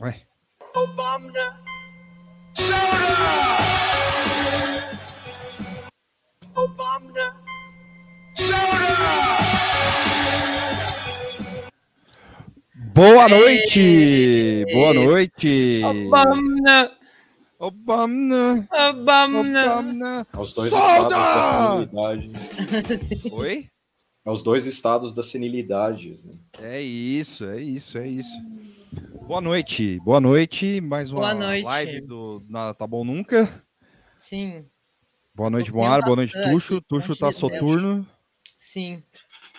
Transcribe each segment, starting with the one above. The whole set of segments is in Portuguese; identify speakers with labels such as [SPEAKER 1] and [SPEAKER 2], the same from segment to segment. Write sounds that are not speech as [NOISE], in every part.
[SPEAKER 1] Ué. Boa noite! Boa noite!
[SPEAKER 2] Obama,
[SPEAKER 1] Obama!
[SPEAKER 2] Obama.
[SPEAKER 1] Obama!
[SPEAKER 3] Aos dois
[SPEAKER 1] Solda!
[SPEAKER 3] estados da
[SPEAKER 1] [LAUGHS]
[SPEAKER 3] senilidade.
[SPEAKER 1] Oi?
[SPEAKER 3] Aos dois estados da senilidade. Né?
[SPEAKER 1] É isso, é isso, é isso. Boa noite, boa noite. Mais uma
[SPEAKER 2] Boa noite.
[SPEAKER 1] live do Nada Tá Bom Nunca.
[SPEAKER 2] Sim, Ah,
[SPEAKER 1] Boa noite,
[SPEAKER 2] Tô
[SPEAKER 1] Boar. Boa noite,
[SPEAKER 2] pensando
[SPEAKER 1] Tuxo.
[SPEAKER 2] aqui,
[SPEAKER 1] Tuxo
[SPEAKER 2] onde
[SPEAKER 1] tá
[SPEAKER 2] eles
[SPEAKER 3] É.
[SPEAKER 2] deram.
[SPEAKER 1] soturno.
[SPEAKER 2] sim.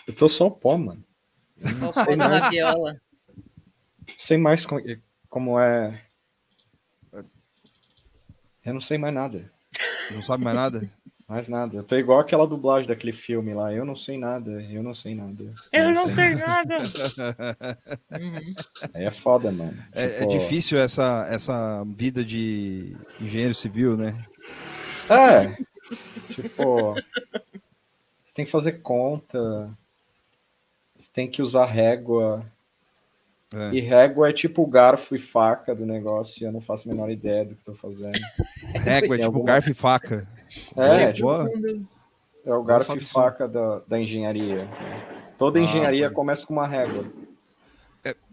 [SPEAKER 3] Eu tô só o pó, mano.
[SPEAKER 2] Só o É pó da
[SPEAKER 3] mais.
[SPEAKER 2] rabiola.
[SPEAKER 3] Sei mais co- como é. Eu não sei mais nada.
[SPEAKER 1] Não sabe mais nada?
[SPEAKER 3] [LAUGHS] Mais nada. Eu tô igual aquela dublagem daquele filme lá. Eu não sei nada. Eu não sei nada. Eu não sei.
[SPEAKER 2] nada. Uhum.
[SPEAKER 3] Aí é foda, mano.
[SPEAKER 1] É, é
[SPEAKER 3] Tipo,
[SPEAKER 1] difícil essa, essa vida de engenheiro civil, né?
[SPEAKER 3] É. [LAUGHS] Tipo. Você tem que fazer conta. Você tem que usar régua.
[SPEAKER 1] É.
[SPEAKER 3] E régua é tipo garfo e faca do negócio, e eu não faço a menor ideia do que tô fazendo.
[SPEAKER 1] [LAUGHS] Régua é tipo
[SPEAKER 3] alguma-
[SPEAKER 1] garfo e faca.
[SPEAKER 3] É, tipo,
[SPEAKER 1] boa.
[SPEAKER 3] é o garfo
[SPEAKER 1] Nossa,
[SPEAKER 3] e faca da, da engenharia. assim. Toda
[SPEAKER 1] Ah,
[SPEAKER 3] engenharia começa com uma régua.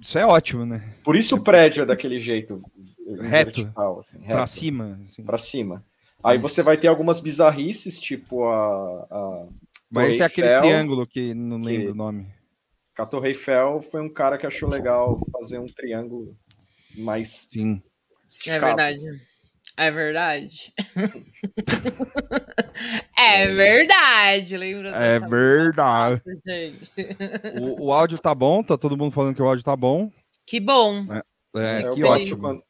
[SPEAKER 1] Isso é ótimo, né?
[SPEAKER 3] Por isso o prédio é daquele jeito.
[SPEAKER 1] Reto.
[SPEAKER 3] vertical, assim, reto,
[SPEAKER 1] Pra cima. assim.
[SPEAKER 3] pra cima. Aí você vai ter algumas bizarrices, tipo a, a,
[SPEAKER 1] Mas esse é aquele
[SPEAKER 3] Eiffel,
[SPEAKER 1] triângulo que não
[SPEAKER 3] um que-
[SPEAKER 1] lembro o nome.
[SPEAKER 3] que a Torre Eiffel foi um cara que achou legal fazer um triângulo mais
[SPEAKER 1] Sim.
[SPEAKER 2] É
[SPEAKER 3] esticado.
[SPEAKER 2] verdade. É verdade. É verdade. Lembra
[SPEAKER 1] É
[SPEAKER 2] dessa
[SPEAKER 1] verdade.
[SPEAKER 2] música, gente?
[SPEAKER 1] O, o áudio tá bom, tá todo mundo falando que o áudio tá bom.
[SPEAKER 2] Que bom.
[SPEAKER 1] É,
[SPEAKER 3] eu,
[SPEAKER 1] que
[SPEAKER 3] gosto
[SPEAKER 1] ótimo.
[SPEAKER 3] Quando,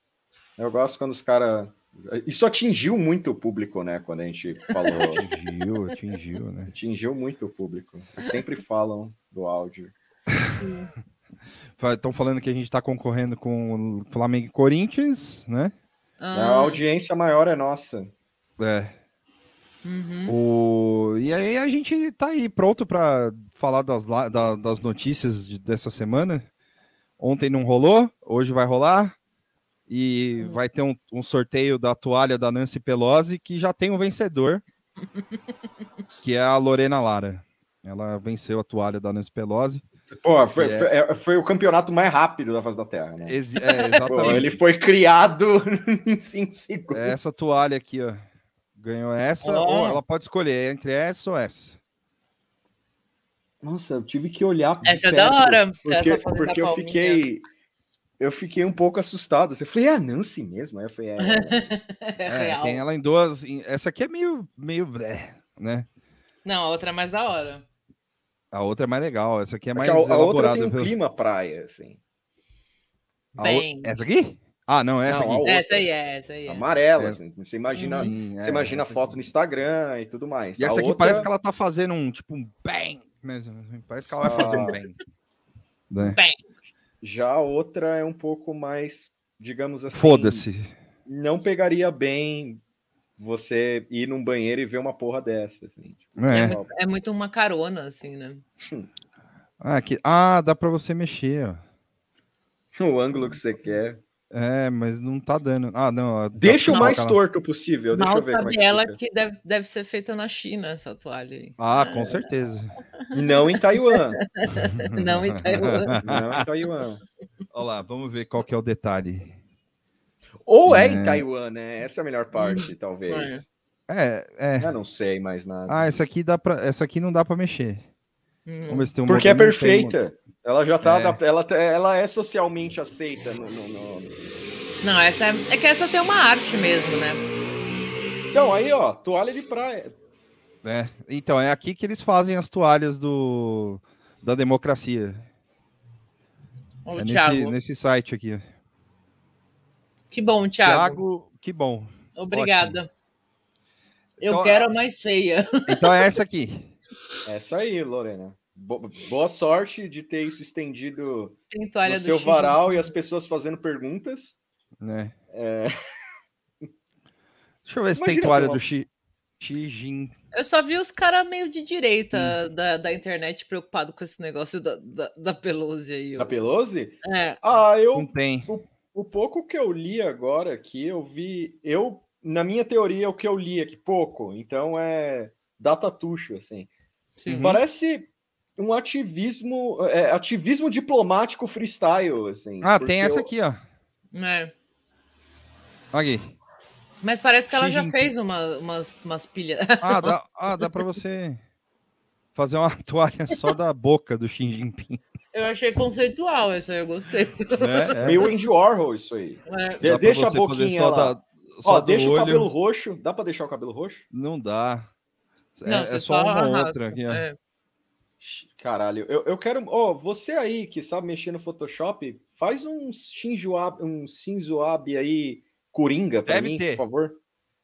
[SPEAKER 3] eu gosto quando os caras. Isso atingiu muito o público, né? Quando a gente falou.
[SPEAKER 1] [LAUGHS] Atingiu, atingiu, né?
[SPEAKER 3] atingiu muito o público. Eles sempre falam do áudio.
[SPEAKER 2] Sim.
[SPEAKER 1] Estão falando que a gente tá concorrendo com o Flamengo e Corinthians, né?
[SPEAKER 3] A
[SPEAKER 2] Ah,
[SPEAKER 3] audiência maior é nossa.
[SPEAKER 1] É.
[SPEAKER 2] uhum.
[SPEAKER 1] O... E aí a gente tá aí pronto pra falar das, la- da- das notícias de- dessa semana. Ontem não rolou, hoje vai rolar. E vai ter um, um sorteio da toalha da Nancy Pelosi, que já tem um vencedor, que é a Lorena Lara. Ela venceu a toalha da Nancy Pelosi.
[SPEAKER 3] Pô, foi,
[SPEAKER 1] É.
[SPEAKER 3] foi, é- foi o campeonato mais rápido da face da Terra, né?
[SPEAKER 1] Ex- é,
[SPEAKER 3] Pô,
[SPEAKER 1] exatamente.
[SPEAKER 3] ele foi criado [LAUGHS] em 5 segundos.
[SPEAKER 1] É Essa toalha aqui, ó. Ganhou essa,
[SPEAKER 2] Ó.
[SPEAKER 1] ou ela pode escolher entre essa ou essa.
[SPEAKER 3] Nossa, eu tive que olhar. de
[SPEAKER 2] Essa é
[SPEAKER 3] perto,
[SPEAKER 2] da hora. Ela
[SPEAKER 3] Porque,
[SPEAKER 2] tá fazendo
[SPEAKER 3] porque
[SPEAKER 2] a
[SPEAKER 3] eu
[SPEAKER 2] palminha.
[SPEAKER 3] fiquei. Eu fiquei um pouco assustado. Eu falei, é a Nancy mesmo? Aí eu falei, é. é.
[SPEAKER 2] [LAUGHS] É
[SPEAKER 1] É,
[SPEAKER 2] real.
[SPEAKER 1] tem ela em duas. em- Essa aqui é meio, meio,
[SPEAKER 3] É
[SPEAKER 1] blé, né?
[SPEAKER 2] Não, a outra é mais da hora.
[SPEAKER 1] A outra é mais legal. Essa aqui é mais
[SPEAKER 3] Porque a, a outra
[SPEAKER 1] elaborada.
[SPEAKER 3] tem um
[SPEAKER 1] pelo-
[SPEAKER 3] clima praia, assim.
[SPEAKER 1] a o-
[SPEAKER 2] Bem.
[SPEAKER 1] Essa aqui? Ah, não, essa
[SPEAKER 3] Não,
[SPEAKER 1] aqui.
[SPEAKER 3] a outra.
[SPEAKER 2] Essa aí é, essa aí é.
[SPEAKER 3] Amarela,
[SPEAKER 1] É.
[SPEAKER 3] assim. Você imagina,
[SPEAKER 1] Sim,
[SPEAKER 3] você
[SPEAKER 1] é,
[SPEAKER 3] imagina
[SPEAKER 1] essa
[SPEAKER 3] foto
[SPEAKER 1] aqui.
[SPEAKER 3] no Instagram e tudo mais.
[SPEAKER 1] E
[SPEAKER 3] A
[SPEAKER 1] essa aqui
[SPEAKER 3] outra-
[SPEAKER 1] parece que ela tá fazendo um tipo um bang. mesmo. Parece que ela vai fazer um
[SPEAKER 3] Ah.
[SPEAKER 1] bang. Né?
[SPEAKER 3] Já a outra é um pouco mais, digamos assim.
[SPEAKER 1] Foda-se.
[SPEAKER 3] Não pegaria bem você ir num banheiro e ver uma porra dessa, assim. Tipo, [LAUGHS]
[SPEAKER 1] É.
[SPEAKER 3] só-
[SPEAKER 2] É muito uma carona, assim, né?
[SPEAKER 1] Ah, aqui- ah, dá pra você mexer, ó.
[SPEAKER 3] O ângulo que você quer.
[SPEAKER 1] É, mas não tá dando. Ah, não. ó, dá
[SPEAKER 3] Deixa
[SPEAKER 1] pra
[SPEAKER 3] o mais
[SPEAKER 1] colocar lá.
[SPEAKER 3] torto possível. Deixa
[SPEAKER 2] Mal
[SPEAKER 3] eu ver como é
[SPEAKER 2] sabe
[SPEAKER 3] que
[SPEAKER 2] ela
[SPEAKER 3] fica.
[SPEAKER 2] que deve, deve ser feita na China, essa toalha aí. É.
[SPEAKER 1] Ah, com certeza.
[SPEAKER 3] E não em Taiwan.
[SPEAKER 2] [LAUGHS] Não em Taiwan.
[SPEAKER 3] não em Taiwan.
[SPEAKER 1] Olha lá, vamos ver qual que é o detalhe.
[SPEAKER 3] Ou é, em
[SPEAKER 1] É.
[SPEAKER 3] Taiwan, né? Essa é a melhor parte, talvez.
[SPEAKER 1] É, é.
[SPEAKER 3] Eu não sei mais nada.
[SPEAKER 1] Ah, essa aqui dá para, essa aqui não dá pra mexer.
[SPEAKER 2] Hum.
[SPEAKER 1] Vamos ver se tem um
[SPEAKER 3] Porque é
[SPEAKER 1] botão, não tem, mano.
[SPEAKER 3] perfeita. Ela já tá.
[SPEAKER 1] É.
[SPEAKER 3] adap- Ela, tá- ela é socialmente aceita no- no- no,
[SPEAKER 2] Não, essa é, é que essa tem uma arte mesmo, né?
[SPEAKER 3] Então, aí, ó, toalha de praia.
[SPEAKER 1] É. Então é aqui que eles fazem as toalhas do da democracia.
[SPEAKER 2] O
[SPEAKER 1] É
[SPEAKER 2] Thiago.
[SPEAKER 1] nesse, nesse site aqui. ó.
[SPEAKER 2] Que bom, Thiago.
[SPEAKER 1] Thiago, que bom.
[SPEAKER 2] Obrigada. Eu
[SPEAKER 1] Então, é-
[SPEAKER 2] quero a
[SPEAKER 1] as-
[SPEAKER 2] mais feia.
[SPEAKER 1] Então é essa aqui.
[SPEAKER 3] Essa aí, Lorena. Bo- Boa sorte de ter isso estendido
[SPEAKER 2] Tem toalha
[SPEAKER 3] no
[SPEAKER 2] do
[SPEAKER 3] seu
[SPEAKER 2] Xi
[SPEAKER 3] varal e as pessoas fazendo perguntas.
[SPEAKER 1] né? Deixa eu ver se
[SPEAKER 3] É. Imagina
[SPEAKER 1] tem toalha
[SPEAKER 3] só.
[SPEAKER 1] do Xi, Xi Jin.
[SPEAKER 2] [LAUGHS] Eu só vi os caras meio de direita
[SPEAKER 1] Hum.
[SPEAKER 2] da, da internet preocupado com esse negócio da, da, da Pelosi aí.
[SPEAKER 3] Da
[SPEAKER 2] ó.
[SPEAKER 3] Pelosi?
[SPEAKER 2] É,
[SPEAKER 3] Ah, eu
[SPEAKER 1] Não tem.
[SPEAKER 3] O pouco que eu li agora aqui, eu vi. Eu, na minha teoria, o que eu li aqui, pouco. Então é data tuxo, assim.
[SPEAKER 2] sim.
[SPEAKER 1] Uhum.
[SPEAKER 3] Parece um ativismo. é, ativismo diplomático freestyle, assim.
[SPEAKER 1] Ah,
[SPEAKER 3] porque
[SPEAKER 1] tem essa
[SPEAKER 3] eu-
[SPEAKER 1] aqui, ó.
[SPEAKER 2] É.
[SPEAKER 1] Aqui.
[SPEAKER 2] Mas parece que ela
[SPEAKER 1] Xi
[SPEAKER 2] já
[SPEAKER 1] Jinping.
[SPEAKER 2] fez uma, umas, umas pilhas.
[SPEAKER 1] Ah,
[SPEAKER 2] [LAUGHS]
[SPEAKER 1] dá, ah, dá pra você fazer uma [LAUGHS] toalha só da boca do Xi Jinping.
[SPEAKER 2] Eu achei conceitual isso aí, eu gostei.
[SPEAKER 1] Né? É,
[SPEAKER 3] Meio Andy Warhol, isso aí.
[SPEAKER 2] É.
[SPEAKER 3] De-
[SPEAKER 1] dá pra
[SPEAKER 3] deixa a
[SPEAKER 1] você fazer
[SPEAKER 3] boquinha
[SPEAKER 1] só
[SPEAKER 3] lá.
[SPEAKER 1] da- só
[SPEAKER 3] Ó,
[SPEAKER 1] do
[SPEAKER 3] deixa o
[SPEAKER 1] olho.
[SPEAKER 3] cabelo roxo. Dá pra deixar o cabelo roxo?
[SPEAKER 1] Não dá. É,
[SPEAKER 2] Não,
[SPEAKER 1] é
[SPEAKER 2] você
[SPEAKER 1] só uma
[SPEAKER 2] arrasta.
[SPEAKER 1] outra aqui, ó.
[SPEAKER 2] É.
[SPEAKER 3] Caralho, eu, eu quero. Ó, você aí que sabe mexer no Photoshop, faz um Shinzo Abe, um Shinzo Abe aí, coringa, pra
[SPEAKER 1] Deve
[SPEAKER 3] mim,
[SPEAKER 1] ter.
[SPEAKER 3] por favor.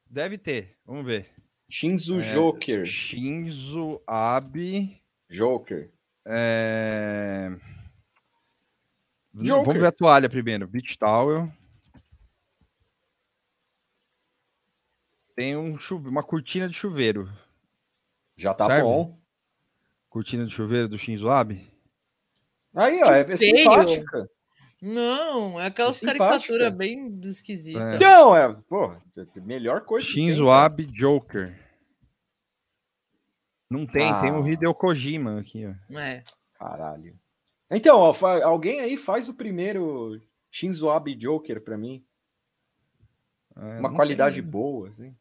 [SPEAKER 1] Deve ter. Vamos ver.
[SPEAKER 3] Shinzo
[SPEAKER 1] É,
[SPEAKER 3] Joker.
[SPEAKER 1] Shinzo Abe.
[SPEAKER 3] Joker.
[SPEAKER 1] é, Não,
[SPEAKER 3] Joker.
[SPEAKER 1] Vamos ver a toalha primeiro. Beach Towel. Tem um chuve... uma cortina de chuveiro.
[SPEAKER 3] Já tá
[SPEAKER 1] Serve?
[SPEAKER 3] bom.
[SPEAKER 1] Cortina de chuveiro do Shinzo Abe.
[SPEAKER 3] Aí, ó, é é
[SPEAKER 2] feio.
[SPEAKER 3] simpática.
[SPEAKER 2] Não, é aquelas
[SPEAKER 3] É simpática.
[SPEAKER 2] caricaturas bem esquisitas.
[SPEAKER 3] Então, é, pô, a melhor coisa. que tem, né?
[SPEAKER 1] Shinzo
[SPEAKER 3] cara.
[SPEAKER 1] Abe Joker. Não tem, tem o
[SPEAKER 3] Ah.
[SPEAKER 1] Hideo Kojima aqui, ó.
[SPEAKER 2] É.
[SPEAKER 3] Caralho. Então, ó, fa- alguém aí faz o primeiro Shinzo Abe Joker pra mim.
[SPEAKER 1] É,
[SPEAKER 3] Uma
[SPEAKER 1] não
[SPEAKER 3] qualidade boa, assim.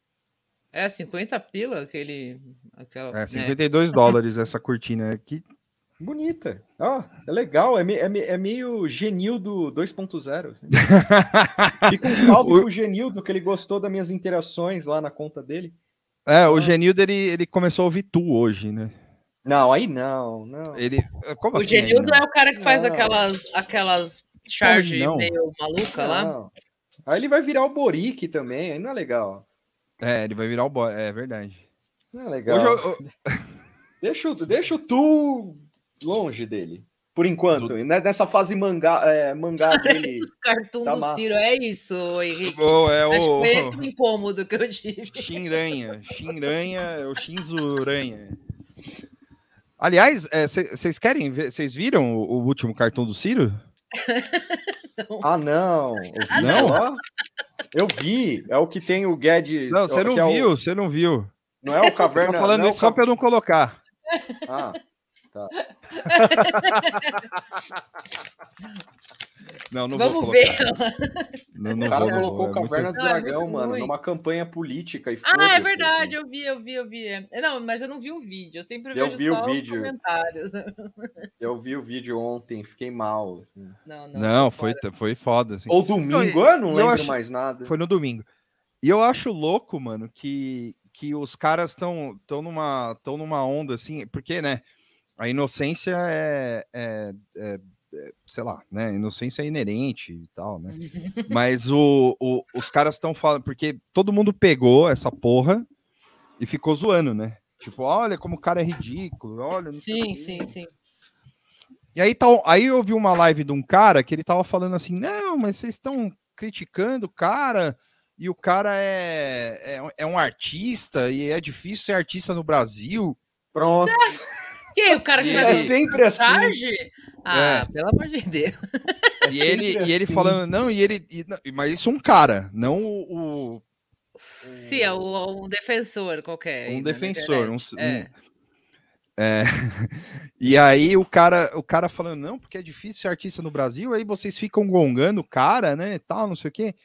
[SPEAKER 2] É 50 pila aquele. Aquela,
[SPEAKER 1] tem. É,
[SPEAKER 2] né?
[SPEAKER 1] 52
[SPEAKER 2] [LAUGHS]
[SPEAKER 1] dólares essa cortina aqui.
[SPEAKER 3] Bonita. Ó, é legal. É, me- é, me- é meio Genildo 2.0.
[SPEAKER 1] [LAUGHS]
[SPEAKER 3] Assim. Fica um salve
[SPEAKER 1] O-
[SPEAKER 3] pro Genildo, que ele gostou das minhas interações lá na conta dele.
[SPEAKER 1] É, o Genildo, ele, ele começou a ouvir tu hoje, né?
[SPEAKER 3] Não, aí não, não.
[SPEAKER 1] Ele. Como
[SPEAKER 2] O
[SPEAKER 1] assim? aí
[SPEAKER 2] Genildo
[SPEAKER 1] não?
[SPEAKER 2] é o cara que faz
[SPEAKER 3] Não.
[SPEAKER 2] aquelas, aquelas charge
[SPEAKER 1] não.
[SPEAKER 2] meio maluca lá.
[SPEAKER 3] não. Aí ele vai virar o Boric também, aí não é legal.
[SPEAKER 1] É, ele vai virar o boy. É verdade.
[SPEAKER 3] Não é legal.
[SPEAKER 1] Hoje eu- eu-
[SPEAKER 3] [LAUGHS] Deixa, o- deixa o Tu longe dele. Por enquanto. né, Nessa fase mangá, é, mangá dele.
[SPEAKER 2] Esses cartoon
[SPEAKER 3] Tá
[SPEAKER 2] do
[SPEAKER 3] massa.
[SPEAKER 2] Ciro, é isso, Henrique.
[SPEAKER 1] Ô, é
[SPEAKER 2] Acho que
[SPEAKER 1] o.
[SPEAKER 2] foi
[SPEAKER 1] [LAUGHS]
[SPEAKER 2] esse o incômodo que eu tive.
[SPEAKER 1] Shinranha. Shinranha é o Shinzuranha. Aliás, vocês querem ver? Vocês viram o, o último cartão do Ciro?
[SPEAKER 3] Ah,
[SPEAKER 2] [LAUGHS]
[SPEAKER 3] não. Eu vi,
[SPEAKER 1] Não?
[SPEAKER 3] ó. Eu vi. É o que tem o Guedes.
[SPEAKER 1] Não, você
[SPEAKER 3] que
[SPEAKER 1] não
[SPEAKER 3] é o-
[SPEAKER 1] viu, você não viu.
[SPEAKER 3] não é o
[SPEAKER 1] Eu
[SPEAKER 3] Caverna.
[SPEAKER 1] tô falando
[SPEAKER 3] não é o
[SPEAKER 1] isso só
[SPEAKER 3] Ca-
[SPEAKER 1] pra eu não colocar.
[SPEAKER 3] Ah,
[SPEAKER 1] Não, não vou
[SPEAKER 2] Vamos
[SPEAKER 1] colocar.
[SPEAKER 2] ver.
[SPEAKER 1] Não, não
[SPEAKER 3] o cara
[SPEAKER 1] vou, não
[SPEAKER 3] colocou
[SPEAKER 1] vou, é muito-
[SPEAKER 3] Caverna do
[SPEAKER 2] Não, é
[SPEAKER 3] Dragão,
[SPEAKER 2] muito
[SPEAKER 3] mano,
[SPEAKER 2] ruim.
[SPEAKER 3] numa campanha política. E
[SPEAKER 2] Ah, é
[SPEAKER 3] foda-se,
[SPEAKER 2] verdade,
[SPEAKER 3] assim.
[SPEAKER 2] eu vi, eu vi, eu vi. É, Não, mas eu não vi o vídeo, eu sempre
[SPEAKER 3] Eu
[SPEAKER 2] vejo
[SPEAKER 3] vi o
[SPEAKER 2] só
[SPEAKER 3] vídeo.
[SPEAKER 2] os comentários.
[SPEAKER 3] Eu vi o vídeo ontem, fiquei mal. assim.
[SPEAKER 2] Não, não.
[SPEAKER 1] Não, foi,
[SPEAKER 2] [LAUGHS]
[SPEAKER 1] foi foda. Assim.
[SPEAKER 3] Ou domingo,
[SPEAKER 1] Não, e-
[SPEAKER 3] eu não
[SPEAKER 1] e eu
[SPEAKER 3] lembro
[SPEAKER 1] acho-
[SPEAKER 3] mais nada.
[SPEAKER 1] Foi no domingo. E eu acho louco, mano, que, que os caras estão tão numa, tão numa onda assim, porque, né? A inocência é, é- é- é, sei lá, né? Inocência é inerente e tal, né? Mas o, o- os caras estão falando, porque todo mundo pegou essa porra e ficou zoando, né? Tipo, olha como o cara é ridículo, olha. não sei o
[SPEAKER 2] Sim,
[SPEAKER 1] quê.
[SPEAKER 2] sim, sim.
[SPEAKER 1] E aí, tal, aí eu vi uma live de um cara que ele tava falando assim: não, mas vocês estão criticando o cara, e o cara é, é, um- é um artista, e é difícil ser artista no Brasil.
[SPEAKER 3] Pronto.
[SPEAKER 2] Quem? O cara que
[SPEAKER 1] E
[SPEAKER 3] É
[SPEAKER 1] ele-
[SPEAKER 2] faz
[SPEAKER 3] sempre
[SPEAKER 2] o
[SPEAKER 3] assim.
[SPEAKER 2] charge? Ah, pelo amor de Deus.
[SPEAKER 3] É
[SPEAKER 1] e ele,
[SPEAKER 3] sempre
[SPEAKER 1] e ele
[SPEAKER 3] assim.
[SPEAKER 1] falando, não, e ele. e não- mas isso é um cara, não o. o-
[SPEAKER 2] Sim, é o- um defensor qualquer.
[SPEAKER 1] um
[SPEAKER 2] aí É, na
[SPEAKER 1] defensor.
[SPEAKER 2] internet.
[SPEAKER 1] Um, s- um-
[SPEAKER 2] É.
[SPEAKER 1] É. [LAUGHS] E aí o cara, o cara falando, não, porque é difícil ser artista no Brasil, aí vocês ficam gongando o cara, né, e tal, não sei o quê,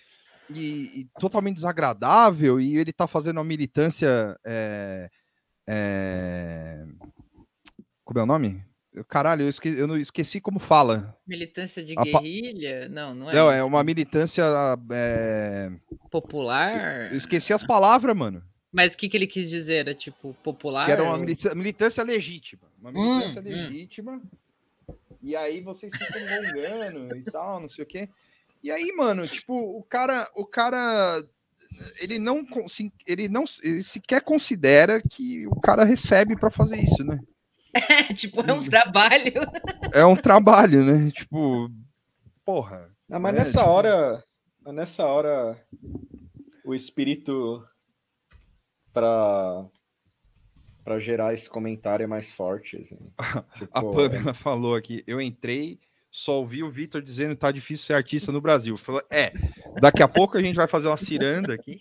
[SPEAKER 1] e, e totalmente desagradável, e ele tá fazendo uma militância, é, é, como é o nome? Eu- Caralho, eu, esque- eu não esqueci como fala.
[SPEAKER 2] Militância de
[SPEAKER 1] A pa-
[SPEAKER 2] guerrilha? Não, não é.
[SPEAKER 1] Não, é
[SPEAKER 2] isso.
[SPEAKER 1] uma militância, é,
[SPEAKER 2] Popular?
[SPEAKER 1] eu esqueci as palavras, mano.
[SPEAKER 2] Mas o que, que ele quis dizer? Era tipo popular?
[SPEAKER 1] Que era uma
[SPEAKER 2] ou-
[SPEAKER 1] militância, militância legítima. Uma
[SPEAKER 2] Hum,
[SPEAKER 1] militância
[SPEAKER 2] hum.
[SPEAKER 1] legítima. E aí vocês ficam gongando e tal, não sei o quê. E aí, mano, tipo, o cara, o cara, ele não, con- se- ele não, ele sequer considera que o cara recebe pra fazer isso, né?
[SPEAKER 2] [LAUGHS] É, [LAUGHS] tipo, é um trabalho.
[SPEAKER 1] É um trabalho, né? Tipo, porra.
[SPEAKER 3] Ah, mas
[SPEAKER 1] É,
[SPEAKER 3] nessa
[SPEAKER 1] tipo-
[SPEAKER 3] hora, mas nessa hora, o espírito para para gerar esse comentário é mais forte. Assim. Tipo,
[SPEAKER 1] [LAUGHS] A
[SPEAKER 3] é,
[SPEAKER 1] [LAUGHS] Pamela falou aqui, eu entrei, só ouvi o Vitor dizendo que tá difícil ser artista no Brasil. Falou, é, daqui a pouco a gente vai fazer uma ciranda aqui.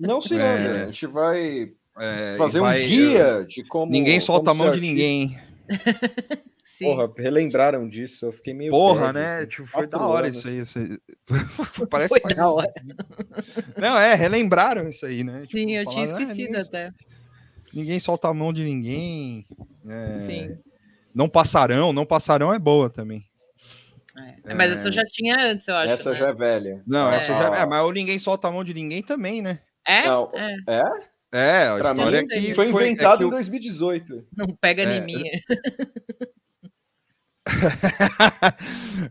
[SPEAKER 3] não se
[SPEAKER 1] É.
[SPEAKER 3] lembra, a gente vai
[SPEAKER 1] é, e
[SPEAKER 3] fazer
[SPEAKER 1] vai-
[SPEAKER 3] um guia de como.
[SPEAKER 1] Ninguém solta a
[SPEAKER 3] como
[SPEAKER 1] mão
[SPEAKER 3] ser
[SPEAKER 1] de ninguém.
[SPEAKER 2] [LAUGHS] Sim.
[SPEAKER 3] Porra, relembraram disso, eu fiquei meio.
[SPEAKER 1] Porra,
[SPEAKER 3] perdido,
[SPEAKER 1] né?
[SPEAKER 3] assim.
[SPEAKER 1] Tipo, foi da
[SPEAKER 3] Quatro
[SPEAKER 1] hora
[SPEAKER 3] anos.
[SPEAKER 1] isso aí. isso aí. Parece
[SPEAKER 2] Foi
[SPEAKER 1] que faz-
[SPEAKER 2] da hora.
[SPEAKER 1] Não, é, relembraram isso aí, né? Tipo,
[SPEAKER 2] Sim, eu tinha
[SPEAKER 1] falaram, "Ah,
[SPEAKER 2] esquecido
[SPEAKER 1] ninguém,
[SPEAKER 2] até.
[SPEAKER 1] ninguém solta a mão de ninguém. É,
[SPEAKER 2] Sim.
[SPEAKER 1] Não passarão, não passarão é boa também.
[SPEAKER 2] é. Mas essa eu já tinha antes, eu acho.
[SPEAKER 3] Essa
[SPEAKER 2] né?
[SPEAKER 3] já é velha.
[SPEAKER 1] Não,
[SPEAKER 3] Ah,
[SPEAKER 1] essa já. É, mas o ninguém solta a mão de ninguém também, né?
[SPEAKER 2] É?
[SPEAKER 3] Não,
[SPEAKER 2] É.
[SPEAKER 3] é?
[SPEAKER 1] É, a
[SPEAKER 3] Pra
[SPEAKER 1] história
[SPEAKER 2] mim,
[SPEAKER 1] é que
[SPEAKER 3] Foi
[SPEAKER 1] é
[SPEAKER 3] inventado
[SPEAKER 1] que
[SPEAKER 3] em 2018.
[SPEAKER 2] Não pega
[SPEAKER 1] É.
[SPEAKER 2] em mim.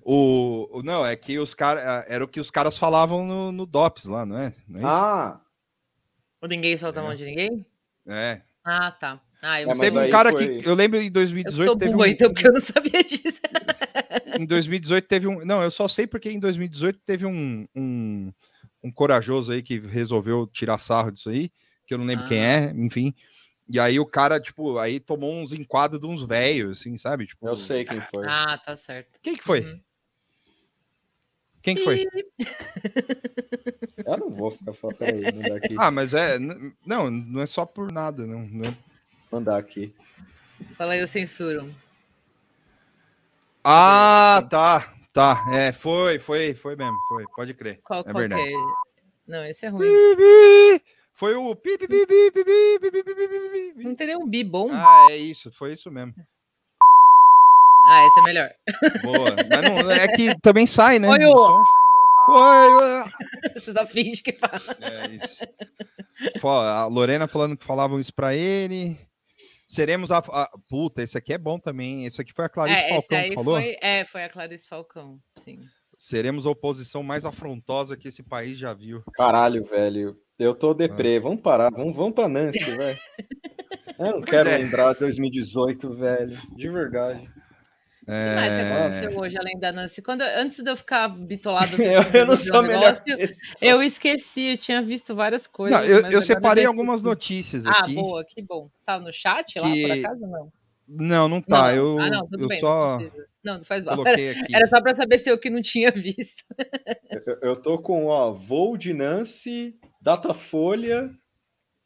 [SPEAKER 1] o, o- não, é que os caras. Era o que os caras falavam no, no DOPS lá, não é? Não é, isso?
[SPEAKER 3] Ah,
[SPEAKER 2] Ou ninguém solta a mão de ninguém?
[SPEAKER 1] É.
[SPEAKER 2] Ah, tá. Ah, eu
[SPEAKER 3] É,
[SPEAKER 2] não
[SPEAKER 3] mas
[SPEAKER 1] Teve um
[SPEAKER 3] aí
[SPEAKER 2] sabia.
[SPEAKER 1] cara
[SPEAKER 3] foi-
[SPEAKER 1] que. Eu lembro em
[SPEAKER 2] Eu
[SPEAKER 1] 2018.
[SPEAKER 2] sou
[SPEAKER 1] teve
[SPEAKER 2] burro,
[SPEAKER 1] um-
[SPEAKER 2] então, porque eu não sabia disso.
[SPEAKER 1] em 2018 teve um. Não, eu só sei porque em 2018 teve um, um, um corajoso aí que resolveu tirar sarro disso aí, que eu não lembro
[SPEAKER 2] Ah.
[SPEAKER 1] quem é, enfim. E aí o cara, tipo, aí tomou uns enquadros de uns velhos, assim, sabe? Tipo,
[SPEAKER 3] eu sei quem foi.
[SPEAKER 2] Ah, tá certo.
[SPEAKER 1] Quem que foi?
[SPEAKER 2] Uhum.
[SPEAKER 1] Quem que foi?
[SPEAKER 3] Eu não vou ficar falando. Peraí, mandar aqui.
[SPEAKER 1] Ah, mas é. n- Não, não é só por nada, não. não é-
[SPEAKER 3] Mandar aqui.
[SPEAKER 2] Fala aí, eu censuro.
[SPEAKER 1] Ah, tá. Tá. É, foi, foi, foi mesmo. Foi, pode crer.
[SPEAKER 2] Qual,
[SPEAKER 1] É
[SPEAKER 2] qual que
[SPEAKER 1] verdade.
[SPEAKER 2] é? Não, esse é ruim.
[SPEAKER 1] Foi o. pi, pi, pi, pi, pi, pi, pi, pi, pi, pi, pi, pi.
[SPEAKER 2] Não teria um bi bom? Ah,
[SPEAKER 1] Ah, é isso, foi isso mesmo.
[SPEAKER 2] esse é melhor.
[SPEAKER 1] Boa. Mas não, é que também sai, né?
[SPEAKER 2] Oi, ô.
[SPEAKER 1] o som. Oi, ô.
[SPEAKER 2] [LAUGHS] Você só finge que fala.
[SPEAKER 1] É isso. Fó- A Lorena falando que falavam isso pra ele. Seremos a, a- Puta, esse aqui é bom também. Esse aqui foi a Clarice
[SPEAKER 2] É, esse
[SPEAKER 1] Falcão
[SPEAKER 2] aí
[SPEAKER 1] que falou.
[SPEAKER 2] foi. É, foi a Clarice Falcão. Sim.
[SPEAKER 1] [LAUGHS] Seremos a oposição mais afrontosa que esse país já viu.
[SPEAKER 3] Caralho, velho. Eu tô
[SPEAKER 1] Ah.
[SPEAKER 3] deprê. Vamos parar. Vamos, vamos pra
[SPEAKER 1] [LAUGHS]
[SPEAKER 3] Nancy, velho. Eu não
[SPEAKER 1] Pois
[SPEAKER 3] quero
[SPEAKER 1] é.
[SPEAKER 3] lembrar 2018, velho. De verdade.
[SPEAKER 2] O que mais que
[SPEAKER 1] É,
[SPEAKER 2] aconteceu hoje, além da Nancy? Quando, antes de eu ficar
[SPEAKER 1] [LAUGHS]
[SPEAKER 2] bitolada,
[SPEAKER 3] Eu, eu não sou a melhor. pessoa.
[SPEAKER 2] Eu esqueci, eu tinha visto várias coisas.
[SPEAKER 1] não, eu,
[SPEAKER 2] mas
[SPEAKER 1] eu
[SPEAKER 2] agora
[SPEAKER 1] separei
[SPEAKER 2] já
[SPEAKER 1] algumas
[SPEAKER 2] esqueci.
[SPEAKER 1] notícias
[SPEAKER 2] Ah,
[SPEAKER 1] aqui.
[SPEAKER 2] boa, que bom. Tá no chat lá, por
[SPEAKER 1] Que-
[SPEAKER 2] acaso? Não.
[SPEAKER 1] Não, não tá.
[SPEAKER 2] Não,
[SPEAKER 1] Eu,
[SPEAKER 2] não. Ah, não, tudo
[SPEAKER 1] eu
[SPEAKER 2] bem.
[SPEAKER 1] só
[SPEAKER 2] Não, precisa. não, não faz mal. Era,
[SPEAKER 1] coloquei aqui.
[SPEAKER 2] era só pra saber se eu que não tinha [LAUGHS] visto.
[SPEAKER 3] Eu- Eu tô com, ó, voo de Nancy, Datafolha,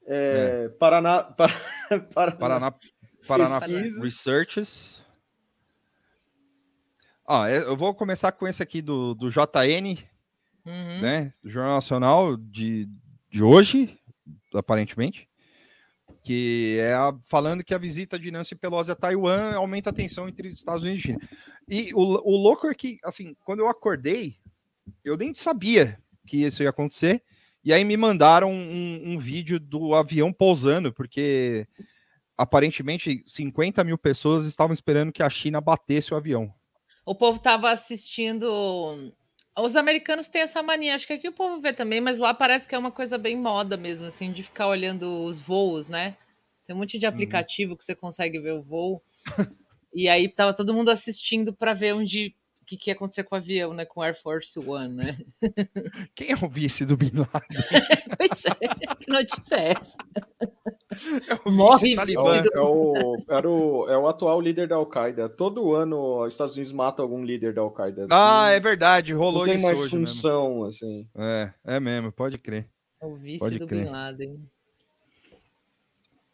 [SPEAKER 3] é, Paraná, [LAUGHS] Paraná,
[SPEAKER 1] Paraná, Paraná
[SPEAKER 3] Pesquisas.
[SPEAKER 1] Researches. Ah, é- eu vou começar com esse aqui do, do JN,
[SPEAKER 2] Uhum.
[SPEAKER 1] né? Do Jornal Nacional de, de hoje, aparentemente. Que é a- falando que a visita de Nancy Pelosi a Taiwan aumenta a tensão entre Estados Unidos e China. E o, o louco é que, assim, quando eu acordei, eu nem sabia que isso ia acontecer. E aí me mandaram um, um vídeo do avião pousando, porque aparentemente 50 mil pessoas estavam esperando que a China batesse o avião.
[SPEAKER 2] O povo tava assistindo. Os americanos têm essa mania, acho que aqui o povo vê também, mas lá parece que é uma coisa bem moda mesmo, assim, de ficar olhando os voos, né? Tem um
[SPEAKER 1] Uhum.
[SPEAKER 2] monte de aplicativo que você consegue ver o
[SPEAKER 1] [LAUGHS]
[SPEAKER 2] voo. e aí tava todo mundo assistindo para ver onde o que, que ia acontecer com o avião, né? Com o Air Force One, né? [LAUGHS]
[SPEAKER 1] Quem é o vice do Bin Laden?
[SPEAKER 2] Pois é, que notícia é essa?
[SPEAKER 1] É o vice
[SPEAKER 2] Morre,
[SPEAKER 3] É
[SPEAKER 1] talibã.
[SPEAKER 3] o, é, o, era o- é o atual líder da Al-Qaeda. Todo ano os Estados Unidos matam algum líder da Al-Qaeda.
[SPEAKER 1] Ah, é verdade, rolou
[SPEAKER 3] não tem
[SPEAKER 1] isso
[SPEAKER 3] mais
[SPEAKER 1] hoje mesmo.
[SPEAKER 3] função, assim.
[SPEAKER 1] É, é mesmo, pode crer.
[SPEAKER 2] É O vice
[SPEAKER 1] Pode
[SPEAKER 2] do
[SPEAKER 1] crer.
[SPEAKER 2] Bin Laden.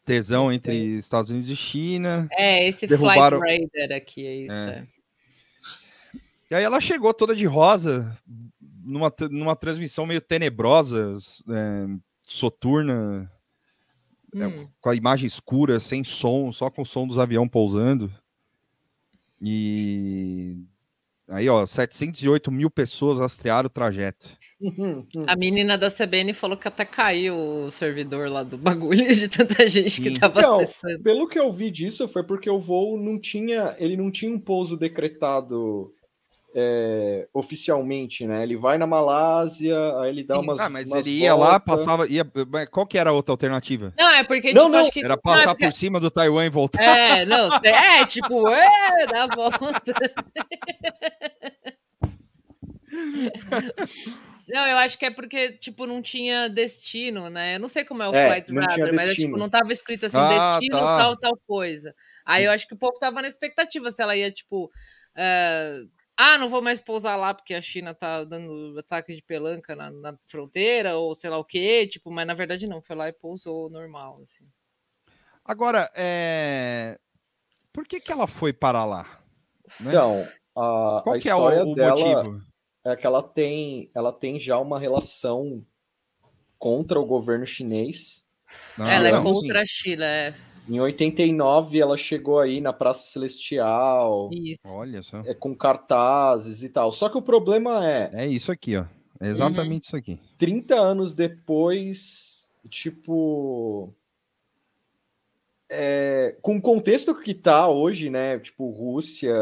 [SPEAKER 1] Tesão entre Estados Unidos e China.
[SPEAKER 2] É, esse
[SPEAKER 1] Derrubaram-
[SPEAKER 2] Flight Raider aqui, é isso.
[SPEAKER 1] É.
[SPEAKER 2] é.
[SPEAKER 1] E aí ela chegou toda de rosa, numa, tra- numa transmissão meio tenebrosa, s- é, soturna, É,
[SPEAKER 2] Hum.
[SPEAKER 1] com a imagem escura, sem som, só com o som dos aviões pousando. E aí, ó, 708 mil pessoas rastrearam o trajeto.
[SPEAKER 2] A menina da CBN falou que até caiu o servidor lá do bagulho [LAUGHS] de tanta gente que
[SPEAKER 1] Sim.
[SPEAKER 2] tava
[SPEAKER 3] Então,
[SPEAKER 2] acessando.
[SPEAKER 3] Pelo que eu vi disso, foi porque o voo não tinha. Ele não tinha um pouso decretado é, oficialmente, né? Ele vai na Malásia, aí ele dá
[SPEAKER 2] Sim.
[SPEAKER 3] umas.
[SPEAKER 1] Ah, mas
[SPEAKER 3] umas
[SPEAKER 1] ele ia lá,
[SPEAKER 3] volta.
[SPEAKER 1] passava. Ia, mas qual que era a outra alternativa?
[SPEAKER 2] Não, é porque,
[SPEAKER 3] Não,
[SPEAKER 2] tipo,
[SPEAKER 3] não,
[SPEAKER 2] acho que.
[SPEAKER 1] Era
[SPEAKER 2] não, é
[SPEAKER 1] passar
[SPEAKER 2] porque-
[SPEAKER 1] por cima do Taiwan e voltar.
[SPEAKER 2] É, não, é, tipo, é, dá a volta. Não, eu acho que é porque, tipo, não tinha destino, né? Eu não sei como é o
[SPEAKER 3] É,
[SPEAKER 2] Flight
[SPEAKER 3] não tinha
[SPEAKER 2] Radar, mas é, tipo,
[SPEAKER 3] destino.
[SPEAKER 2] não tava escrito assim,
[SPEAKER 1] Ah,
[SPEAKER 2] destino,
[SPEAKER 1] tá.
[SPEAKER 2] tal, tal coisa. Aí eu acho que o povo tava na expectativa se ela ia, tipo, eh, ah, não vou mais pousar lá porque a China tá dando ataque de pelanca na, na fronteira, ou sei lá o quê, tipo, mas na verdade não, foi lá e pousou normal, assim.
[SPEAKER 1] Agora, é... por que, que ela foi para lá? né?
[SPEAKER 3] Então, a,
[SPEAKER 1] Qual
[SPEAKER 3] a
[SPEAKER 1] que é o,
[SPEAKER 3] história
[SPEAKER 1] o
[SPEAKER 3] dela
[SPEAKER 1] motivo?
[SPEAKER 3] é que ela tem, ela tem já uma relação contra o governo chinês. Ah,
[SPEAKER 1] Não,
[SPEAKER 2] ela é
[SPEAKER 1] não,
[SPEAKER 2] contra a China, é.
[SPEAKER 3] Em 89 ela chegou aí na Praça Celestial,
[SPEAKER 1] sim.
[SPEAKER 2] Isso.
[SPEAKER 1] Olha só.
[SPEAKER 3] é, com cartazes e tal. Só que o problema é,
[SPEAKER 1] É isso aqui, ó. É exatamente isso
[SPEAKER 3] uhum.
[SPEAKER 1] aqui.
[SPEAKER 3] 30 anos depois, tipo. é, com o contexto que tá hoje, né? Tipo, Rússia,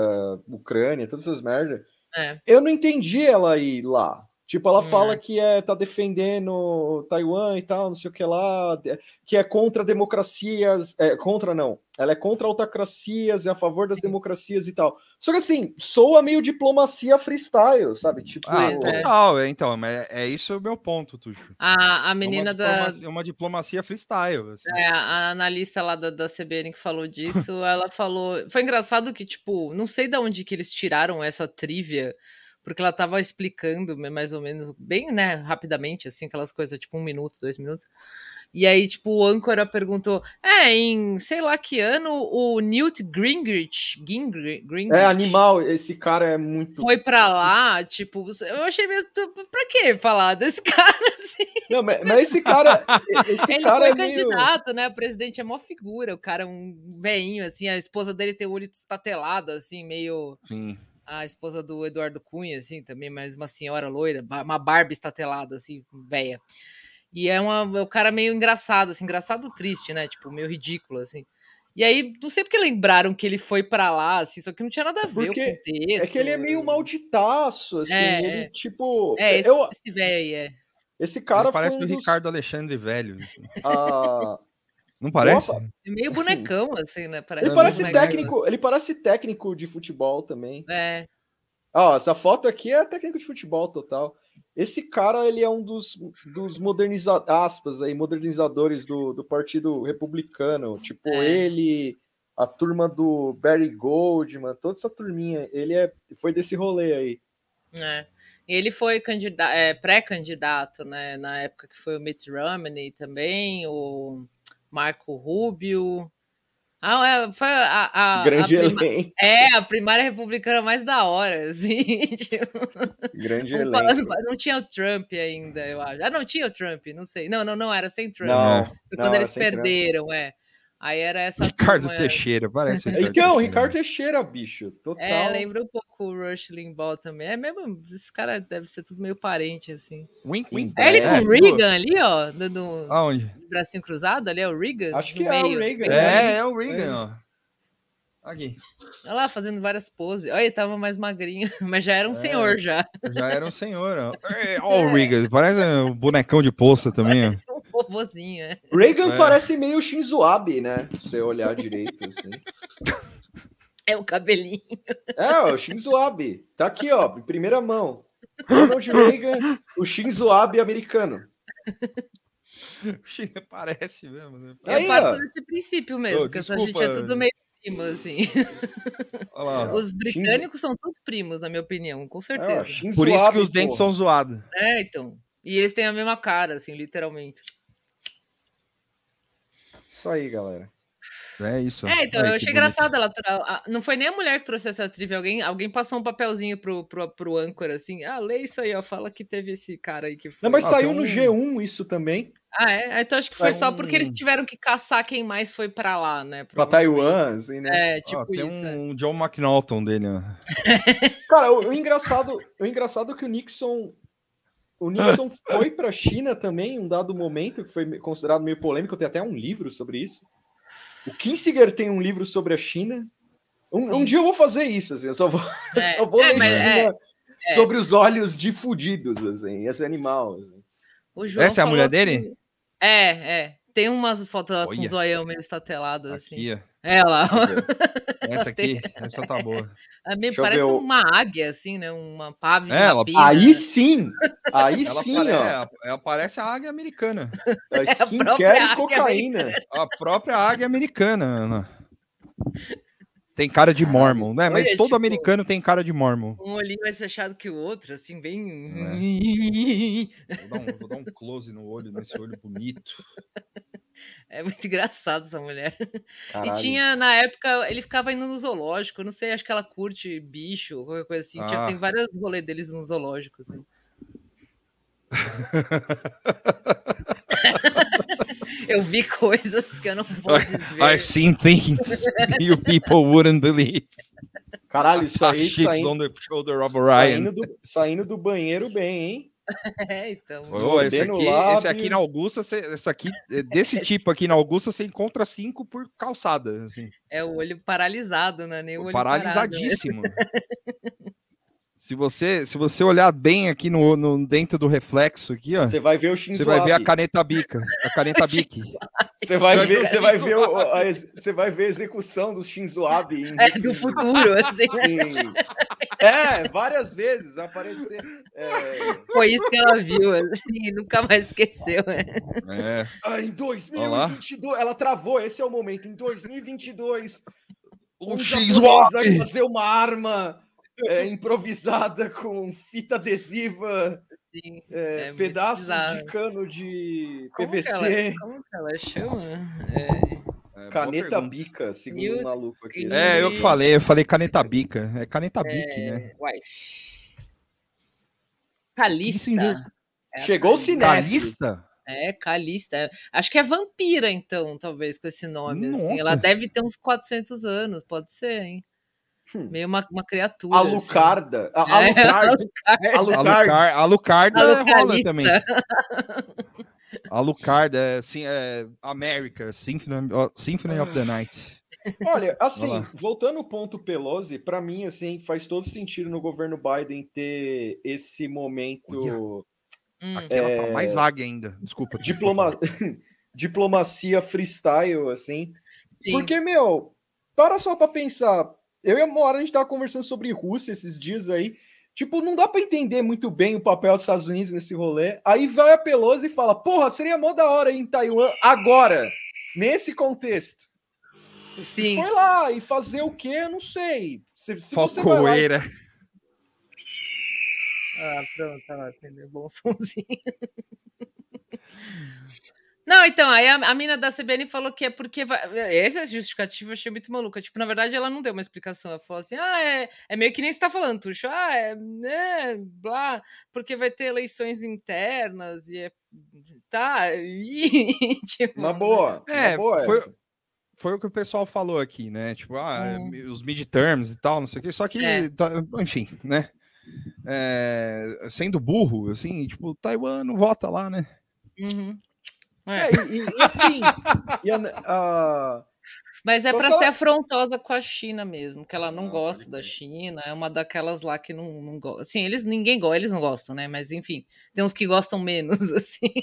[SPEAKER 3] Ucrânia, todas essas merdas.
[SPEAKER 2] É.
[SPEAKER 3] Eu não entendi ela ir lá. Tipo, ela
[SPEAKER 2] É.
[SPEAKER 3] fala que é, tá defendendo Taiwan e tal, não sei o que lá, de- que é contra democracias. É, contra não. Ela é contra autocracias, é a favor das
[SPEAKER 2] Sim.
[SPEAKER 3] democracias e tal. Só que assim, soa meio diplomacia freestyle, sabe? Tipo,
[SPEAKER 1] Ah,
[SPEAKER 2] Pois é.
[SPEAKER 1] total. É. Então, mas é- é isso o meu ponto, Tuxo.
[SPEAKER 2] A,
[SPEAKER 1] É
[SPEAKER 2] a
[SPEAKER 1] uma
[SPEAKER 2] menina da.
[SPEAKER 1] diplomacia- É uma diplomacia freestyle. assim.
[SPEAKER 2] é, a analista lá da, da CBN que falou disso, ela falou. Foi engraçado que, tipo, não sei de onde que eles tiraram essa trivia, porque ela tava explicando me- mais ou menos, bem, né, rapidamente, assim, aquelas coisas, tipo, um minuto, dois minutos. E aí, tipo, o âncora perguntou: é, em sei lá que ano o Newt Gingrich. Gingri- Gingrich
[SPEAKER 3] É animal, esse cara é muito.
[SPEAKER 2] Foi pra lá, tipo, eu achei meio. tu- Pra que falar desse [LAUGHS] cara assim?
[SPEAKER 3] Não, mas, [LAUGHS] mas esse cara. Esse
[SPEAKER 2] ele
[SPEAKER 3] cara
[SPEAKER 2] foi
[SPEAKER 3] é meio.
[SPEAKER 2] candidato, né? O presidente é mó figura, o cara é um veinho, assim, a esposa dele tem o olho estatelado, assim, meio
[SPEAKER 1] Sim.
[SPEAKER 2] a esposa do Eduardo Cunha, assim, também, mas uma senhora loira, ba- uma barba estatelada, assim, véia. E é, uma, é um cara meio engraçado, assim, engraçado triste, né? Tipo, meio ridículo, assim. E aí, não sei porque lembraram que ele foi pra lá, assim, só que não tinha nada a ver
[SPEAKER 3] Porque
[SPEAKER 2] o contexto.
[SPEAKER 3] É que ele é meio malditaço, assim.
[SPEAKER 2] É,
[SPEAKER 3] ele,
[SPEAKER 2] é.
[SPEAKER 3] tipo.
[SPEAKER 2] É, esse,
[SPEAKER 3] eu,
[SPEAKER 2] esse velho aí, é.
[SPEAKER 3] esse
[SPEAKER 1] Cara,
[SPEAKER 3] cara
[SPEAKER 1] parece
[SPEAKER 3] foi um
[SPEAKER 1] o
[SPEAKER 3] dos-
[SPEAKER 1] Ricardo Alexandre velho. assim.
[SPEAKER 3] ah,
[SPEAKER 1] Não parece?
[SPEAKER 3] Nossa,
[SPEAKER 2] É meio bonecão, assim, né? Parece
[SPEAKER 3] ele
[SPEAKER 2] um
[SPEAKER 3] parece
[SPEAKER 2] bonecão.
[SPEAKER 3] técnico. Ele parece técnico de futebol também.
[SPEAKER 2] É,
[SPEAKER 3] Ó, essa foto aqui é técnico de futebol total. Esse cara, ele é um dos, dos moderniza, aspas aí, modernizadores do, do Partido Republicano. Tipo,
[SPEAKER 2] É.
[SPEAKER 3] ele, a turma do Barry Goldman, toda essa turminha. Ele é, foi desse rolê aí.
[SPEAKER 2] é. E ele foi candida- é, pré-candidato, né? Na época que foi o Mitt Romney também, o Marco Rubio. Ah, é, foi a, a- a
[SPEAKER 3] grande
[SPEAKER 2] prima-
[SPEAKER 3] elenco.
[SPEAKER 2] é, a primária republicana mais da hora, [LAUGHS] assim. tipo,
[SPEAKER 3] Grande
[SPEAKER 2] um
[SPEAKER 3] elenco.
[SPEAKER 2] falando- não tinha o Trump ainda, eu acho. Ah, não tinha o Trump, não sei. Não, não, não, era sem Trump.
[SPEAKER 3] Não,
[SPEAKER 2] foi
[SPEAKER 3] não,
[SPEAKER 2] quando
[SPEAKER 3] era
[SPEAKER 2] eles
[SPEAKER 3] sem Trump.
[SPEAKER 2] perderam, é. Aí era essa
[SPEAKER 1] Ricardo
[SPEAKER 2] turma-
[SPEAKER 1] Teixeira, parece. o
[SPEAKER 3] Então,
[SPEAKER 1] Teixeira.
[SPEAKER 3] Ricardo Teixeira, bicho. Total.
[SPEAKER 2] É, lembra um pouco o Rush Limbaugh também. É mesmo, esses caras devem ser tudo meio parente, assim.
[SPEAKER 1] Wink, wink.
[SPEAKER 2] É ele
[SPEAKER 3] É, Ah.
[SPEAKER 2] com o
[SPEAKER 1] tudo.
[SPEAKER 2] Reagan ali, ó, do, do
[SPEAKER 1] Aonde?
[SPEAKER 2] bracinho cruzado ali, é o Reagan?
[SPEAKER 3] Acho
[SPEAKER 2] no
[SPEAKER 3] que é o
[SPEAKER 2] meio.
[SPEAKER 3] Reagan.
[SPEAKER 1] É, é o Reagan, ó. Aqui.
[SPEAKER 2] Olha lá, fazendo várias poses. Olha, ele tava mais magrinho, [LAUGHS] mas já era um senhor já.
[SPEAKER 1] É, Já
[SPEAKER 2] [LAUGHS]
[SPEAKER 1] era um senhor. ó. É, ó o Reagan. Parece um bonecão de poça também. ó.
[SPEAKER 2] Parece um vovozinho, é.
[SPEAKER 3] Reagan
[SPEAKER 1] É.
[SPEAKER 3] parece meio Shinzo Abe, né? Se você olhar direito, assim.
[SPEAKER 2] É o cabelinho.
[SPEAKER 3] É, o Shinzo Abe. Tá aqui, ó, em primeira mão. Ronald Reagan, o Shinzo Abe americano.
[SPEAKER 1] [LAUGHS] Parece mesmo. Né?
[SPEAKER 2] Eu
[SPEAKER 3] Aí, ó.
[SPEAKER 2] parto É desse princípio mesmo,
[SPEAKER 1] Ô,
[SPEAKER 2] que essa gente é
[SPEAKER 1] desculpa. Ah,
[SPEAKER 2] tudo meio primo, assim.
[SPEAKER 1] Olha lá, ó.
[SPEAKER 2] [LAUGHS] Os britânicos são todos primos, na minha opinião, com
[SPEAKER 3] É, ó,
[SPEAKER 2] certeza.
[SPEAKER 3] Shinzo
[SPEAKER 1] Por isso que
[SPEAKER 3] Abe,
[SPEAKER 1] os dentes
[SPEAKER 3] porra.
[SPEAKER 1] são zoados.
[SPEAKER 2] É, então. E eles têm a mesma cara, assim, literalmente.
[SPEAKER 3] Isso aí, galera.
[SPEAKER 1] É isso.
[SPEAKER 2] É, então,
[SPEAKER 1] Olha
[SPEAKER 2] eu
[SPEAKER 1] que
[SPEAKER 2] achei
[SPEAKER 1] bonito.
[SPEAKER 2] engraçado ela. a- a- Não foi nem a mulher que trouxe essa trivia, alguém, alguém passou um papelzinho pro, pro, pro âncora, assim. Ah, lê isso aí, ó. Fala que teve esse cara aí que foi.
[SPEAKER 3] Não, mas
[SPEAKER 1] Ah,
[SPEAKER 3] saiu
[SPEAKER 1] tem
[SPEAKER 3] no
[SPEAKER 1] um-
[SPEAKER 3] G1 isso também.
[SPEAKER 2] Ah, é? Ah, Então acho que foi
[SPEAKER 3] Tem
[SPEAKER 2] só porque eles
[SPEAKER 1] um-
[SPEAKER 2] tiveram que caçar quem mais foi pra lá, né?
[SPEAKER 3] Pra Taiwan, assim, né?
[SPEAKER 2] É,
[SPEAKER 1] Ó,
[SPEAKER 2] tipo
[SPEAKER 1] tem
[SPEAKER 2] isso. é.
[SPEAKER 1] um John McNaughton dele. ó.
[SPEAKER 3] Cara, o, o engraçado, o engraçado é que o Nixon. O Nixon
[SPEAKER 1] [LAUGHS]
[SPEAKER 3] foi pra China também em um dado momento, que foi me- considerado meio polêmico. Tem até um livro sobre isso. O Kinsinger tem um livro sobre a China. Um, um dia eu vou fazer isso, assim, eu só vou, [LAUGHS] eu só vou
[SPEAKER 2] é,
[SPEAKER 3] ler
[SPEAKER 2] mas
[SPEAKER 3] isso
[SPEAKER 2] é,
[SPEAKER 3] na- sobre os olhos de fudidos, assim, esse animal. assim.
[SPEAKER 2] o João
[SPEAKER 1] Essa é a
[SPEAKER 2] falou
[SPEAKER 1] mulher
[SPEAKER 2] que-
[SPEAKER 1] dele?
[SPEAKER 2] É, é. Tem umas fotos dela com
[SPEAKER 1] Olha.
[SPEAKER 2] o zoião meio estatelado, assim.
[SPEAKER 1] Aqui, ó.
[SPEAKER 2] Ela, [LAUGHS]
[SPEAKER 1] Essa aqui, essa tá boa.
[SPEAKER 2] é meio,
[SPEAKER 3] Deixa eu
[SPEAKER 2] parece
[SPEAKER 3] ver o-
[SPEAKER 2] uma águia, assim, né? Uma pave de
[SPEAKER 1] É, ela-
[SPEAKER 2] rapina.
[SPEAKER 3] Aí sim! Aí
[SPEAKER 1] Ela,
[SPEAKER 3] sim,
[SPEAKER 1] pare-
[SPEAKER 3] ó.
[SPEAKER 1] é, ela parece a águia americana.
[SPEAKER 2] [LAUGHS]
[SPEAKER 3] A
[SPEAKER 2] É a própria
[SPEAKER 3] skincare e
[SPEAKER 2] águia
[SPEAKER 3] cocaína.
[SPEAKER 1] A própria águia americana, Ana. Tem cara de mormon, né? Mas
[SPEAKER 2] Olha,
[SPEAKER 1] todo
[SPEAKER 2] tipo-
[SPEAKER 1] americano tem cara de mormon.
[SPEAKER 2] Um olhinho mais fechado que o outro, assim, bem.
[SPEAKER 1] É.
[SPEAKER 2] [LAUGHS]
[SPEAKER 1] Vou dar, um, vou dar um close no olho, nesse olho bonito.
[SPEAKER 2] É muito engraçado essa mulher.
[SPEAKER 3] Caralho.
[SPEAKER 2] E tinha, na época, ele ficava indo no zoológico, não sei, acho que ela curte bicho, qualquer coisa assim. Tinha-
[SPEAKER 1] Ah.
[SPEAKER 2] tem vários rolês deles no
[SPEAKER 1] [LAUGHS]
[SPEAKER 2] zoológico, assim. Eu vi coisas que eu não
[SPEAKER 1] [LAUGHS]
[SPEAKER 2] vou dizer.
[SPEAKER 1] I've seen things [LAUGHS] you people wouldn't [LAUGHS] believe.
[SPEAKER 3] Caralho, isso
[SPEAKER 1] Tá
[SPEAKER 3] aí
[SPEAKER 1] chips
[SPEAKER 3] saindo,
[SPEAKER 1] on the shoulder of
[SPEAKER 3] saindo,
[SPEAKER 1] Orion.
[SPEAKER 3] do, saindo do banheiro bem, hein?
[SPEAKER 2] [LAUGHS] É, então.
[SPEAKER 1] Oh, esse,
[SPEAKER 3] mordendo o
[SPEAKER 1] aqui,
[SPEAKER 3] lábio.
[SPEAKER 1] esse aqui na Augusta, cê- [LAUGHS] esse aqui, é desse tipo aqui na Augusta, você encontra cinco por calçada. Assim,
[SPEAKER 2] É o olho paralisado, né? Nem o olho parado, né?
[SPEAKER 1] paralisadíssimo. [LAUGHS] se, você, se você olhar bem aqui no, no- dentro do reflexo aqui, ó,
[SPEAKER 3] Você vai ver o
[SPEAKER 1] você
[SPEAKER 3] Shinzo
[SPEAKER 1] vai ver a
[SPEAKER 3] Abe.
[SPEAKER 1] caneta bica. A [LAUGHS] caneta bique.
[SPEAKER 3] Você vai
[SPEAKER 1] Você
[SPEAKER 3] ver,
[SPEAKER 1] vai
[SPEAKER 3] você vai
[SPEAKER 1] ver
[SPEAKER 3] ver, o- a, ex- você vai ver a execução do Shinzo Abe. em-
[SPEAKER 2] É, do futuro, assim.
[SPEAKER 3] em- É, várias vezes vai aparecer. é,
[SPEAKER 2] Foi isso que ela viu, assim, e nunca mais esqueceu. né?
[SPEAKER 1] É.
[SPEAKER 3] ah, em 2022, ela travou, esse é o momento. Em 2022,
[SPEAKER 1] O
[SPEAKER 3] um
[SPEAKER 1] Shinzo
[SPEAKER 3] japonês vai
[SPEAKER 1] Abe.
[SPEAKER 3] fazer uma arma é, improvisada com fita adesiva,
[SPEAKER 2] Assim,
[SPEAKER 3] é,
[SPEAKER 2] É muito
[SPEAKER 3] pedaços de
[SPEAKER 2] bizarro.
[SPEAKER 3] cano de
[SPEAKER 2] Como que
[SPEAKER 3] PVC.
[SPEAKER 2] ela- é? como que ela chama?
[SPEAKER 1] É, boa
[SPEAKER 3] Caneta
[SPEAKER 1] pergunta.
[SPEAKER 3] bica, segundo
[SPEAKER 2] Mil-
[SPEAKER 3] um maluco aqui.
[SPEAKER 2] mil-
[SPEAKER 1] É, eu que falei, eu falei caneta bica. É caneta
[SPEAKER 2] É,
[SPEAKER 1] bique, né?
[SPEAKER 2] é... Uai. Calista.
[SPEAKER 1] Isso em-
[SPEAKER 2] É a
[SPEAKER 3] Chegou o
[SPEAKER 2] Calista.
[SPEAKER 3] cinema.
[SPEAKER 1] Calista?
[SPEAKER 2] É, Calista. Acho que é vampira, então, talvez, com esse nome. assim. Ela
[SPEAKER 1] Nossa.
[SPEAKER 2] deve ter uns 400 anos, pode ser, hein?
[SPEAKER 3] Hum.
[SPEAKER 2] Meio uma, uma criatura. assim.
[SPEAKER 3] Alucarda. A-
[SPEAKER 2] É, [LAUGHS]
[SPEAKER 3] Alucard.
[SPEAKER 1] Alucard,
[SPEAKER 3] Alucard.
[SPEAKER 1] Alucard é, rola
[SPEAKER 2] Alucarista.
[SPEAKER 1] também. Alucard é, assim, é America, Symphony, ó, Symphony of
[SPEAKER 3] Ah.
[SPEAKER 1] the Night.
[SPEAKER 3] Olha, assim,
[SPEAKER 1] Vai lá.
[SPEAKER 3] voltando ao ponto Pelosi, pra mim, assim, faz todo sentido no governo Biden ter esse momento
[SPEAKER 2] Hum.
[SPEAKER 1] Aqui ela tá mais águia ainda. Desculpa.
[SPEAKER 3] É.
[SPEAKER 1] [LAUGHS]
[SPEAKER 3] diploma... [LAUGHS] diplomacia freestyle, assim.
[SPEAKER 2] Sim.
[SPEAKER 3] Porque, meu, para só pra pensar. Eu e a Mora, a gente tava conversando sobre Rússia esses dias aí. Tipo, não dá pra entender muito bem o papel dos Estados Unidos nesse rolê. Aí vai a Pelosi e fala: Porra, seria mó da hora ir em Taiwan agora, nesse contexto.
[SPEAKER 2] Sim.
[SPEAKER 3] Foi lá e fazer o quê? Eu não sei. Se, se você vai lá e
[SPEAKER 1] Falcoeira.
[SPEAKER 3] [LAUGHS]
[SPEAKER 2] Ah, pronto, ela entendeu. Bom sonzinho. Não, então, aí a, a mina da CBN falou que é porque. va- Essa justificativa eu achei muito maluca. Tipo, na verdade, ela não deu uma explicação. Ela falou assim: ah, é, é meio que nem você tá falando, Tuxo. Ah, é. né, blá, porque vai ter eleições internas e é. Tá, e. [LAUGHS] Tipo,
[SPEAKER 3] Uma boa.
[SPEAKER 1] É,
[SPEAKER 3] uma boa
[SPEAKER 1] foi-
[SPEAKER 3] essa.
[SPEAKER 1] Foi o que o pessoal falou aqui, né? Tipo, ah,
[SPEAKER 2] É.
[SPEAKER 1] mi- os midterms e tal, não sei o quê. Só que,
[SPEAKER 2] É.
[SPEAKER 1] tá- enfim, né? É, sendo burro, assim, tipo, Taiwan não vota lá, né?
[SPEAKER 2] Uhum. É,
[SPEAKER 3] É, e, e- e assim,
[SPEAKER 2] [LAUGHS]
[SPEAKER 3] e a, a-
[SPEAKER 2] Mas é
[SPEAKER 3] só
[SPEAKER 2] pra
[SPEAKER 3] se
[SPEAKER 2] ser
[SPEAKER 3] ela-
[SPEAKER 2] afrontosa com a China mesmo, que ela não
[SPEAKER 1] Ah,
[SPEAKER 2] gosta
[SPEAKER 1] pode
[SPEAKER 2] da
[SPEAKER 1] crer.
[SPEAKER 2] China, é uma daquelas lá que não, não gosta. Assim, eles ninguém gosta, eles não gostam, né? Mas enfim, tem uns que gostam menos, [LAUGHS] assim.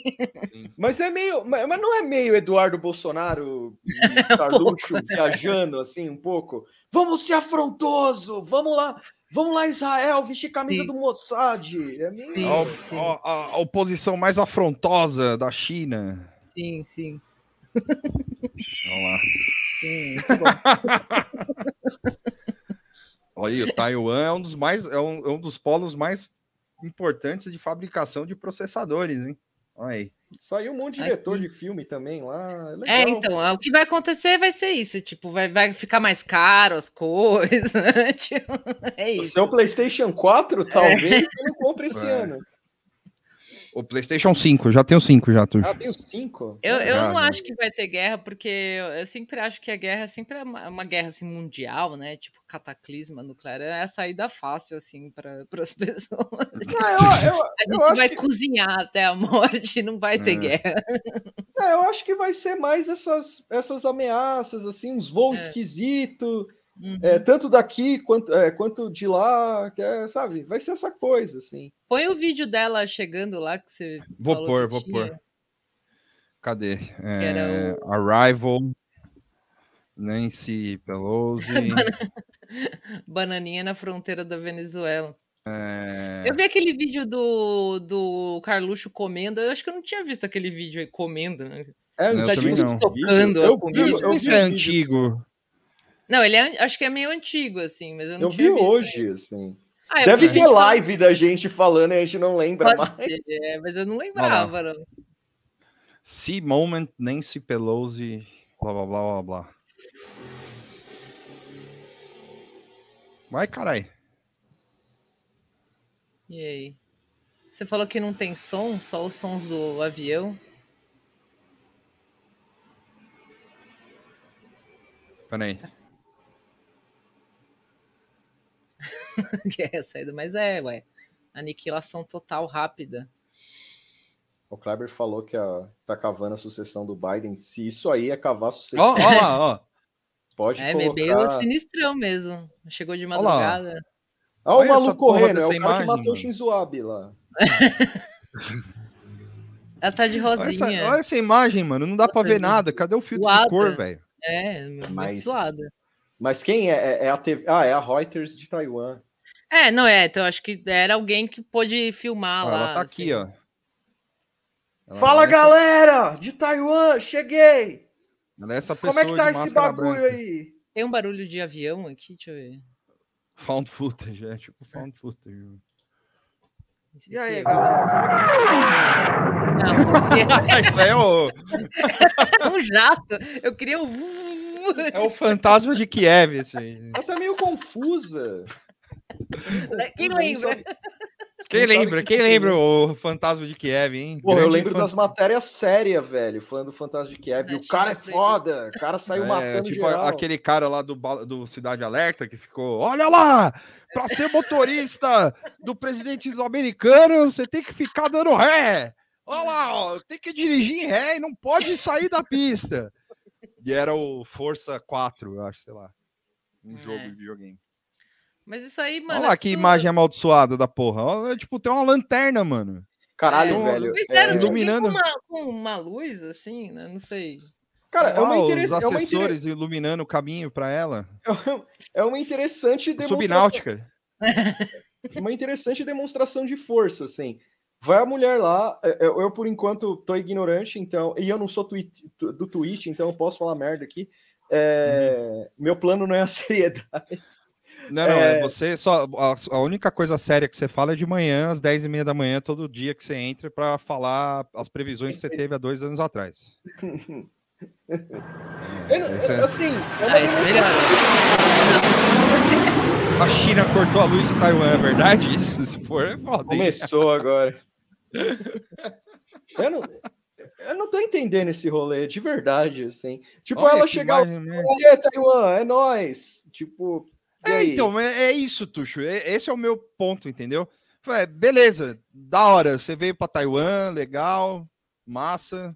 [SPEAKER 3] Mas é meio. Mas mas não é meio Eduardo Bolsonaro
[SPEAKER 2] [LAUGHS]
[SPEAKER 3] e
[SPEAKER 2] É um
[SPEAKER 3] Carluxo viajando assim um pouco? Vamos ser afrontoso! Vamos lá! Vamos lá, Israel, vestir camisa
[SPEAKER 2] Sim.
[SPEAKER 3] do Mossad! É meio...
[SPEAKER 2] Sim,
[SPEAKER 1] a,
[SPEAKER 2] sim.
[SPEAKER 1] a- a- a oposição mais afrontosa da China.
[SPEAKER 2] Sim, [LAUGHS] sim.
[SPEAKER 1] Olha lá.
[SPEAKER 2] sim.
[SPEAKER 1] Olha aí, o Taiwan é um dos mais é um, é um dos polos mais importantes de fabricação de processadores, hein? Olha aí.
[SPEAKER 3] Saiu um monte de diretor de filme também lá. É, legal.
[SPEAKER 2] É, então, é, o que vai acontecer vai ser isso, tipo, vai, vai ficar mais caro as coisas, [LAUGHS] né? tipo, é
[SPEAKER 3] O
[SPEAKER 2] isso.
[SPEAKER 3] seu PlayStation
[SPEAKER 2] É.
[SPEAKER 3] 4,
[SPEAKER 2] [LAUGHS]
[SPEAKER 3] talvez, você não compre esse
[SPEAKER 1] É.
[SPEAKER 3] ano.
[SPEAKER 1] O PlayStation 5, um já tenho 5 já, tu.
[SPEAKER 3] Ah, tem os 5.
[SPEAKER 2] Eu, eu
[SPEAKER 1] Ah,
[SPEAKER 2] não
[SPEAKER 1] não.
[SPEAKER 2] acho que vai ter guerra, porque eu, eu sempre acho que a guerra sempre é uma, uma guerra assim, mundial, né? Tipo, cataclisma nuclear. É a saída fácil, assim, [LAUGHS] para as pessoas.
[SPEAKER 3] Ah, eu, eu-
[SPEAKER 2] A
[SPEAKER 3] Eu
[SPEAKER 2] gente
[SPEAKER 3] acho
[SPEAKER 2] vai
[SPEAKER 3] que-
[SPEAKER 2] cozinhar até a [LAUGHS] morte, não vai ter
[SPEAKER 1] É.
[SPEAKER 2] guerra.
[SPEAKER 3] É, eu acho que vai ser mais essas, essas ameaças, assim, uns voos
[SPEAKER 2] É.
[SPEAKER 3] esquisitos,
[SPEAKER 2] Uhum.
[SPEAKER 3] É, tanto daqui quanto, é, quanto de lá, que é, sabe? Vai ser essa coisa, assim.
[SPEAKER 2] Põe o vídeo dela chegando lá que você.
[SPEAKER 1] Vou
[SPEAKER 2] falou
[SPEAKER 1] pôr,
[SPEAKER 2] que
[SPEAKER 1] vou
[SPEAKER 2] tinha.
[SPEAKER 1] pôr. Cadê? É,
[SPEAKER 2] Era
[SPEAKER 1] Arrival, Nancy Pelosi.
[SPEAKER 2] [LAUGHS] Bananinha na fronteira da Venezuela.
[SPEAKER 1] é,
[SPEAKER 2] Eu vi aquele vídeo do, do Carluxo comendo. Eu acho que eu não tinha visto aquele vídeo aí comendo, né?
[SPEAKER 3] É,
[SPEAKER 1] Eu
[SPEAKER 2] tá
[SPEAKER 1] também
[SPEAKER 2] tipo
[SPEAKER 1] não.
[SPEAKER 2] socando a
[SPEAKER 3] Eu-
[SPEAKER 1] Não,
[SPEAKER 2] comida. tipo,
[SPEAKER 1] não
[SPEAKER 3] eu-
[SPEAKER 1] sei se
[SPEAKER 3] vi
[SPEAKER 1] é
[SPEAKER 3] o vídeo.
[SPEAKER 1] antigo.
[SPEAKER 2] Não, ele é, acho que é meio antigo, assim, mas eu não
[SPEAKER 3] Eu vi
[SPEAKER 2] tinha visto. ainda.
[SPEAKER 3] hoje, assim.
[SPEAKER 2] Ah, eu
[SPEAKER 3] Deve
[SPEAKER 2] vi
[SPEAKER 3] ter
[SPEAKER 2] gente falando
[SPEAKER 3] live da gente falando e a gente não lembra
[SPEAKER 2] Pode
[SPEAKER 3] mais.
[SPEAKER 2] ser, é, mas eu não lembrava. não.
[SPEAKER 1] See Moment, Nancy Pelosi, blá blá blá blá blá. Vai, carai.
[SPEAKER 2] E aí? Você falou que não tem som, só os sons do avião. [LAUGHS]
[SPEAKER 1] Peraí.
[SPEAKER 2] que é saída, mas é, ué. Aniquilação total rápida.
[SPEAKER 3] O Kleber falou que a, tá cavando a sucessão do Biden. Se isso aí é cavar a sucessão,
[SPEAKER 1] Ó, ó lá, ó.
[SPEAKER 3] pode
[SPEAKER 2] É,
[SPEAKER 3] colocar...
[SPEAKER 2] bebeu sinistrão mesmo. Chegou de
[SPEAKER 1] Olha lá, ó.
[SPEAKER 2] madrugada.
[SPEAKER 3] Ah, o
[SPEAKER 1] Olha essa
[SPEAKER 3] maluco
[SPEAKER 1] porra
[SPEAKER 3] correndo, é o
[SPEAKER 1] dessa
[SPEAKER 3] cara que
[SPEAKER 1] imagem,
[SPEAKER 3] matou o
[SPEAKER 1] mano.
[SPEAKER 3] Shinzo Abe lá.
[SPEAKER 2] [LAUGHS] Ela tá de
[SPEAKER 1] Olha essa,
[SPEAKER 2] rosinha.
[SPEAKER 1] olha essa imagem, mano. Não dá pra ver
[SPEAKER 2] Rosadinha.
[SPEAKER 1] nada. Cadê o filtro
[SPEAKER 2] Suada.
[SPEAKER 1] de cor, velho?
[SPEAKER 2] É, muito
[SPEAKER 3] Mas-
[SPEAKER 2] suada.
[SPEAKER 3] Mas quem é? É, é a TV... Ah, é a Reuters de Taiwan.
[SPEAKER 2] É, não é. Então acho que era alguém que pôde filmar
[SPEAKER 1] Ó,
[SPEAKER 2] lá.
[SPEAKER 1] ela tá
[SPEAKER 2] assim.
[SPEAKER 1] aqui, ó. Ela- ela
[SPEAKER 3] Fala,
[SPEAKER 1] é essa-
[SPEAKER 3] galera! De Taiwan, cheguei!
[SPEAKER 1] Ela é essa pessoa
[SPEAKER 3] Como é que tá
[SPEAKER 1] de
[SPEAKER 3] esse
[SPEAKER 1] máscara
[SPEAKER 3] bagulho
[SPEAKER 1] branca.
[SPEAKER 3] aí?
[SPEAKER 2] Tem um barulho de avião aqui, deixa eu ver.
[SPEAKER 1] Found footage, é tipo found footage.
[SPEAKER 2] Esse
[SPEAKER 3] E aí,
[SPEAKER 2] aqui,
[SPEAKER 3] galera?
[SPEAKER 2] ó.
[SPEAKER 3] tá
[SPEAKER 1] [LAUGHS]
[SPEAKER 2] Não,
[SPEAKER 1] Ah, isso aí é o,
[SPEAKER 2] [LAUGHS] é um jato. Eu queria um. vu-
[SPEAKER 1] é o fantasma de Kiev, esse
[SPEAKER 2] [LAUGHS]
[SPEAKER 1] aí.
[SPEAKER 3] Ela tá meio confusa.
[SPEAKER 2] É, Quem
[SPEAKER 3] Não
[SPEAKER 2] lembra?
[SPEAKER 3] sabe-
[SPEAKER 1] Quem
[SPEAKER 3] Não sabe
[SPEAKER 1] lembra?
[SPEAKER 3] que
[SPEAKER 1] Quem
[SPEAKER 3] tá
[SPEAKER 1] lembra o fantasma de Kiev, hein?
[SPEAKER 3] Pô, eu
[SPEAKER 1] Grande
[SPEAKER 3] lembro
[SPEAKER 1] fan-
[SPEAKER 3] das matérias sérias, velho, falando do Fantasma de Kiev.
[SPEAKER 2] Não,
[SPEAKER 3] o cara é
[SPEAKER 2] tinha
[SPEAKER 3] foda, o cara saiu
[SPEAKER 1] É,
[SPEAKER 3] matando
[SPEAKER 1] tipo
[SPEAKER 3] geral.
[SPEAKER 1] a- aquele cara lá do, Bala- do Cidade Alerta que ficou: olha lá, pra ser motorista do presidente americano, você tem que ficar dando ré. Olha lá, ó, tem que dirigir em ré e não pode sair da pista. E era o Força 4, eu acho, sei lá. Um
[SPEAKER 2] É.
[SPEAKER 1] jogo de videogame.
[SPEAKER 2] Mas isso aí, mano.
[SPEAKER 1] Olha lá
[SPEAKER 2] é
[SPEAKER 1] que
[SPEAKER 2] tudo-
[SPEAKER 1] imagem amaldiçoada da porra. Olha, tipo, tem uma lanterna, mano.
[SPEAKER 3] Caralho,
[SPEAKER 1] É,
[SPEAKER 3] velho.
[SPEAKER 2] Fizeram,
[SPEAKER 3] é-
[SPEAKER 2] tipo, tem
[SPEAKER 1] Iluminando.
[SPEAKER 2] Com uma, com uma luz, assim, né? Não sei.
[SPEAKER 3] Cara, é uma,
[SPEAKER 1] Olha lá
[SPEAKER 3] interes-
[SPEAKER 1] os
[SPEAKER 3] é uma intere-
[SPEAKER 1] assessores iluminando o caminho pra ela.
[SPEAKER 3] é uma interessante demonstração.
[SPEAKER 1] Subnáutica.
[SPEAKER 3] uma interessante demonstração de força, assim. Vai a mulher lá, é- é- eu, por enquanto tô ignorante, então, e eu não sou twi- tu- do Twitch, então eu posso falar merda aqui. É, Meu plano não é a seriedade.
[SPEAKER 1] Uhum. Não, não, é
[SPEAKER 3] É.
[SPEAKER 1] você só. A, a única coisa séria que você fala é de manhã, às 10 e meia da manhã, todo dia que você entra para falar as previsões que você teve há dois anos atrás.
[SPEAKER 3] [LAUGHS]
[SPEAKER 1] É,
[SPEAKER 3] Eu não-
[SPEAKER 1] isso é.
[SPEAKER 3] assim, é uma
[SPEAKER 2] Aí, tá
[SPEAKER 3] demonstração-
[SPEAKER 2] melhor.
[SPEAKER 1] A China cortou a luz de Taiwan, é verdade isso? Se for, é foda. hein? [LAUGHS]
[SPEAKER 3] Começou agora. eu, não, eu não tô entendendo esse rolê, de verdade, assim. Tipo,
[SPEAKER 1] Olha
[SPEAKER 3] ela
[SPEAKER 1] que
[SPEAKER 3] chegar
[SPEAKER 1] imagem, né?
[SPEAKER 3] e "Aê, Taiwan, é nóis. Tipo, e
[SPEAKER 1] É,
[SPEAKER 3] aí?
[SPEAKER 1] então, é, é isso, Tuxo. É- esse é o meu ponto, entendeu? Falei, "É, beleza, da hora. Você veio para Taiwan, legal, massa.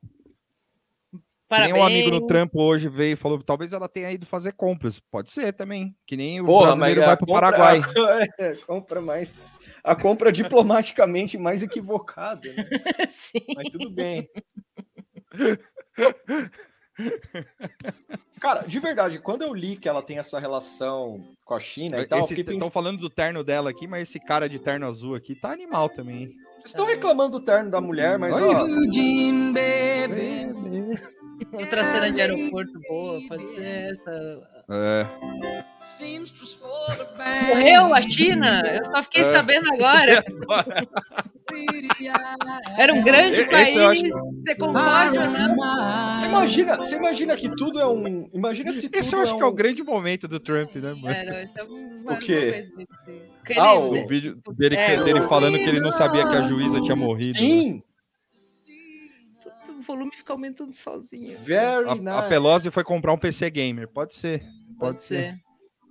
[SPEAKER 1] Que nem
[SPEAKER 2] Parabéns.
[SPEAKER 1] um amigo no trampo hoje veio e falou: talvez ela tenha ido fazer compras. Pode ser é também. Que nem o
[SPEAKER 3] Porra,
[SPEAKER 1] brasileiro
[SPEAKER 3] mas a
[SPEAKER 1] vai pro
[SPEAKER 3] compra-
[SPEAKER 1] Paraguai.
[SPEAKER 3] [LAUGHS] É, compra mais. A compra diplomaticamente mais equivocada, né?
[SPEAKER 2] [LAUGHS] Sim.
[SPEAKER 3] mas tudo bem. Cara, de verdade, quando eu li que ela tem essa relação com a China e tal, eu fiquei
[SPEAKER 1] Estão falando do terno dela aqui, mas esse cara de terno azul aqui tá animal também. hein?
[SPEAKER 3] Estão reclamando do terno da mulher, mas
[SPEAKER 1] Olha.
[SPEAKER 3] ó,
[SPEAKER 1] [LAUGHS]
[SPEAKER 2] Outra cena de aeroporto boa, pode ser essa.
[SPEAKER 1] É.
[SPEAKER 2] Morreu a China? Eu só fiquei
[SPEAKER 1] É.
[SPEAKER 2] sabendo
[SPEAKER 1] [LAUGHS]
[SPEAKER 2] agora. Era um grande
[SPEAKER 1] Esse
[SPEAKER 2] país.
[SPEAKER 1] eu acho que-
[SPEAKER 2] Você concorda, né?
[SPEAKER 3] você imagina, você imagina que tudo é um. Imagina se tudo
[SPEAKER 1] Esse eu acho
[SPEAKER 3] é
[SPEAKER 1] que é o
[SPEAKER 3] um-
[SPEAKER 1] grande momento do Trump, né, mano? [LAUGHS]
[SPEAKER 2] Era, esse é um dos maiores assim.
[SPEAKER 3] quê?
[SPEAKER 2] momentos. desse- Porque
[SPEAKER 3] Ah,
[SPEAKER 2] ele-
[SPEAKER 1] né? O
[SPEAKER 3] o-
[SPEAKER 1] vídeo dele,
[SPEAKER 2] É,
[SPEAKER 1] dele falando que ele não sabia que a juíza tinha morrido. né?
[SPEAKER 3] Sim,
[SPEAKER 2] O volume fica aumentando sozinho.
[SPEAKER 3] very
[SPEAKER 1] A, a
[SPEAKER 3] nice.
[SPEAKER 1] Pelosi foi comprar um PC gamer. Pode ser.
[SPEAKER 2] Pode,
[SPEAKER 1] Pode
[SPEAKER 2] ser.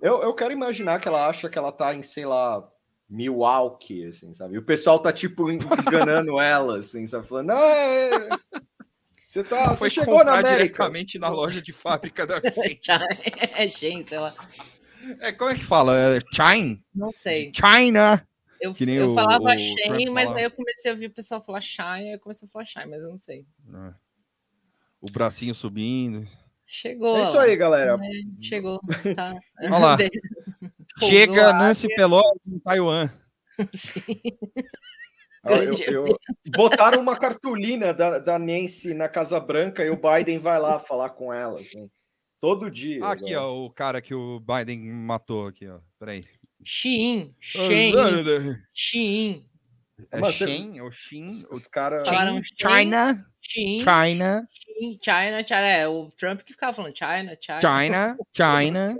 [SPEAKER 3] Eu, eu quero imaginar que ela acha que ela tá em, sei lá, Milwaukee, assim, sabe? E o pessoal tá, tipo, en-
[SPEAKER 1] [LAUGHS]
[SPEAKER 3] enganando ela, assim, sabe? Falando, ah, é... Você, tá, você
[SPEAKER 1] Foi
[SPEAKER 3] chegou na
[SPEAKER 1] comprar
[SPEAKER 3] América.
[SPEAKER 1] diretamente na loja de fábrica da
[SPEAKER 2] Já- é gente, é sei lá.
[SPEAKER 1] É, como é [LAUGHS] que fala? É China?
[SPEAKER 2] Não sei.
[SPEAKER 1] China!
[SPEAKER 2] Eu,
[SPEAKER 1] Que nem
[SPEAKER 2] eu
[SPEAKER 1] o-
[SPEAKER 2] falava
[SPEAKER 1] o
[SPEAKER 2] Shein,
[SPEAKER 1] Trump
[SPEAKER 2] mas
[SPEAKER 1] falava.
[SPEAKER 2] aí eu comecei a ouvir o pessoal falar Shine, aí eu comecei a falar Shine, mas eu não sei.
[SPEAKER 1] O bracinho subindo.
[SPEAKER 2] Chegou.
[SPEAKER 3] É
[SPEAKER 2] olha
[SPEAKER 3] isso
[SPEAKER 2] lá.
[SPEAKER 3] aí, galera.
[SPEAKER 2] Chegou. Tá.
[SPEAKER 1] [LAUGHS] Olha
[SPEAKER 2] [LAUGHS]
[SPEAKER 1] lá.
[SPEAKER 2] Pousou
[SPEAKER 1] Chega
[SPEAKER 2] lá,
[SPEAKER 1] Nancy Pelosi em [LAUGHS] Taiwan.
[SPEAKER 2] sim.
[SPEAKER 3] Eu-
[SPEAKER 2] Grande
[SPEAKER 3] eu- eu- botaram uma cartolina da, da Nancy na Casa Branca e o Biden vai lá falar com ela. assim, todo dia.
[SPEAKER 1] Ah, aqui,
[SPEAKER 3] agora.
[SPEAKER 1] ó, o cara que o Biden matou aqui, ó. Peraí.
[SPEAKER 2] Shein, Shein, Shein.
[SPEAKER 1] É
[SPEAKER 3] Mas você-
[SPEAKER 1] Shen ou Shin?
[SPEAKER 3] Os,
[SPEAKER 1] ou
[SPEAKER 3] os caras.
[SPEAKER 2] Sim. Falaram
[SPEAKER 1] China,
[SPEAKER 2] Shein,
[SPEAKER 1] China,
[SPEAKER 2] Shein, China, China. É, o Trump que ficava falando China, China.
[SPEAKER 1] China, China.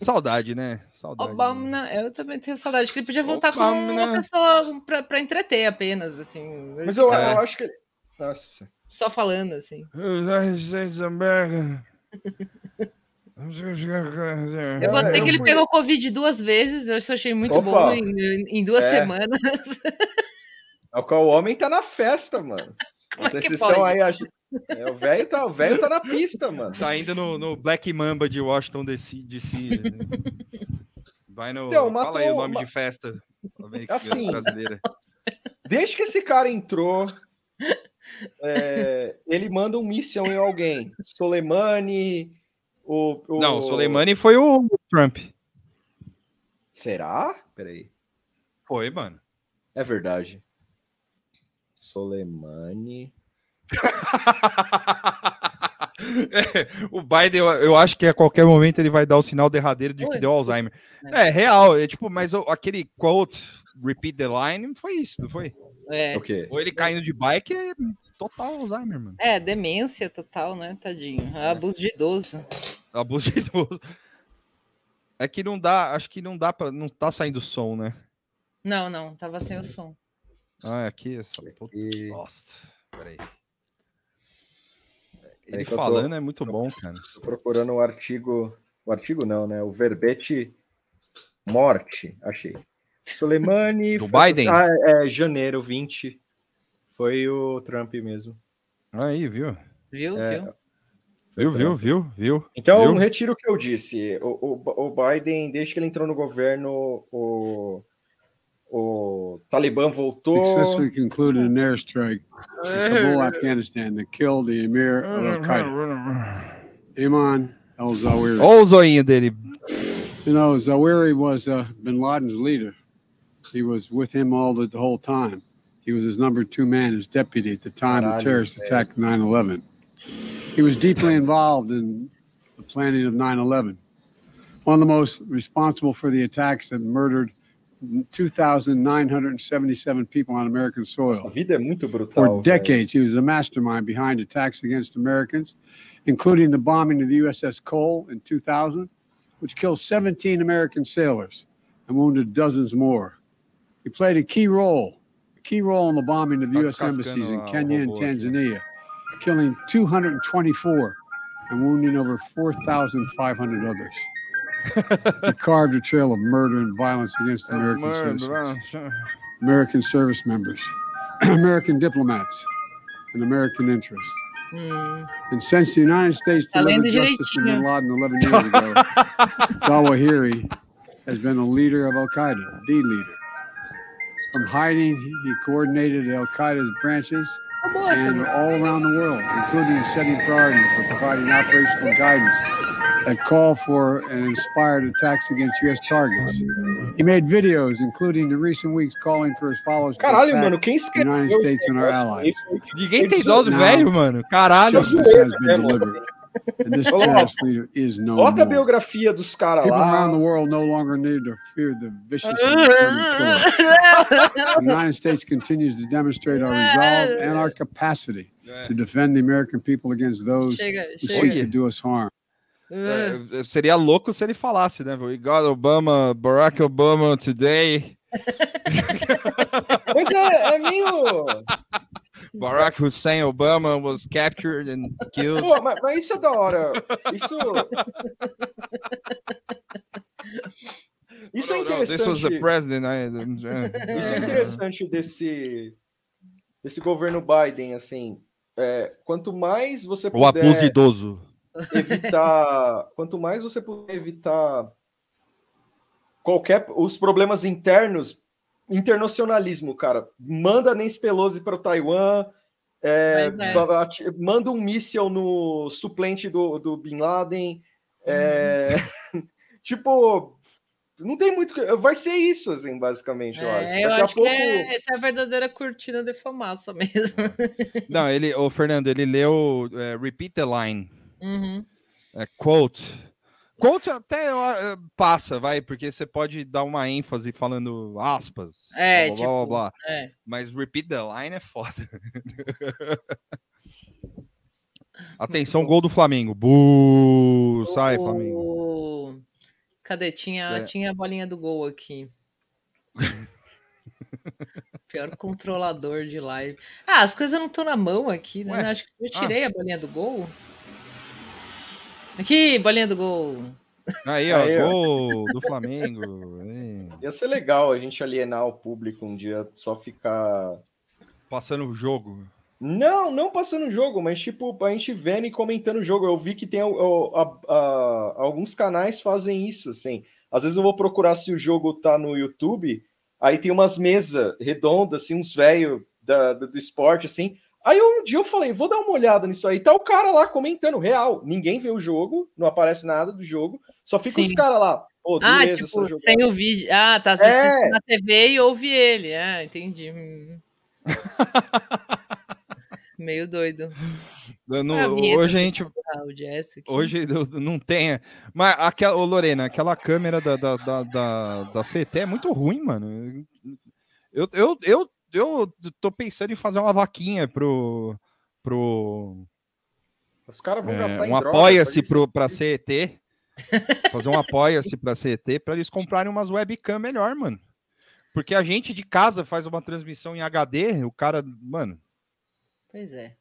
[SPEAKER 1] Saudade, né? Saudade. né?
[SPEAKER 2] Obama, eu também tenho saudade que ele podia voltar como uma
[SPEAKER 1] Obama.
[SPEAKER 2] pessoa um, pra, pra entreter apenas, assim.
[SPEAKER 3] Mas eu,
[SPEAKER 1] É.
[SPEAKER 3] eu acho que. ele- Nossa.
[SPEAKER 2] Só falando, assim.
[SPEAKER 1] United States of America.
[SPEAKER 2] Eu
[SPEAKER 3] Ah,
[SPEAKER 2] gostei
[SPEAKER 3] eu
[SPEAKER 2] que ele
[SPEAKER 3] fui-
[SPEAKER 2] pegou Covid duas vezes, eu isso achei muito
[SPEAKER 3] Opa.
[SPEAKER 2] bom em, em duas
[SPEAKER 3] É.
[SPEAKER 2] semanas. [LAUGHS]
[SPEAKER 3] É o qual o homem tá na festa, mano.
[SPEAKER 2] Como é
[SPEAKER 3] Vocês
[SPEAKER 2] que
[SPEAKER 3] estão
[SPEAKER 2] pode?
[SPEAKER 3] aí. ach- É, o velho tá, o velho tá na pista, mano.
[SPEAKER 1] Tá indo no, no Black Mamba de Washington DC. DC, né? Vai no.
[SPEAKER 3] Então,
[SPEAKER 1] Fala aí o
[SPEAKER 3] matou-
[SPEAKER 1] nome
[SPEAKER 3] ma-
[SPEAKER 1] de festa americana
[SPEAKER 3] Assim.
[SPEAKER 1] brasileira.
[SPEAKER 3] Desde que esse cara entrou, é, ele manda um missão em alguém. Soleimani. O, o...
[SPEAKER 1] Não, o Soleimani foi o Trump.
[SPEAKER 3] Será? Peraí.
[SPEAKER 1] Foi, mano.
[SPEAKER 3] É verdade. Soleimani.
[SPEAKER 1] o Biden, eu, eu acho que a qualquer momento ele vai dar o sinal derradeiro de
[SPEAKER 2] Oi.
[SPEAKER 1] que deu Alzheimer. É, real, é tipo, mas o- aquele quote, repeat the line, foi isso, não foi?
[SPEAKER 2] É.
[SPEAKER 3] O quê?
[SPEAKER 1] Ou ele caindo de bike é total Alzheimer, mano.
[SPEAKER 2] É, demência total, né, tadinho? Abuso de idoso.
[SPEAKER 1] Abuso de idoso. É que não dá, acho que não dá para, não tá saindo som, né?
[SPEAKER 2] Não, não, tava sem o som.
[SPEAKER 1] Ah, aqui essa puta
[SPEAKER 3] E-
[SPEAKER 1] bosta. Peraí.
[SPEAKER 3] que
[SPEAKER 1] Ele
[SPEAKER 3] eu tô-
[SPEAKER 1] falando é muito bom, cara.
[SPEAKER 3] Tô procurando o artigo. O artigo não, né? O verbete morte, achei.
[SPEAKER 1] [LAUGHS]
[SPEAKER 3] Soleimani.
[SPEAKER 1] Do
[SPEAKER 3] foi-
[SPEAKER 1] Biden?
[SPEAKER 3] Ah, é, é, janeiro 20. Foi o Trump mesmo.
[SPEAKER 1] Aí, viu?
[SPEAKER 2] Viu?
[SPEAKER 3] É.
[SPEAKER 2] Viu?
[SPEAKER 1] Viu, viu, viu, viu.
[SPEAKER 3] Então,
[SPEAKER 1] Viu?
[SPEAKER 3] eu retiro o que eu disse. O, o- o Biden, desde que ele entrou no governo, o, o Talibã voltou.
[SPEAKER 4] successfully concluded an airstrike in Kabul, Afghanistan, that killed the emir of Al Qaeda, Iman al Zawiri.
[SPEAKER 1] Olha o zoinho dele.
[SPEAKER 4] You know, Zawiri was uh, bin Laden's leader. He was with him all the, the whole time. He was his number two man, his deputy at the time
[SPEAKER 3] Caralho,
[SPEAKER 4] the terrorists
[SPEAKER 3] velho.
[SPEAKER 4] attacked 9 11. He was deeply involved in the planning of 9 11. One of the most responsible for the attacks that murdered 2,977 people on American soil.
[SPEAKER 3] A vida é muito brutal.
[SPEAKER 4] For
[SPEAKER 3] velho.
[SPEAKER 4] decades, he was the mastermind behind attacks against Americans, including the bombing of the USS Cole in 2000, which killed 17 American sailors and wounded dozens more. He played a key role, a key role in the bombing of
[SPEAKER 1] Tá
[SPEAKER 4] U.S. embassies
[SPEAKER 1] descascando
[SPEAKER 4] in
[SPEAKER 1] a
[SPEAKER 4] Kenya and
[SPEAKER 1] robô aqui.
[SPEAKER 4] Tanzania, killing 224 and wounding over 4,500 others. he carved a trail of murder and violence against American citizens. American service members, [CLEARS THROAT] American diplomats, and American interests.
[SPEAKER 2] Hum,
[SPEAKER 4] And since the United States
[SPEAKER 2] Tá lendo
[SPEAKER 4] delivered justice to bin
[SPEAKER 2] direitinho.
[SPEAKER 4] Laden 11 years ago, Zawahiri has been a leader of Al Qaeda, the leader. From hiding, he coordinated Al Qaeda's branches
[SPEAKER 2] tá boa essa
[SPEAKER 4] and
[SPEAKER 2] música.
[SPEAKER 4] all around the world, including setting priorities for providing operational guidance that call for and inspired attacks against U.S. targets. He made videos, including the recent weeks, calling for his followers to
[SPEAKER 3] Caralho,
[SPEAKER 4] attack
[SPEAKER 3] mano, quem escreveu
[SPEAKER 4] United
[SPEAKER 3] esse
[SPEAKER 4] States and our
[SPEAKER 3] negócio
[SPEAKER 4] allies.
[SPEAKER 3] aí foi que
[SPEAKER 1] Ninguém tem
[SPEAKER 3] Isso
[SPEAKER 1] dó do
[SPEAKER 4] não.
[SPEAKER 1] velho, mano. Caralho.
[SPEAKER 3] tinha
[SPEAKER 4] justice has
[SPEAKER 3] zoeira, né,
[SPEAKER 4] been
[SPEAKER 3] mano?
[SPEAKER 4] delivered, and this
[SPEAKER 3] Olá.
[SPEAKER 4] terrorist leader is no
[SPEAKER 3] Bota a
[SPEAKER 4] more.
[SPEAKER 3] biografia dos caras
[SPEAKER 4] People around the
[SPEAKER 3] lá.
[SPEAKER 4] world no longer need to fear the vicious and determined killer. The
[SPEAKER 2] [LAUGHS]
[SPEAKER 4] United States continues to demonstrate our resolve and our capacity to defend the American people against those
[SPEAKER 2] Chega,
[SPEAKER 4] who
[SPEAKER 2] chega.
[SPEAKER 4] seek to do us harm.
[SPEAKER 2] Ah,
[SPEAKER 1] É, seria louco se ele falasse, né? We got Obama, Barack Obama today.
[SPEAKER 3] Pois é, é meio.
[SPEAKER 1] Barack Hussein Obama was captured and killed.
[SPEAKER 3] Pô, mas, mas isso é da hora. Isso. Isso é
[SPEAKER 1] No, no, This was the Uh.
[SPEAKER 3] interessante.
[SPEAKER 1] president. né?
[SPEAKER 3] [LAUGHS]
[SPEAKER 1] I-
[SPEAKER 3] Isso é interessante desse, desse governo Biden, assim. é, quanto mais você
[SPEAKER 1] O
[SPEAKER 3] puder
[SPEAKER 1] abuso idoso.
[SPEAKER 3] evitar. Quanto mais você puder evitar qualquer os problemas internos, internacionalismo, cara. Manda Nancy Pelosi para o Taiwan, é,
[SPEAKER 2] Pois é.
[SPEAKER 3] bate- manda um míssil no suplente do, do Bin Laden. é,
[SPEAKER 2] Uhum.
[SPEAKER 3] [LAUGHS] tipo, não tem muito. que- Vai ser isso, assim, basicamente, eu acho.
[SPEAKER 2] É, eu
[SPEAKER 3] Daqui a
[SPEAKER 2] acho
[SPEAKER 3] pouco-
[SPEAKER 2] que é, essa é a verdadeira cortina de fumaça [LAUGHS] mesmo.
[SPEAKER 1] Não, ele, o Fernando, ele leu é, Repeat the Line,
[SPEAKER 2] Uhum.
[SPEAKER 1] é, quote. Quote até ó, é, passa, vai, porque você pode dar uma ênfase falando aspas.
[SPEAKER 2] É,
[SPEAKER 1] blá, blá, blá,
[SPEAKER 2] tipo,
[SPEAKER 1] blá.
[SPEAKER 2] é.
[SPEAKER 1] Mas Repeat the Line é foda. [LAUGHS] Atenção, gol do Flamengo. Bu, sai, Flamengo.
[SPEAKER 2] O... Cadê? Tinha,
[SPEAKER 1] É.
[SPEAKER 2] tinha a bolinha do gol aqui. Pior controlador de live. Ah, as coisas não estão na mão aqui, né?
[SPEAKER 1] Ué?
[SPEAKER 2] Acho que eu tirei a bolinha do gol. Aqui, bolinha do gol.
[SPEAKER 1] Aí, ó,
[SPEAKER 3] Aí, ó.
[SPEAKER 1] gol do Flamengo. Aí,
[SPEAKER 3] Ia ser legal a gente alienar o público um dia, só ficar.
[SPEAKER 1] Passando o jogo.
[SPEAKER 3] Não, não passando o jogo, mas tipo, a gente vendo e comentando o jogo. Eu vi que tem al- al- a- a- alguns canais fazem isso, assim. Às vezes eu vou procurar se o jogo tá no YouTube, aí tem umas mesas redondas, assim, uns velhos do, do esporte, assim. Aí um dia eu falei, vou dar uma olhada nisso aí. Tá o cara lá comentando, real. Ninguém vê o jogo, não aparece nada do jogo, só fica
[SPEAKER 2] Sim.
[SPEAKER 3] os caras lá. Pô,
[SPEAKER 2] Ah,
[SPEAKER 3] dureza essa
[SPEAKER 2] tipo,
[SPEAKER 3] jogada.
[SPEAKER 2] sem o vídeo. Ah, tá. Você
[SPEAKER 3] É.
[SPEAKER 2] assiste na TV e ouve ele. Ah, entendi. Hum. Meio doido.
[SPEAKER 1] Eu não-
[SPEAKER 2] Ah, vinheta
[SPEAKER 1] hoje a
[SPEAKER 2] do
[SPEAKER 1] gente
[SPEAKER 2] Ah, o Jess aqui.
[SPEAKER 1] Hoje eu não tem. Mas, aquela, ô Lorena, aquela câmera da, da, da, da, da CT é muito ruim, mano. Eu, eu, eu, eu tô pensando em fazer uma vaquinha pro. pro
[SPEAKER 3] Os caras vão
[SPEAKER 1] é,
[SPEAKER 3] gastar em
[SPEAKER 1] um
[SPEAKER 3] droga,
[SPEAKER 1] apoia-se
[SPEAKER 3] pode ser.
[SPEAKER 1] pro- pra CET. fazer um apoia-se pra CET pra eles comprarem umas webcam melhor, mano. Porque a gente de casa faz uma transmissão em HD, o cara, mano,
[SPEAKER 2] Pois é.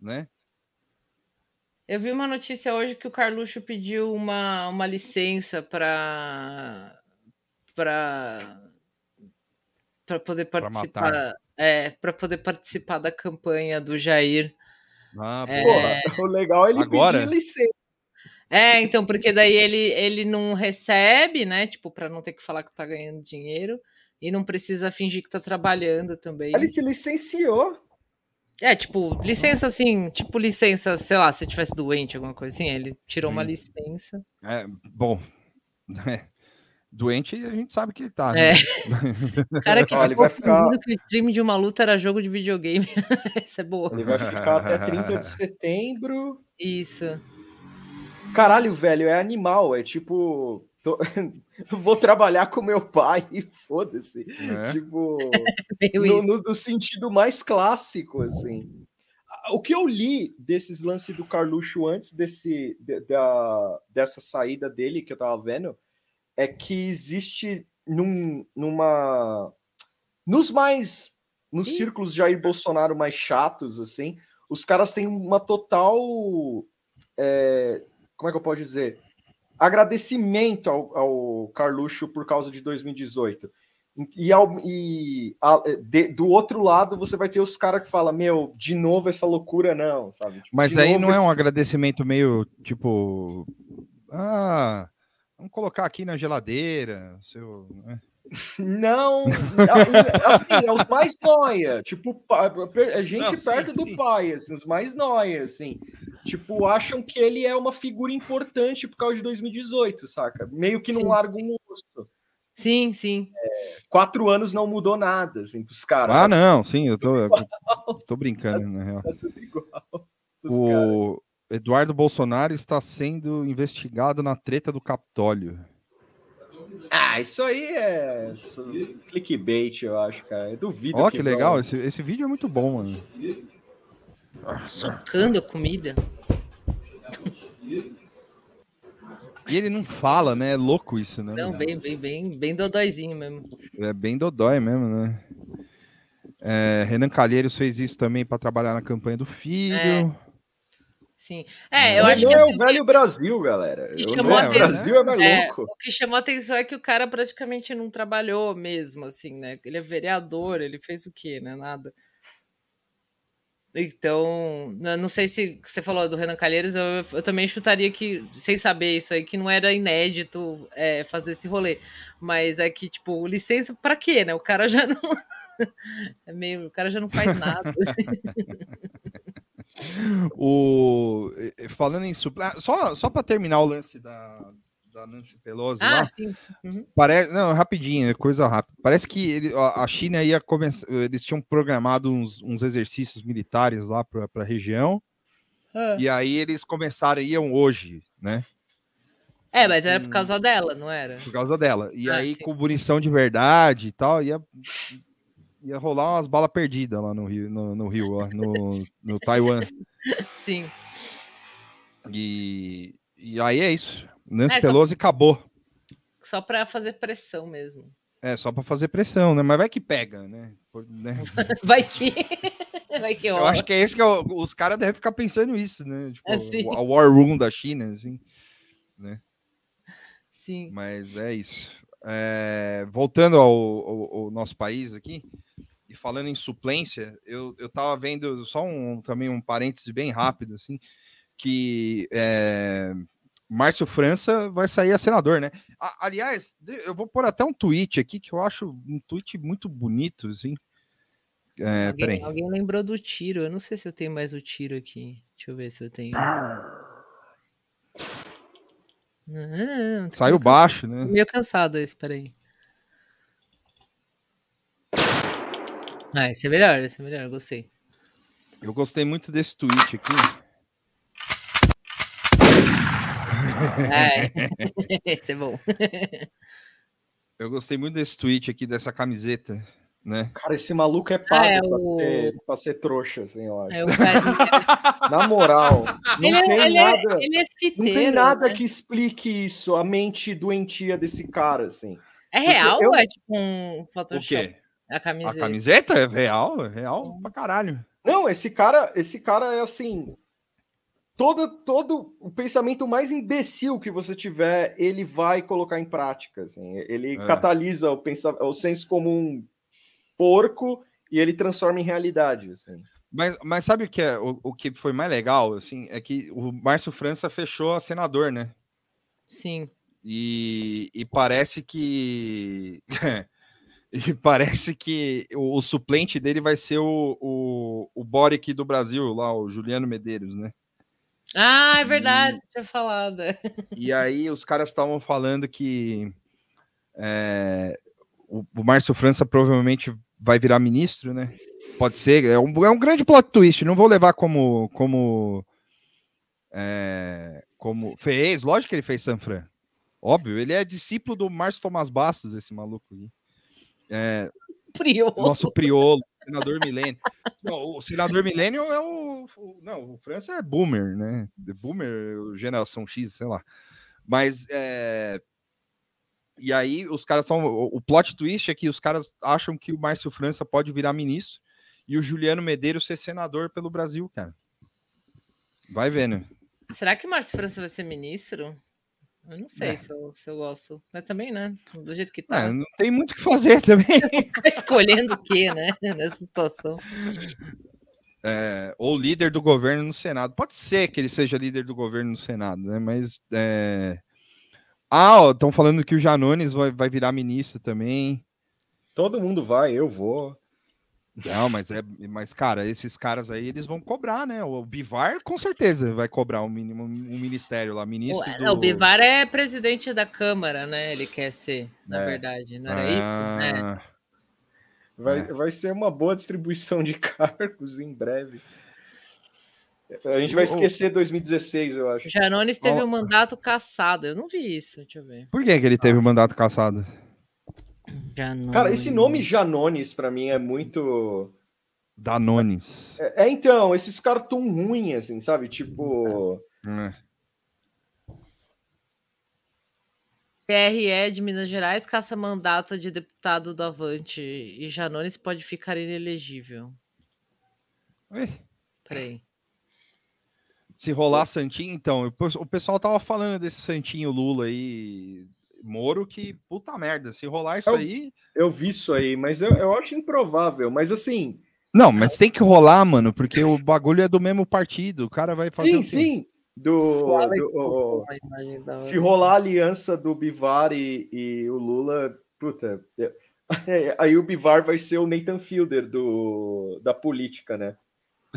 [SPEAKER 1] né?
[SPEAKER 2] Eu vi uma notícia hoje que o Carluxo pediu uma, uma licença para para para poder
[SPEAKER 1] Pra
[SPEAKER 2] participar, é, para poder participar da campanha do Jair.
[SPEAKER 1] Ah,
[SPEAKER 2] É.
[SPEAKER 1] pô.
[SPEAKER 3] Porra, o legal é ele
[SPEAKER 1] Agora?
[SPEAKER 3] pedir licença.
[SPEAKER 2] É, então, porque daí ele, ele não recebe, né? Tipo, para não ter que falar que tá ganhando dinheiro e não precisa fingir que tá trabalhando também.
[SPEAKER 3] Ele se licenciou.
[SPEAKER 2] É, tipo, licença assim, tipo licença, sei lá, se tivesse doente, alguma coisa assim, ele tirou uma
[SPEAKER 1] Sim.
[SPEAKER 2] licença.
[SPEAKER 1] É, bom, né? doente a gente sabe que ele tá.
[SPEAKER 2] É. O cara que
[SPEAKER 3] Ó, ele
[SPEAKER 2] ficou
[SPEAKER 3] vai ficar-
[SPEAKER 2] fingindo que o stream de uma luta era jogo de videogame. [LAUGHS] Essa é boa.
[SPEAKER 3] Ele vai ficar até 30 de setembro.
[SPEAKER 2] Isso.
[SPEAKER 3] Caralho, velho, é animal. É tipo. tô- [LAUGHS] Vou trabalhar com meu pai e foda-se.
[SPEAKER 1] né?
[SPEAKER 2] [LAUGHS]
[SPEAKER 3] Tipo,
[SPEAKER 2] É Meio
[SPEAKER 3] no,
[SPEAKER 2] isso.
[SPEAKER 3] no- no sentido mais clássico, assim. Ah, O que eu li desses lances do Carluxo antes desse, de- da, dessa saída dele que eu tava vendo é que existe num, numa. Nos mais. Nos
[SPEAKER 2] Ih.
[SPEAKER 3] círculos Jair Bolsonaro mais chatos, assim, os caras têm uma total. é, como é que eu posso dizer? Agradecimento ao, ao Carluxo por causa de 2018. E, ao- e a- de- do outro lado, você vai ter os caras que falam: Meu, de novo essa loucura, não, sabe? Tipo,
[SPEAKER 1] Mas
[SPEAKER 3] "De
[SPEAKER 1] aí
[SPEAKER 3] novo
[SPEAKER 1] não é
[SPEAKER 3] esse-
[SPEAKER 1] um agradecimento meio tipo. Ah, vamos colocar aqui na geladeira. Seu... né?
[SPEAKER 3] Não, assim, é os mais noia, tipo, pa- per- é gente
[SPEAKER 1] Não, sim,
[SPEAKER 3] perto do
[SPEAKER 1] sim.
[SPEAKER 3] pai, assim, os mais noia, assim, tipo, acham que ele é uma figura importante por causa de 2018, saca? Meio que
[SPEAKER 2] Sim,
[SPEAKER 3] não larga um osso. É,
[SPEAKER 2] Sim, sim.
[SPEAKER 3] Quatro anos não mudou nada, assim, pros caras.
[SPEAKER 1] Ah, não, sim, eu tô, eu tô brincando, na real.
[SPEAKER 3] Tá tudo igual. Os caras.
[SPEAKER 1] O Eduardo Bolsonaro está sendo investigado na treta do Capitólio.
[SPEAKER 3] Ah, isso aí é isso- clickbait, eu acho, cara. Eu duvido.
[SPEAKER 1] Ó, que
[SPEAKER 3] vão-
[SPEAKER 1] legal, esse, esse vídeo é muito bom, mano.
[SPEAKER 2] Socando a comida.
[SPEAKER 1] E ele não fala, né? É louco isso, né?
[SPEAKER 2] Não,
[SPEAKER 1] mano?
[SPEAKER 2] bem, bem, bem, bem dodóizinho mesmo.
[SPEAKER 1] É bem dodói mesmo, né? É, Renan Calheiros fez isso também para trabalhar na campanha do filho.
[SPEAKER 2] É. Sim. É, eu
[SPEAKER 3] Renan
[SPEAKER 2] acho que
[SPEAKER 3] é
[SPEAKER 2] assim,
[SPEAKER 3] o velho Brasil, galera.
[SPEAKER 2] E
[SPEAKER 3] O
[SPEAKER 2] chamou
[SPEAKER 1] a
[SPEAKER 3] velho
[SPEAKER 1] atenção,
[SPEAKER 3] Brasil é mais
[SPEAKER 2] é,
[SPEAKER 3] louco.
[SPEAKER 2] o que chamou a atenção é que o cara praticamente não trabalhou mesmo, assim, né? Ele é vereador, ele fez o quê, né? Nada. Então, não sei se você falou do Renan Calheiros, eu, eu também chutaria que, sem saber isso aí, que não era inédito é, fazer esse rolê. Mas é que, tipo, licença para quê, né? O cara já [LAUGHS] não. É meio, o cara já não faz
[SPEAKER 3] [LAUGHS]
[SPEAKER 2] nada.
[SPEAKER 1] [LAUGHS] o, falando em supla... só só para terminar o lance da, da Nancy Pelosi ah, lá. Sim. Uhum. Parece, não, rapidinho, é coisa rápida. Parece que ele, a China ia começar, eles tinham programado uns, uns exercícios militares lá para a região. Ah. E aí eles começaram iam hoje, né?
[SPEAKER 2] É, mas era por causa dela, não era?
[SPEAKER 1] Por causa dela. E ah, aí sim. com munição de verdade e tal, ia ia rolar umas balas perdidas lá no Rio, no, no Rio, lá, no, no Taiwan.
[SPEAKER 2] Sim.
[SPEAKER 1] E, e aí é isso. Nancy é, Pelosi só... acabou.
[SPEAKER 2] Só para fazer pressão mesmo. [LAUGHS]
[SPEAKER 1] É, só para fazer pressão, né? Mas vai que pega, né? Por, [LAUGHS] né?
[SPEAKER 2] vai que. vai que
[SPEAKER 1] rola. Eu acho que é isso que eu, os caras devem ficar pensando isso, né?
[SPEAKER 2] [LAUGHS]
[SPEAKER 1] Tipo, assim. a War Room da China, assim. Né?
[SPEAKER 2] Sim.
[SPEAKER 1] Mas é isso. É, voltando ao, ao, ao, nosso país aqui, e falando em suplência, eu, eu tava vendo só um também um parêntese bem rápido, assim, que é, Márcio França vai sair a senador, né? A, aliás, eu vou pôr até um tweet aqui que eu acho um tweet muito bonito, assim.
[SPEAKER 2] É, alguém, alguém, lembrou do tiro, eu não sei se eu tenho mais o tiro aqui. Deixa eu ver se eu tenho. Ah,
[SPEAKER 1] Uhum, Saiu meio baixo,
[SPEAKER 2] cansado.
[SPEAKER 1] né?
[SPEAKER 2] Meio cansado esse, peraí. Ah, esse é melhor, esse é melhor, eu gostei.
[SPEAKER 1] Eu gostei muito desse tweet aqui.
[SPEAKER 2] É, [LAUGHS] esse é bom.
[SPEAKER 1] eu gostei muito desse tweet aqui, dessa camiseta. Né?
[SPEAKER 3] Cara, esse maluco é pago ah, é o... pra, ser, pra, ser, trouxa, assim, eu acho. É [LAUGHS] Na moral, Ah, não
[SPEAKER 2] ele
[SPEAKER 3] tem
[SPEAKER 2] é, ele
[SPEAKER 3] nada.
[SPEAKER 2] Fiteiro,
[SPEAKER 3] não tem nada
[SPEAKER 2] né?
[SPEAKER 3] que explique isso, a mente doentia desse cara, assim.
[SPEAKER 2] É real eu... ou é tipo um Photoshop? A camiseta.
[SPEAKER 1] A camiseta é real, é real pra caralho.
[SPEAKER 3] Não, esse cara, esse cara é assim. Todo, todo o pensamento mais imbecil que você tiver, ele vai colocar em prática. Assim. Ele
[SPEAKER 1] É.
[SPEAKER 3] catalisa o, pensa... o senso comum porco e ele transforma em realidade, assim.
[SPEAKER 1] Mas, mas sabe o que é o, o, que foi mais legal, assim, é que o Márcio França fechou a senador, né?
[SPEAKER 2] Sim.
[SPEAKER 1] E, e parece que [LAUGHS] e parece que o, o, suplente dele vai ser o, o, o Boric do Brasil, lá o Juliano Medeiros, né?
[SPEAKER 2] Ah, é verdade, e, tinha falado. [LAUGHS]
[SPEAKER 1] e aí os caras estavam falando que é, o, o Márcio França provavelmente vai virar ministro, né? Pode ser, é um, é um grande plot twist, não vou levar como como é, como fez, lógico que ele fez Sanfran. Óbvio, ele é discípulo do Márcio Tomás Bastos, esse maluco aí. É,
[SPEAKER 2] priolo.
[SPEAKER 1] Nosso priolo, senador Milênio. Não, o senador Milênio é o, o, Não, o França é boomer, né? Boomer, geração X, sei lá. Mas é, e aí os caras são. O plot twist é que os caras acham que o Márcio França pode virar ministro e o Juliano Medeiros ser senador pelo Brasil, cara. Vai né? vendo.
[SPEAKER 2] Será que o Márcio França vai ser ministro? Eu não sei é. se, eu, se eu gosto. Mas também, né? Do jeito que tá.
[SPEAKER 1] É, Não, não tem muito o que fazer também.
[SPEAKER 2] [LAUGHS] Tá escolhendo o quê, né? [LAUGHS] Nessa situação.
[SPEAKER 1] É, ou líder do governo no Senado. Pode ser que ele seja líder do governo no Senado, né? Mas. É... Ah, estão falando que o Janones vai, vai, virar ministro também.
[SPEAKER 3] Todo mundo vai, eu vou.
[SPEAKER 1] Não, mas é, mas cara, esses caras aí eles vão cobrar, né? O Bivar com certeza vai cobrar o um mínimo um ministério lá, ministro.
[SPEAKER 2] O, do... não, o Bivar é presidente da Câmara, né? Ele quer ser, na é. verdade, não era ah... isso? Né?
[SPEAKER 3] Vai, é. vai ser uma boa distribuição de [LAUGHS] cargos em breve. A gente vai esquecer 2016, eu acho.
[SPEAKER 2] Janones teve o oh. um mandato caçado. Eu não vi isso, deixa eu ver.
[SPEAKER 1] Por que, que ele teve o ah. um mandato caçado?
[SPEAKER 3] Janones. Cara, esse nome Janones, para mim, é muito.
[SPEAKER 1] Danones.
[SPEAKER 3] É, é então, esses caras tão ruins, assim, sabe? Tipo. É.
[SPEAKER 2] PRE de Minas Gerais caça mandato de deputado do Avante e Janones pode ficar inelegível.
[SPEAKER 1] Ui.
[SPEAKER 2] Peraí.
[SPEAKER 1] Se rolar Santinho, então, o pessoal tava falando desse Santinho Lula aí, Moro, que puta merda, se rolar isso
[SPEAKER 3] eu,
[SPEAKER 1] aí.
[SPEAKER 3] Eu vi isso aí, mas eu, eu acho improvável. Mas assim,
[SPEAKER 1] Não, mas tem que rolar, mano, porque o bagulho é do mesmo partido. O cara vai fazer.
[SPEAKER 3] Sim,
[SPEAKER 1] o quê?
[SPEAKER 3] sim. Do, do- se rolar a aliança do Bivar e, e o Lula, puta. é- [LAUGHS] Aí o Bivar vai ser o Nathan Fielder do, da política, né?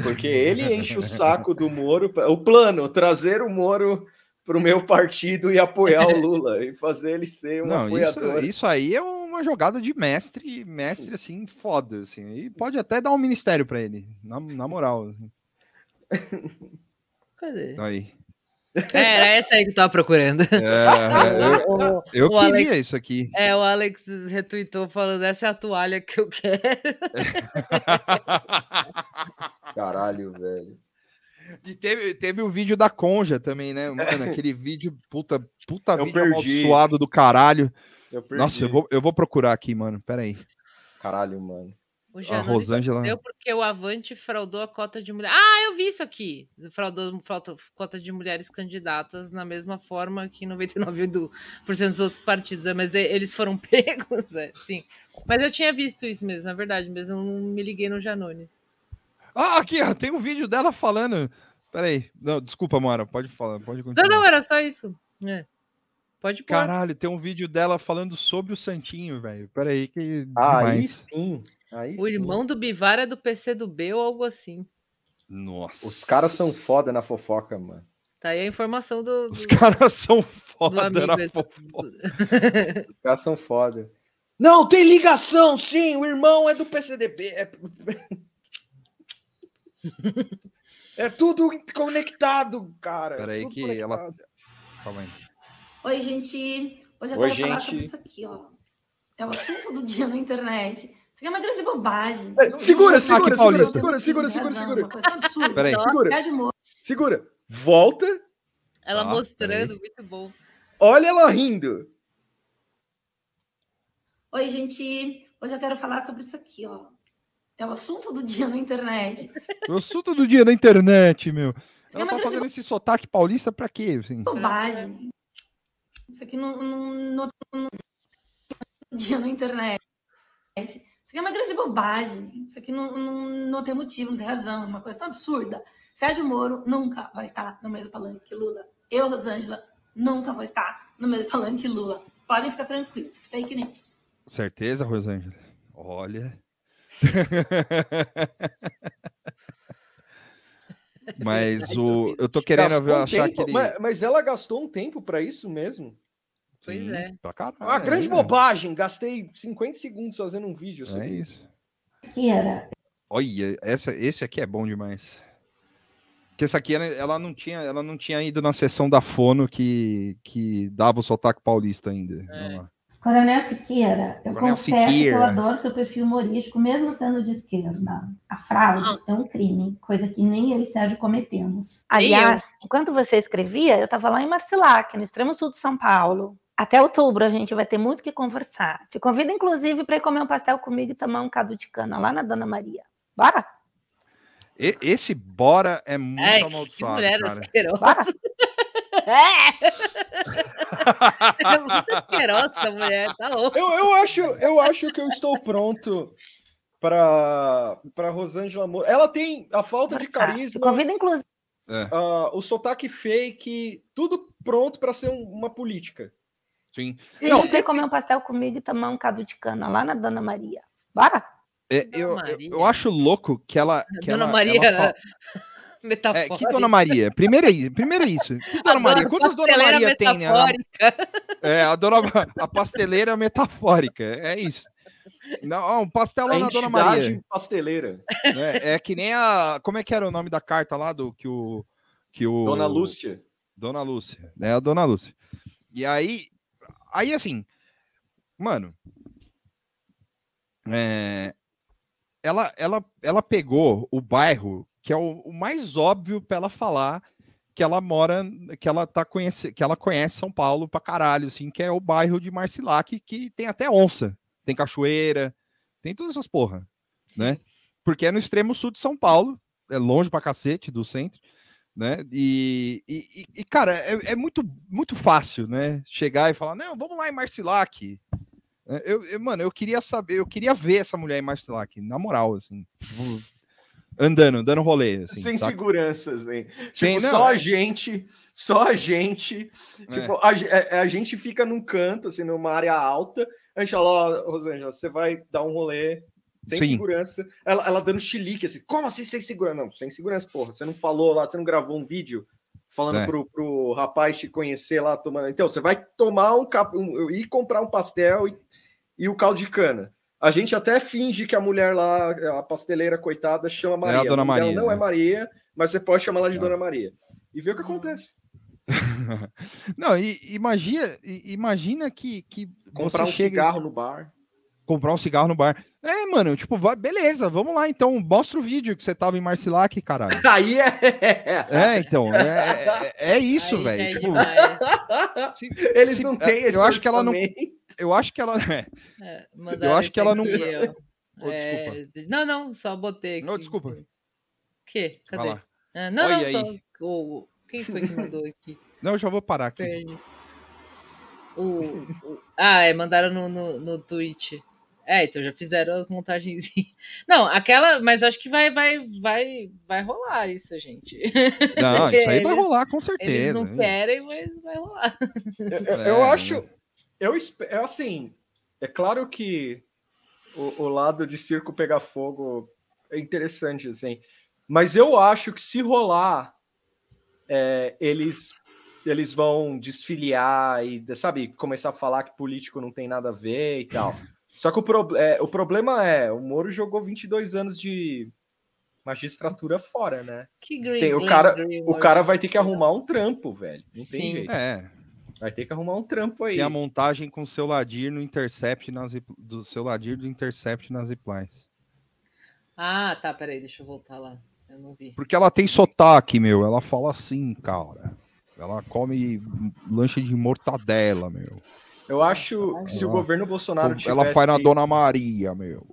[SPEAKER 3] Porque ele enche o saco do Moro. pra- O plano, trazer o Moro pro meu partido e apoiar o Lula e fazer ele ser um
[SPEAKER 1] Não, isso,
[SPEAKER 3] apoiador.
[SPEAKER 1] isso aí é uma jogada de mestre, mestre assim, foda, assim. E pode até dar um ministério pra ele, na, na moral. assim.
[SPEAKER 2] Cadê?
[SPEAKER 1] Aí.
[SPEAKER 2] É, era essa aí que eu tava procurando.
[SPEAKER 1] É,
[SPEAKER 2] [LAUGHS] O- o-
[SPEAKER 1] eu eu
[SPEAKER 2] o Alex-
[SPEAKER 1] queria isso aqui.
[SPEAKER 2] É, o Alex retweetou falando: essa é a toalha que
[SPEAKER 1] [LAUGHS]
[SPEAKER 2] eu quero. [LAUGHS]
[SPEAKER 3] Caralho, velho.
[SPEAKER 1] E teve, teve o vídeo da Conja também, né? Mano, aquele vídeo, puta, puta
[SPEAKER 3] É. Eu
[SPEAKER 1] vídeo
[SPEAKER 3] perdi.
[SPEAKER 1] amaldiçoado do caralho.
[SPEAKER 3] Eu perdi.
[SPEAKER 1] Nossa, eu vou, eu vou procurar aqui, mano. Pera aí.
[SPEAKER 3] Caralho, mano.
[SPEAKER 2] O
[SPEAKER 1] A
[SPEAKER 2] Janone
[SPEAKER 1] Rosângela.
[SPEAKER 2] Deu porque o Avante fraudou a cota de mulher. Ah, eu vi isso aqui. Fraudou frauta- cota de mulheres candidatas na mesma forma que 99% dos outros partidos. é, Mas e- eles foram [LAUGHS] pegos, é, sim. Mas eu tinha visto isso mesmo, na verdade, mas eu não me liguei no Janones.
[SPEAKER 1] Ah, aqui, ó. Tem um vídeo dela falando. Pera aí. Não, desculpa, Mara. Pode falar, pode
[SPEAKER 2] Não,
[SPEAKER 1] continuar.
[SPEAKER 2] não, era só isso. É. Pode pôr.
[SPEAKER 1] Caralho, tem um vídeo dela falando sobre o Santinho, velho. Pera aí que.
[SPEAKER 3] Aí
[SPEAKER 1] demais.
[SPEAKER 3] sim. Aí
[SPEAKER 2] O
[SPEAKER 3] sim.
[SPEAKER 2] irmão do Bivar é do PC do B ou algo assim.
[SPEAKER 1] Nossa.
[SPEAKER 3] Os caras são foda na fofoca, mano.
[SPEAKER 2] Tá aí a informação do.
[SPEAKER 1] Os
[SPEAKER 2] [LAUGHS] do-
[SPEAKER 1] caras são
[SPEAKER 2] do
[SPEAKER 1] foda
[SPEAKER 2] amigo
[SPEAKER 1] na
[SPEAKER 2] esse-
[SPEAKER 1] fofoca.
[SPEAKER 3] Os caras são foda. Não, tem ligação, sim. O irmão é do PCDB. É, É tudo conectado, cara.
[SPEAKER 1] Pera aí
[SPEAKER 3] Tudo
[SPEAKER 1] que ela-
[SPEAKER 3] conectado.
[SPEAKER 1] Calma aí.
[SPEAKER 5] Oi, gente. Hoje eu
[SPEAKER 3] Oi,
[SPEAKER 5] quero falar
[SPEAKER 3] gente.
[SPEAKER 5] sobre isso aqui, ó. É o assunto do dia na internet. Isso aqui é uma grande bobagem.
[SPEAKER 3] É,
[SPEAKER 5] Não-
[SPEAKER 3] segura,
[SPEAKER 5] não- não-
[SPEAKER 1] segura, segura,
[SPEAKER 5] não-
[SPEAKER 3] segura,
[SPEAKER 5] não-
[SPEAKER 3] segura,
[SPEAKER 5] não-
[SPEAKER 3] segura,
[SPEAKER 5] não-
[SPEAKER 3] segura.
[SPEAKER 5] Uma coisa absurda.
[SPEAKER 1] Pera aí.
[SPEAKER 2] Segura.
[SPEAKER 5] Cidade Moura.
[SPEAKER 3] Segura. Volta.
[SPEAKER 2] Ela
[SPEAKER 1] Ah,
[SPEAKER 2] mostrando, muito bom.
[SPEAKER 3] Olha ela rindo.
[SPEAKER 5] Oi, gente. Hoje eu quero falar sobre isso aqui, ó. É o assunto do dia na internet. Isso
[SPEAKER 1] O assunto do dia na internet, meu.
[SPEAKER 5] aqui é
[SPEAKER 1] Ela
[SPEAKER 5] uma
[SPEAKER 1] tá
[SPEAKER 5] grande
[SPEAKER 2] um?
[SPEAKER 1] fazendo esse sotaque paulista pra quê? Assim?
[SPEAKER 3] É.
[SPEAKER 5] bobagem. Isso aqui não. não, não, não- do dia na internet. Isso aqui é uma grande bobagem. Isso aqui não, não, não tem motivo, não tem razão. Uma coisa tão absurda. Sérgio Moro nunca vai estar no mesmo palanque que Lula. Eu, Rosângela, nunca vou estar no mesmo palanque que Lula. Podem ficar tranquilos. Fake news.
[SPEAKER 1] Certeza, Rosângela?
[SPEAKER 2] [LAUGHS]
[SPEAKER 1] Olha. Mas o, eu tô querendo
[SPEAKER 3] Gastou um
[SPEAKER 1] achar
[SPEAKER 3] tempo.
[SPEAKER 1] aquele.
[SPEAKER 3] Mas, mas ela gastou um tempo pra isso mesmo?
[SPEAKER 2] Pois
[SPEAKER 1] Sim,
[SPEAKER 2] é.
[SPEAKER 1] Hum, Pra caralho.
[SPEAKER 3] Uma grande
[SPEAKER 1] é.
[SPEAKER 3] bobagem. Gastei 50 segundos fazendo um vídeo.
[SPEAKER 1] É
[SPEAKER 3] sobre isso.
[SPEAKER 1] isso.
[SPEAKER 5] Que era?
[SPEAKER 1] Olha, essa, esse aqui é bom demais. Porque essa aqui, ela, ela não tinha, ela não tinha ido na sessão da Fono que, que dava o sotaque paulista ainda.
[SPEAKER 3] É.
[SPEAKER 1] Olha lá.
[SPEAKER 5] Coronel Siqueira, eu
[SPEAKER 1] Coronel
[SPEAKER 5] confesso que eu
[SPEAKER 1] Siqueira.
[SPEAKER 5] adoro seu perfil humorístico, mesmo sendo de esquerda. A fraude é um crime, coisa que nem eu e Sérgio cometemos.
[SPEAKER 6] Aliás, enquanto você escrevia, eu estava lá em Marcilac, no extremo sul de São Paulo. Até outubro a gente vai ter muito o que conversar. Te convido, inclusive, para ir comer um pastel comigo e tomar um caldo de cana lá na Dona Maria. Bora?
[SPEAKER 1] E- esse Bora é muito
[SPEAKER 2] É, que, que
[SPEAKER 1] amaldiçoado,
[SPEAKER 2] mulher
[SPEAKER 1] cara.
[SPEAKER 2] asquerosa. [LAUGHS] é! é muito asquerosa essa mulher, tá louco.
[SPEAKER 3] Eu, eu, acho, eu acho que eu estou pronto para para Rosângela Moura. Ela tem a falta de
[SPEAKER 6] Conversar. Te
[SPEAKER 3] carisma,
[SPEAKER 6] convido, inclusive.
[SPEAKER 1] É.
[SPEAKER 3] ah, o sotaque fake, tudo pronto para ser um- uma política.
[SPEAKER 1] Sim.
[SPEAKER 6] Não,
[SPEAKER 1] Não,
[SPEAKER 6] para ir comer um pastel comigo e tomar um caldo de cana lá na Dona Maria. Bora?
[SPEAKER 1] É, eu, eu,
[SPEAKER 2] Maria.
[SPEAKER 1] eu acho louco que
[SPEAKER 2] [LAUGHS]
[SPEAKER 1] ela. Que
[SPEAKER 2] Dona
[SPEAKER 1] ela-
[SPEAKER 2] Maria, tá
[SPEAKER 1] ela
[SPEAKER 6] [LAUGHS]
[SPEAKER 1] fala- É,
[SPEAKER 2] Metafórica.
[SPEAKER 1] que Dona
[SPEAKER 2] [LAUGHS]
[SPEAKER 1] Maria? Primeiro é isso. Primeiro é isso. [LAUGHS] Que Dona Maria? Quantas Dona
[SPEAKER 2] pasteleira
[SPEAKER 1] Maria tem, né? Ela-
[SPEAKER 2] metafórica.
[SPEAKER 1] É, a dona a pasteleira metafórica, é isso. Não, ó, um pastel lá
[SPEAKER 3] a
[SPEAKER 1] na
[SPEAKER 3] entidade
[SPEAKER 1] Dona Maria.
[SPEAKER 3] [LAUGHS] pasteleira,
[SPEAKER 1] né? É que nem a, como é que era o nome da carta lá do que o que o
[SPEAKER 3] Dona Lúcia.
[SPEAKER 1] Dona Lúcia, né? A Dona Lúcia. E aí, aí assim, mano, é, ela, ela, ela pegou o bairro que é o, o mais óbvio pra ela falar que ela mora, que ela tá conhece, que ela conhece São Paulo pra caralho, assim, que é o bairro de Marcilac que tem até onça, tem cachoeira, tem todas essas porra, né? Porque é no extremo sul de São Paulo, é longe pra cacete do centro né? E, e, e- e, cara, é, é muito, muito fácil, né? Chegar e falar, não, vamos lá em Marcilac. Eu, eu, mano, eu queria saber, eu queria ver essa mulher em Marcilac, na moral, assim. andando, dando rolê. Assim,
[SPEAKER 3] Sem tá? seguranças, hein? Sem, tipo, não, só é... a gente, só a gente. É. Tipo, a, a, a, gente fica num canto, assim, numa área alta. A gente fala, ó, oh, Rosângela, você vai dar um rolê sem Sim. segurança. Ela, ela dando chilique, assim, como assim sem segurança? Não, sem segurança, porra. Você não falou lá, você não gravou um vídeo falando é. pro, pro rapaz te conhecer lá tomando. Então, você vai tomar um, cap... um ir comprar um pastel e, e o caldo de cana. A gente até finge que a mulher lá, a pasteleira coitada, chama Maria.
[SPEAKER 1] É a Dona
[SPEAKER 3] Ela
[SPEAKER 1] Maria.
[SPEAKER 3] não né? é Maria, mas você pode chamar ela de é. Dona Maria. E ver o que acontece.
[SPEAKER 1] [LAUGHS] não, e, imagina, imagina que, que
[SPEAKER 3] comprar um
[SPEAKER 1] chega...
[SPEAKER 3] cigarro no bar.
[SPEAKER 1] Comprar um cigarro no bar. É, mano, tipo, vai, beleza, vamos lá então. Mostra o vídeo que você tava em Marcilac, caralho.
[SPEAKER 3] Aí é. [LAUGHS]
[SPEAKER 1] É, então. É, é, é isso, velho. É tipo,
[SPEAKER 2] Ah, é?
[SPEAKER 3] [LAUGHS] se, Eles se, não têm esse
[SPEAKER 1] Eu acho que ela não. Eu acho que ela. É, eu acho que ela não. [LAUGHS]
[SPEAKER 2] Oh, não, não, só botei aqui.
[SPEAKER 1] Não, desculpa. O
[SPEAKER 2] quê? Cadê? Ah, não, Olha não, aí. só. Oh, quem foi que mandou aqui?
[SPEAKER 1] Não, eu já vou parar aqui. Perde. [LAUGHS]
[SPEAKER 2] O, Ah, é, mandaram no, no, no tweet. É, então já fizeram as montagens. [LAUGHS] Não, aquela, mas acho que vai, vai, vai, vai rolar isso, gente.
[SPEAKER 1] [LAUGHS]
[SPEAKER 2] [LAUGHS]
[SPEAKER 1] Não, isso aí eles, vai rolar com certeza. Eles
[SPEAKER 2] não querem, mas vai rolar.
[SPEAKER 3] Eu, é. eu acho, eu espero, assim, é claro que o, o, lado de circo pegar fogo é interessante, assim, mas eu acho que se rolar, é, eles eles vão desfiliar e, sabe, começar a falar que político não tem nada a ver e tal. Só que o, pro, é, o problema é, o Moro jogou 22 anos de magistratura fora, né?
[SPEAKER 2] Que green,
[SPEAKER 3] tem, o, cara, green, o cara vai ter que arrumar um trampo, velho. Não tem Sim. jeito.
[SPEAKER 1] É.
[SPEAKER 3] Vai ter que arrumar um trampo aí.
[SPEAKER 1] Tem a montagem com o seu Ladir no Intercept, nas, do seu Ladir do Intercept nas replies.
[SPEAKER 2] [LAUGHS] Ah, tá, peraí, deixa eu voltar lá. Eu não vi.
[SPEAKER 1] Porque ela tem sotaque, meu. Ela fala assim, cara. Ela come lanche de mortadela, meu.
[SPEAKER 3] Eu acho que se o governo Bolsonaro tivesse... Ah,
[SPEAKER 1] Ela faz na Dona Maria, meu.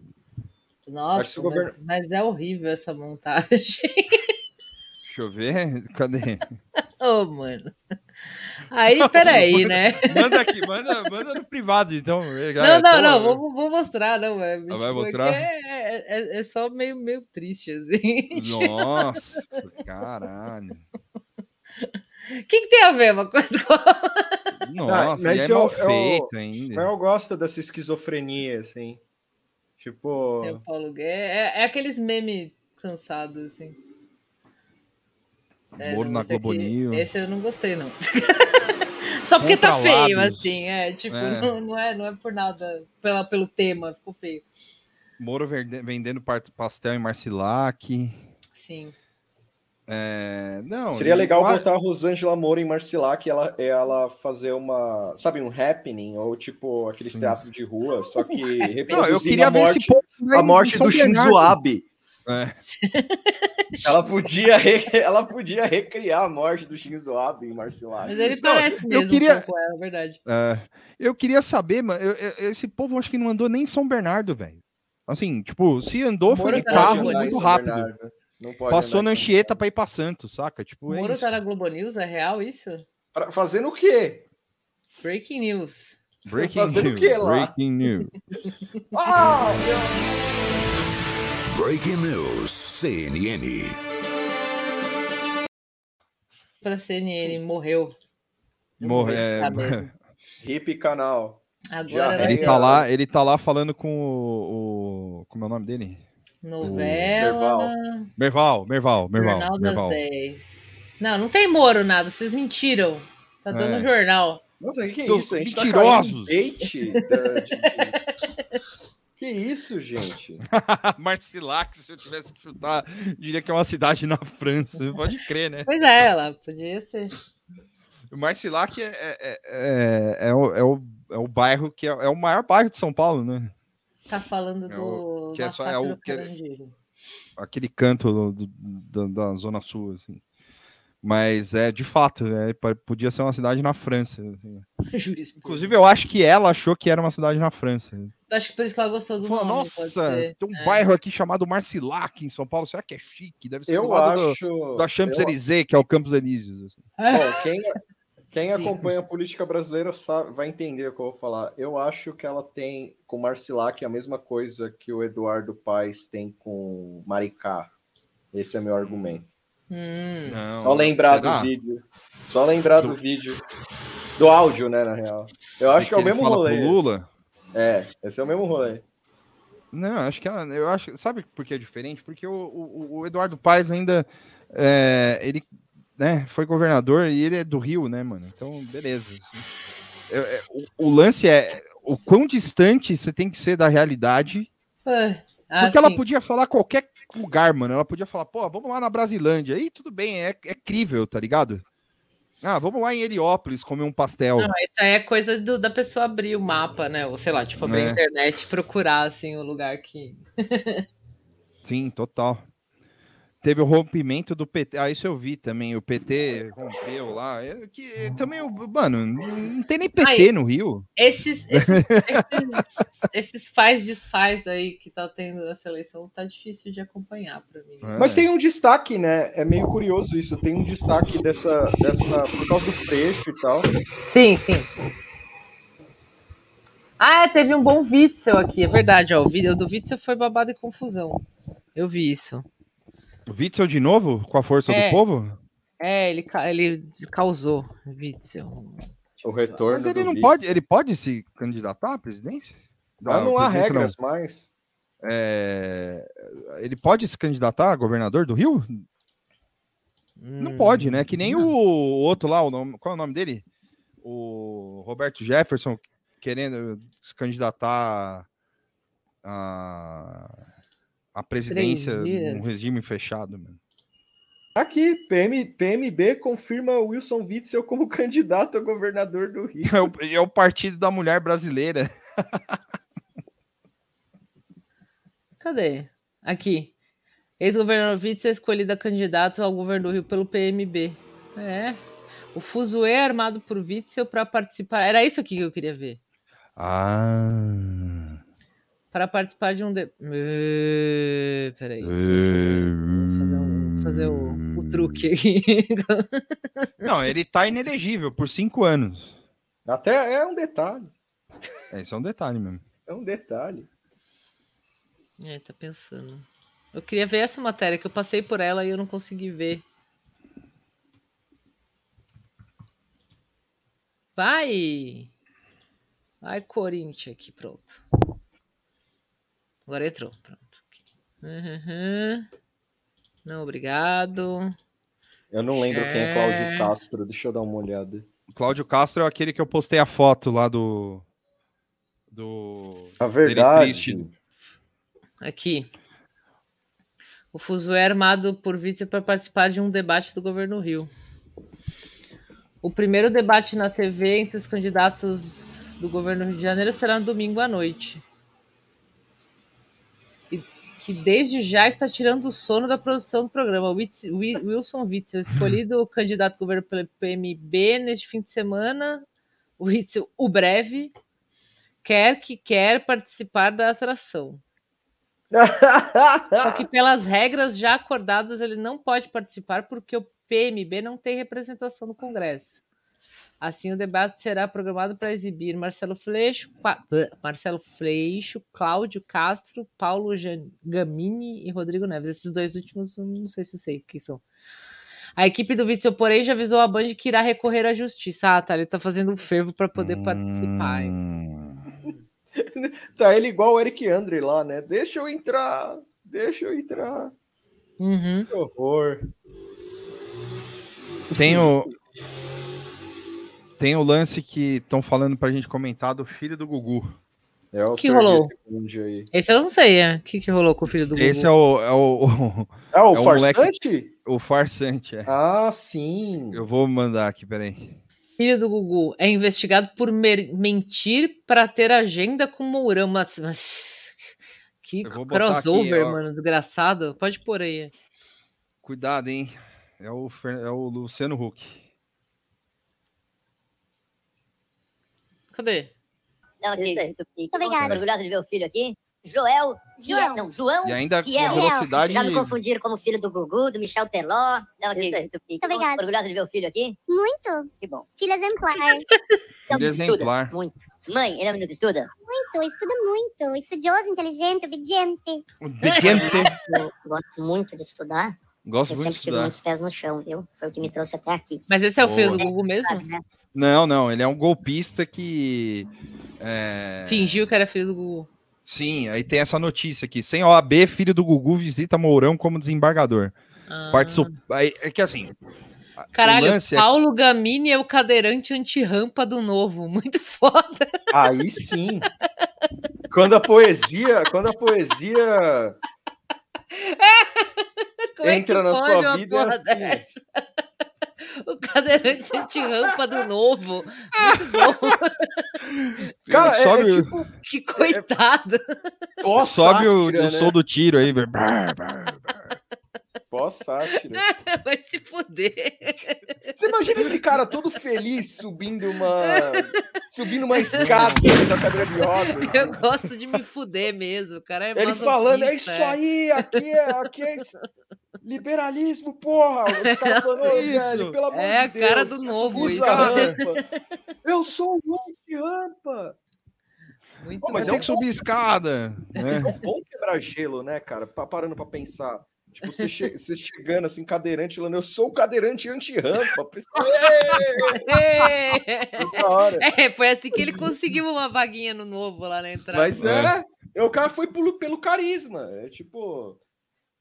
[SPEAKER 2] Nossa, mas, governo... mas, é horrível essa montagem. [LAUGHS] Deixa
[SPEAKER 1] eu ver. [LAUGHS] Cadê?
[SPEAKER 2] Ô, oh, mano. Aí, peraí, manda, né?
[SPEAKER 1] Manda aqui, manda, manda no privado, então.
[SPEAKER 2] Não, não, não, vou, vou mostrar, não. É,
[SPEAKER 1] ah, vai mostrar?
[SPEAKER 2] É, é, é, só meio, meio triste, assim.
[SPEAKER 1] Nossa, caralho.
[SPEAKER 2] O [LAUGHS] que, que, tem a ver uma coisa com
[SPEAKER 1] a... Nossa, mas é eu, mal feito
[SPEAKER 3] eu,
[SPEAKER 1] ainda.
[SPEAKER 3] Mas eu gosto dessa esquizofrenia, assim. Tipo.
[SPEAKER 2] É, Paulo Guedes, é, é aqueles memes cansados, assim.
[SPEAKER 1] É, Moro na Globo News.
[SPEAKER 2] Esse eu não gostei, não. [LAUGHS] Só porque Contra tá feio, lábios. assim. É, tipo, é. Não, não, é, não é por nada, pela, pelo tema, ficou feio.
[SPEAKER 1] Moro vendendo pastel em Marcilac.
[SPEAKER 2] Sim.
[SPEAKER 1] É, não,
[SPEAKER 3] Seria legal eu... botar a Rosângela Moura em Marcilac e ela, ela fazer uma, sabe, um happening, ou tipo aqueles teatros de rua, só que
[SPEAKER 1] [LAUGHS] não, eu queria a morte, ver
[SPEAKER 3] esse a morte do Shinzo Abe. É. [LAUGHS] ela, podia re... ela podia recriar a morte do Shinzo Abe em Marcilac.
[SPEAKER 2] Mas ele parece não, mesmo eu queria... um pouco, é verdade.
[SPEAKER 1] É, eu queria saber, mano, eu, eu, esse povo acho que não andou nem em São Bernardo, velho. Assim, tipo, se andou foi de carro muito
[SPEAKER 3] é
[SPEAKER 1] rápido. Bernardo. Passou na Anchieta para ir para Santos, saca? Tipo,
[SPEAKER 2] o Moro é tá na Globo News, é real isso?
[SPEAKER 3] Pra, fazendo o quê?
[SPEAKER 2] Breaking News. [LAUGHS]
[SPEAKER 1] Breaking fazendo news, o quê lá? Breaking [LAUGHS] News.
[SPEAKER 3] oh,
[SPEAKER 7] breaking News, CNN.
[SPEAKER 2] Pra CNN, morreu.
[SPEAKER 1] Morreu. [LAUGHS] É...
[SPEAKER 3] Hip canal.
[SPEAKER 2] Agora
[SPEAKER 1] ele, tá lá, ele tá lá falando com o, o como é o nome dele?
[SPEAKER 2] Novela.
[SPEAKER 1] Merval, Merval, Merval.
[SPEAKER 2] Jornal das 10. Não, não tem Moro nada, vocês mentiram. Tá dando é. jornal.
[SPEAKER 3] Nossa, que, que
[SPEAKER 1] São
[SPEAKER 3] é isso?
[SPEAKER 1] mentirosos. [LAUGHS]
[SPEAKER 3] Tá [LAUGHS] que isso, gente?
[SPEAKER 1] [LAUGHS] Marcilac, se eu tivesse que chutar, diria que é uma cidade na França. Pode crer, né?
[SPEAKER 2] Pois é, ela podia
[SPEAKER 1] [LAUGHS]
[SPEAKER 2] ser.
[SPEAKER 1] Marcilac é, é, é, é, o, é, o, é o bairro que é, é o maior bairro de São Paulo, né?
[SPEAKER 2] Tá falando do. É o,
[SPEAKER 1] que é só, é o que é, aquele canto do, do, da Zona Sul, assim. Mas é de fato, é, podia ser uma cidade na França. Assim. Inclusive, eu acho que ela achou que era uma cidade na França. Eu
[SPEAKER 2] acho que por isso que ela gostou do Falou, nome,
[SPEAKER 1] Nossa, tem
[SPEAKER 2] É.
[SPEAKER 1] um bairro aqui chamado Marcilac, em São Paulo. Será que é chique? Deve ser
[SPEAKER 3] eu
[SPEAKER 1] do lado
[SPEAKER 3] acho...
[SPEAKER 1] da Champs-Élysées, eu... que é o Campos Elíseos. Assim.
[SPEAKER 3] Bom, quem, Quem
[SPEAKER 2] [LAUGHS] Sim.
[SPEAKER 3] acompanha a política brasileira sabe, vai entender o que eu vou falar. Eu acho que ela tem com Marcilac a mesma coisa que o Eduardo Paes tem com Maricá. Esse é meu argumento.
[SPEAKER 2] Hum.
[SPEAKER 1] Não,
[SPEAKER 3] Só lembrar
[SPEAKER 1] será?
[SPEAKER 3] do vídeo. Só lembrar do vídeo. Do áudio, né, na real. Eu acho que é o
[SPEAKER 1] ele
[SPEAKER 3] mesmo
[SPEAKER 1] fala pro
[SPEAKER 3] rolê.
[SPEAKER 1] Lula.
[SPEAKER 3] É, esse é o mesmo rolê.
[SPEAKER 1] Não, acho que ela. Eu acho, sabe por que é diferente? Porque o, o, o Eduardo Paes ainda. é, ele né, foi governador e ele é do Rio, né, mano? Então, beleza. Eu- é, o, o lance é o quão distante você tem que ser da realidade.
[SPEAKER 2] Ah,
[SPEAKER 1] porque ela
[SPEAKER 2] sim.
[SPEAKER 1] podia falar qualquer lugar, mano. Ela podia falar, pô, vamos lá na Brasilândia. Aí tudo bem, é, é crível, tá ligado? Ah, vamos lá em Heliópolis comer um pastel.
[SPEAKER 2] Não, isso aí é coisa do- da pessoa abrir o mapa, né? Ou sei lá, tipo, abrir
[SPEAKER 1] É.
[SPEAKER 2] a internet e procurar, assim, o lugar que.
[SPEAKER 1] Sim, total. Teve o rompimento do PT. Ah, isso eu vi também. O PT rompeu lá. É que também, o- mano, não tem nem PT
[SPEAKER 2] Aí.
[SPEAKER 1] no Rio. [LAUGHS]
[SPEAKER 2] Esses, esses, esses, esses faz desfaz aí que tá tendo essa eleição tá difícil de acompanhar pra mim.
[SPEAKER 1] É. Ah.
[SPEAKER 3] Mas tem um destaque, né? É meio curioso isso. Tem um destaque dessa. dessa por causa do trecho e tal.
[SPEAKER 2] Sim, sim. Ah, é, teve um bom Witzel aqui, é verdade, ó. O vídeo do Witzel foi babado e confusão. Eu vi isso.
[SPEAKER 1] O Witzel de novo? Com a força
[SPEAKER 2] É.
[SPEAKER 1] do povo?
[SPEAKER 2] É, ele, ca- ele causou Witzel.
[SPEAKER 3] O retorno.
[SPEAKER 1] Mas ele
[SPEAKER 3] do
[SPEAKER 1] não
[SPEAKER 3] vídeo.
[SPEAKER 1] pode. Ele pode se candidatar à presidência?
[SPEAKER 3] Mas não
[SPEAKER 1] à
[SPEAKER 3] há
[SPEAKER 1] presidência, não.
[SPEAKER 3] regras mais.
[SPEAKER 1] É, Ele pode se candidatar a governador do Rio? Não
[SPEAKER 2] Hum.
[SPEAKER 1] pode, né? Que nem o outro lá, o nome, qual é o nome dele? O Roberto Jefferson querendo se candidatar a, a presidência
[SPEAKER 2] dias.
[SPEAKER 1] num regime fechado, mano.
[SPEAKER 3] Aqui, PM, PMB confirma Wilson Witzel como [LAUGHS] candidato a governador do Rio.
[SPEAKER 1] É o, é o partido da mulher brasileira.
[SPEAKER 2] Cadê? Aqui. Ex-governador Witzel é escolhida candidato ao governo do Rio pelo PMB. É. O fuzuê é armado por Witzel para participar. Era isso aqui que eu queria ver.
[SPEAKER 1] Ah.
[SPEAKER 2] Para participar de um. De... Eh, Peraí. deixa eu fazer um- Vou fazer
[SPEAKER 1] Hum.
[SPEAKER 2] o,
[SPEAKER 3] Hum.
[SPEAKER 2] o truque aqui.
[SPEAKER 1] Não, ele tá inelegível por cinco anos.
[SPEAKER 3] Até é um detalhe.
[SPEAKER 1] É, Esse é um detalhe mesmo.
[SPEAKER 3] É um detalhe.
[SPEAKER 2] é, tá pensando. Eu queria ver essa matéria, que eu passei por ela e eu não consegui ver. Vai! Vai, Corinthians, aqui, pronto. Agora entrou, pronto. aqui. Uhum. Não, obrigado.
[SPEAKER 3] Eu não lembro quem é
[SPEAKER 2] É.
[SPEAKER 3] Cláudio Castro, deixa eu dar uma olhada.
[SPEAKER 1] O Cláudio Castro é aquele que eu postei a foto lá do. Do.
[SPEAKER 3] A
[SPEAKER 1] dele
[SPEAKER 3] verdade.
[SPEAKER 1] triste.
[SPEAKER 2] Aqui. O Fuso é armado por vice para participar de um debate do governo Rio. O primeiro debate na TV entre os candidatos do governo Rio de Janeiro será no domingo à noite. E que desde já está tirando o sono da produção do programa. Witz- Wi- Wilson Witzel, escolhido o candidato do governo pelo PMB neste fim de semana. O Witzel, o breve, quer que quer participar da atração. Só
[SPEAKER 1] [LAUGHS]
[SPEAKER 2] que pelas regras já acordadas, ele não pode participar porque o PMB não tem representação no Congresso. Assim, o debate será programado para exibir Marcelo Fleixo, Qua- Bleh, Marcelo Fleixo, Cláudio Castro, Paulo Jan- Gamini e Rodrigo Neves. Esses dois últimos, eu não sei se eu sei quem são. A equipe do Vício, porém, já avisou a Band que irá recorrer à justiça. Ah, tá, ele tá fazendo um fervo para poder
[SPEAKER 1] Hum.
[SPEAKER 2] participar.
[SPEAKER 3] [LAUGHS] tá ele igual o Eric Andre lá, né? Deixa eu entrar, deixa eu entrar.
[SPEAKER 2] Uhum.
[SPEAKER 3] Que horror.
[SPEAKER 1] Tem o. Tem o lance que estão falando pra gente comentar do filho do Gugu.
[SPEAKER 3] É o
[SPEAKER 2] Que
[SPEAKER 3] perdi
[SPEAKER 2] rolou?
[SPEAKER 3] esse bonde aí.
[SPEAKER 2] Esse eu não sei, é. O que, que rolou com o filho do Gugu?
[SPEAKER 1] Esse é o, [LAUGHS] é o,
[SPEAKER 3] É o
[SPEAKER 1] É um moleque-
[SPEAKER 3] farsante?
[SPEAKER 1] o, farsante. é.
[SPEAKER 3] Ah, sim.
[SPEAKER 1] Eu vou mandar aqui, peraí.
[SPEAKER 2] filho do Gugu é investigado por mer- mentir para ter agenda com Mourão. Mas, mas- que
[SPEAKER 1] Eu vou botar
[SPEAKER 2] crossover,
[SPEAKER 1] aqui, ó.
[SPEAKER 2] mano, desgraçado. Pode pôr aí.
[SPEAKER 1] Cuidado, hein? É o, Fer- é o Luciano Huck.
[SPEAKER 2] Cadê?
[SPEAKER 8] Não, aqui.
[SPEAKER 6] Perfeito.
[SPEAKER 8] Muito
[SPEAKER 6] Obrigada.
[SPEAKER 8] Tá orgulhosa de ver o filho aqui. Joel, Joel,
[SPEAKER 9] Joel.
[SPEAKER 8] não, João
[SPEAKER 1] E ainda com
[SPEAKER 8] Fiel.
[SPEAKER 1] velocidade.
[SPEAKER 8] Já me confundiram como filho do Gugu, do Michel Teló. Não, aqui,
[SPEAKER 6] Isso aí.
[SPEAKER 8] do-
[SPEAKER 9] Muito obrigada.
[SPEAKER 8] Orgulhosa de ver o filho aqui?
[SPEAKER 9] Muito.
[SPEAKER 8] Que bom.
[SPEAKER 9] Filho exemplar. [LAUGHS]
[SPEAKER 2] é
[SPEAKER 8] Então,
[SPEAKER 1] Filho
[SPEAKER 8] estuda.
[SPEAKER 1] exemplar.
[SPEAKER 8] Muito. Mãe, ele é um menino que estuda?
[SPEAKER 9] Muito. Estuda muito. Estudioso, inteligente, obediente.
[SPEAKER 1] Obediente.
[SPEAKER 8] Eu gosto muito de estudar.
[SPEAKER 1] Gosto
[SPEAKER 8] Eu
[SPEAKER 1] muito de
[SPEAKER 8] sempre tive
[SPEAKER 1] estudar.
[SPEAKER 8] muitos pés no chão, viu? Foi o que me trouxe até aqui.
[SPEAKER 2] Mas esse é o filho do
[SPEAKER 1] Boa.
[SPEAKER 2] Gugu mesmo?
[SPEAKER 8] Sabe, né?
[SPEAKER 1] Não, não, ele é um golpista que. é,
[SPEAKER 2] Fingiu que era filho do Gugu.
[SPEAKER 1] Sim, aí tem essa notícia aqui. Sem OAB, filho do Gugu visita Mourão como desembargador.
[SPEAKER 2] Ah.
[SPEAKER 1] Participa. aí- É que assim. a- o
[SPEAKER 2] Caralho,
[SPEAKER 1] lance é-
[SPEAKER 2] Paulo Gamini é o cadeirante anti-rampa do novo. Muito foda.
[SPEAKER 3] Aí sim. Quando a poesia, quando a poesia
[SPEAKER 2] Como é que
[SPEAKER 3] Entra na
[SPEAKER 2] pode
[SPEAKER 3] sua
[SPEAKER 2] uma
[SPEAKER 3] vida
[SPEAKER 2] porra
[SPEAKER 3] assim, ó.
[SPEAKER 2] dessa? [LAUGHS] O cadeirante anti-rampa do novo. Muito bom.
[SPEAKER 3] Cara, é,
[SPEAKER 1] sobe,
[SPEAKER 3] é
[SPEAKER 1] o-
[SPEAKER 3] tipo
[SPEAKER 2] Que coitado.
[SPEAKER 3] pó
[SPEAKER 1] sobe o,
[SPEAKER 3] sátira,
[SPEAKER 1] o
[SPEAKER 3] né?
[SPEAKER 1] som do tiro aí. brr, brr, brr.
[SPEAKER 3] Pó sátira.
[SPEAKER 2] [LAUGHS] Vai se fuder.
[SPEAKER 3] Você imagina esse cara todo feliz subindo uma subindo uma escada da cadeira de rodas.
[SPEAKER 2] [LAUGHS] Eu gosto de me fuder mesmo. O cara é
[SPEAKER 3] Ele falando, é isso
[SPEAKER 2] masoquista, é. [LAUGHS]
[SPEAKER 3] aí, aqui é, aqui é isso- liberalismo, porra. Os
[SPEAKER 2] [LAUGHS]
[SPEAKER 3] caras falando, "Ô,
[SPEAKER 1] Isso.
[SPEAKER 3] velho, pelo amor
[SPEAKER 2] É
[SPEAKER 3] de
[SPEAKER 2] a cara
[SPEAKER 3] Deus,
[SPEAKER 2] do novo,
[SPEAKER 3] usa
[SPEAKER 2] isso. né? é
[SPEAKER 3] rampa.
[SPEAKER 2] [LAUGHS]
[SPEAKER 3] Eu sou um o anti-rampa.
[SPEAKER 2] Muito
[SPEAKER 1] Mas
[SPEAKER 3] Pô, Mas um
[SPEAKER 2] bom.
[SPEAKER 1] tem que subir escada.
[SPEAKER 2] [LAUGHS]
[SPEAKER 1] Né?
[SPEAKER 3] É bom quebrar gelo, né, cara? Pa- Parando pra pensar. Tipo, você, che- você chegando assim, cadeirante, falando, eu sou o cadeirante anti-rampa. Por isso que
[SPEAKER 2] Ê!
[SPEAKER 3] é da hora.
[SPEAKER 2] É, foi assim que ele conseguiu uma vaguinha no novo lá na entrada.
[SPEAKER 3] Mas é. é, o cara foi pelo, pelo carisma. É tipo.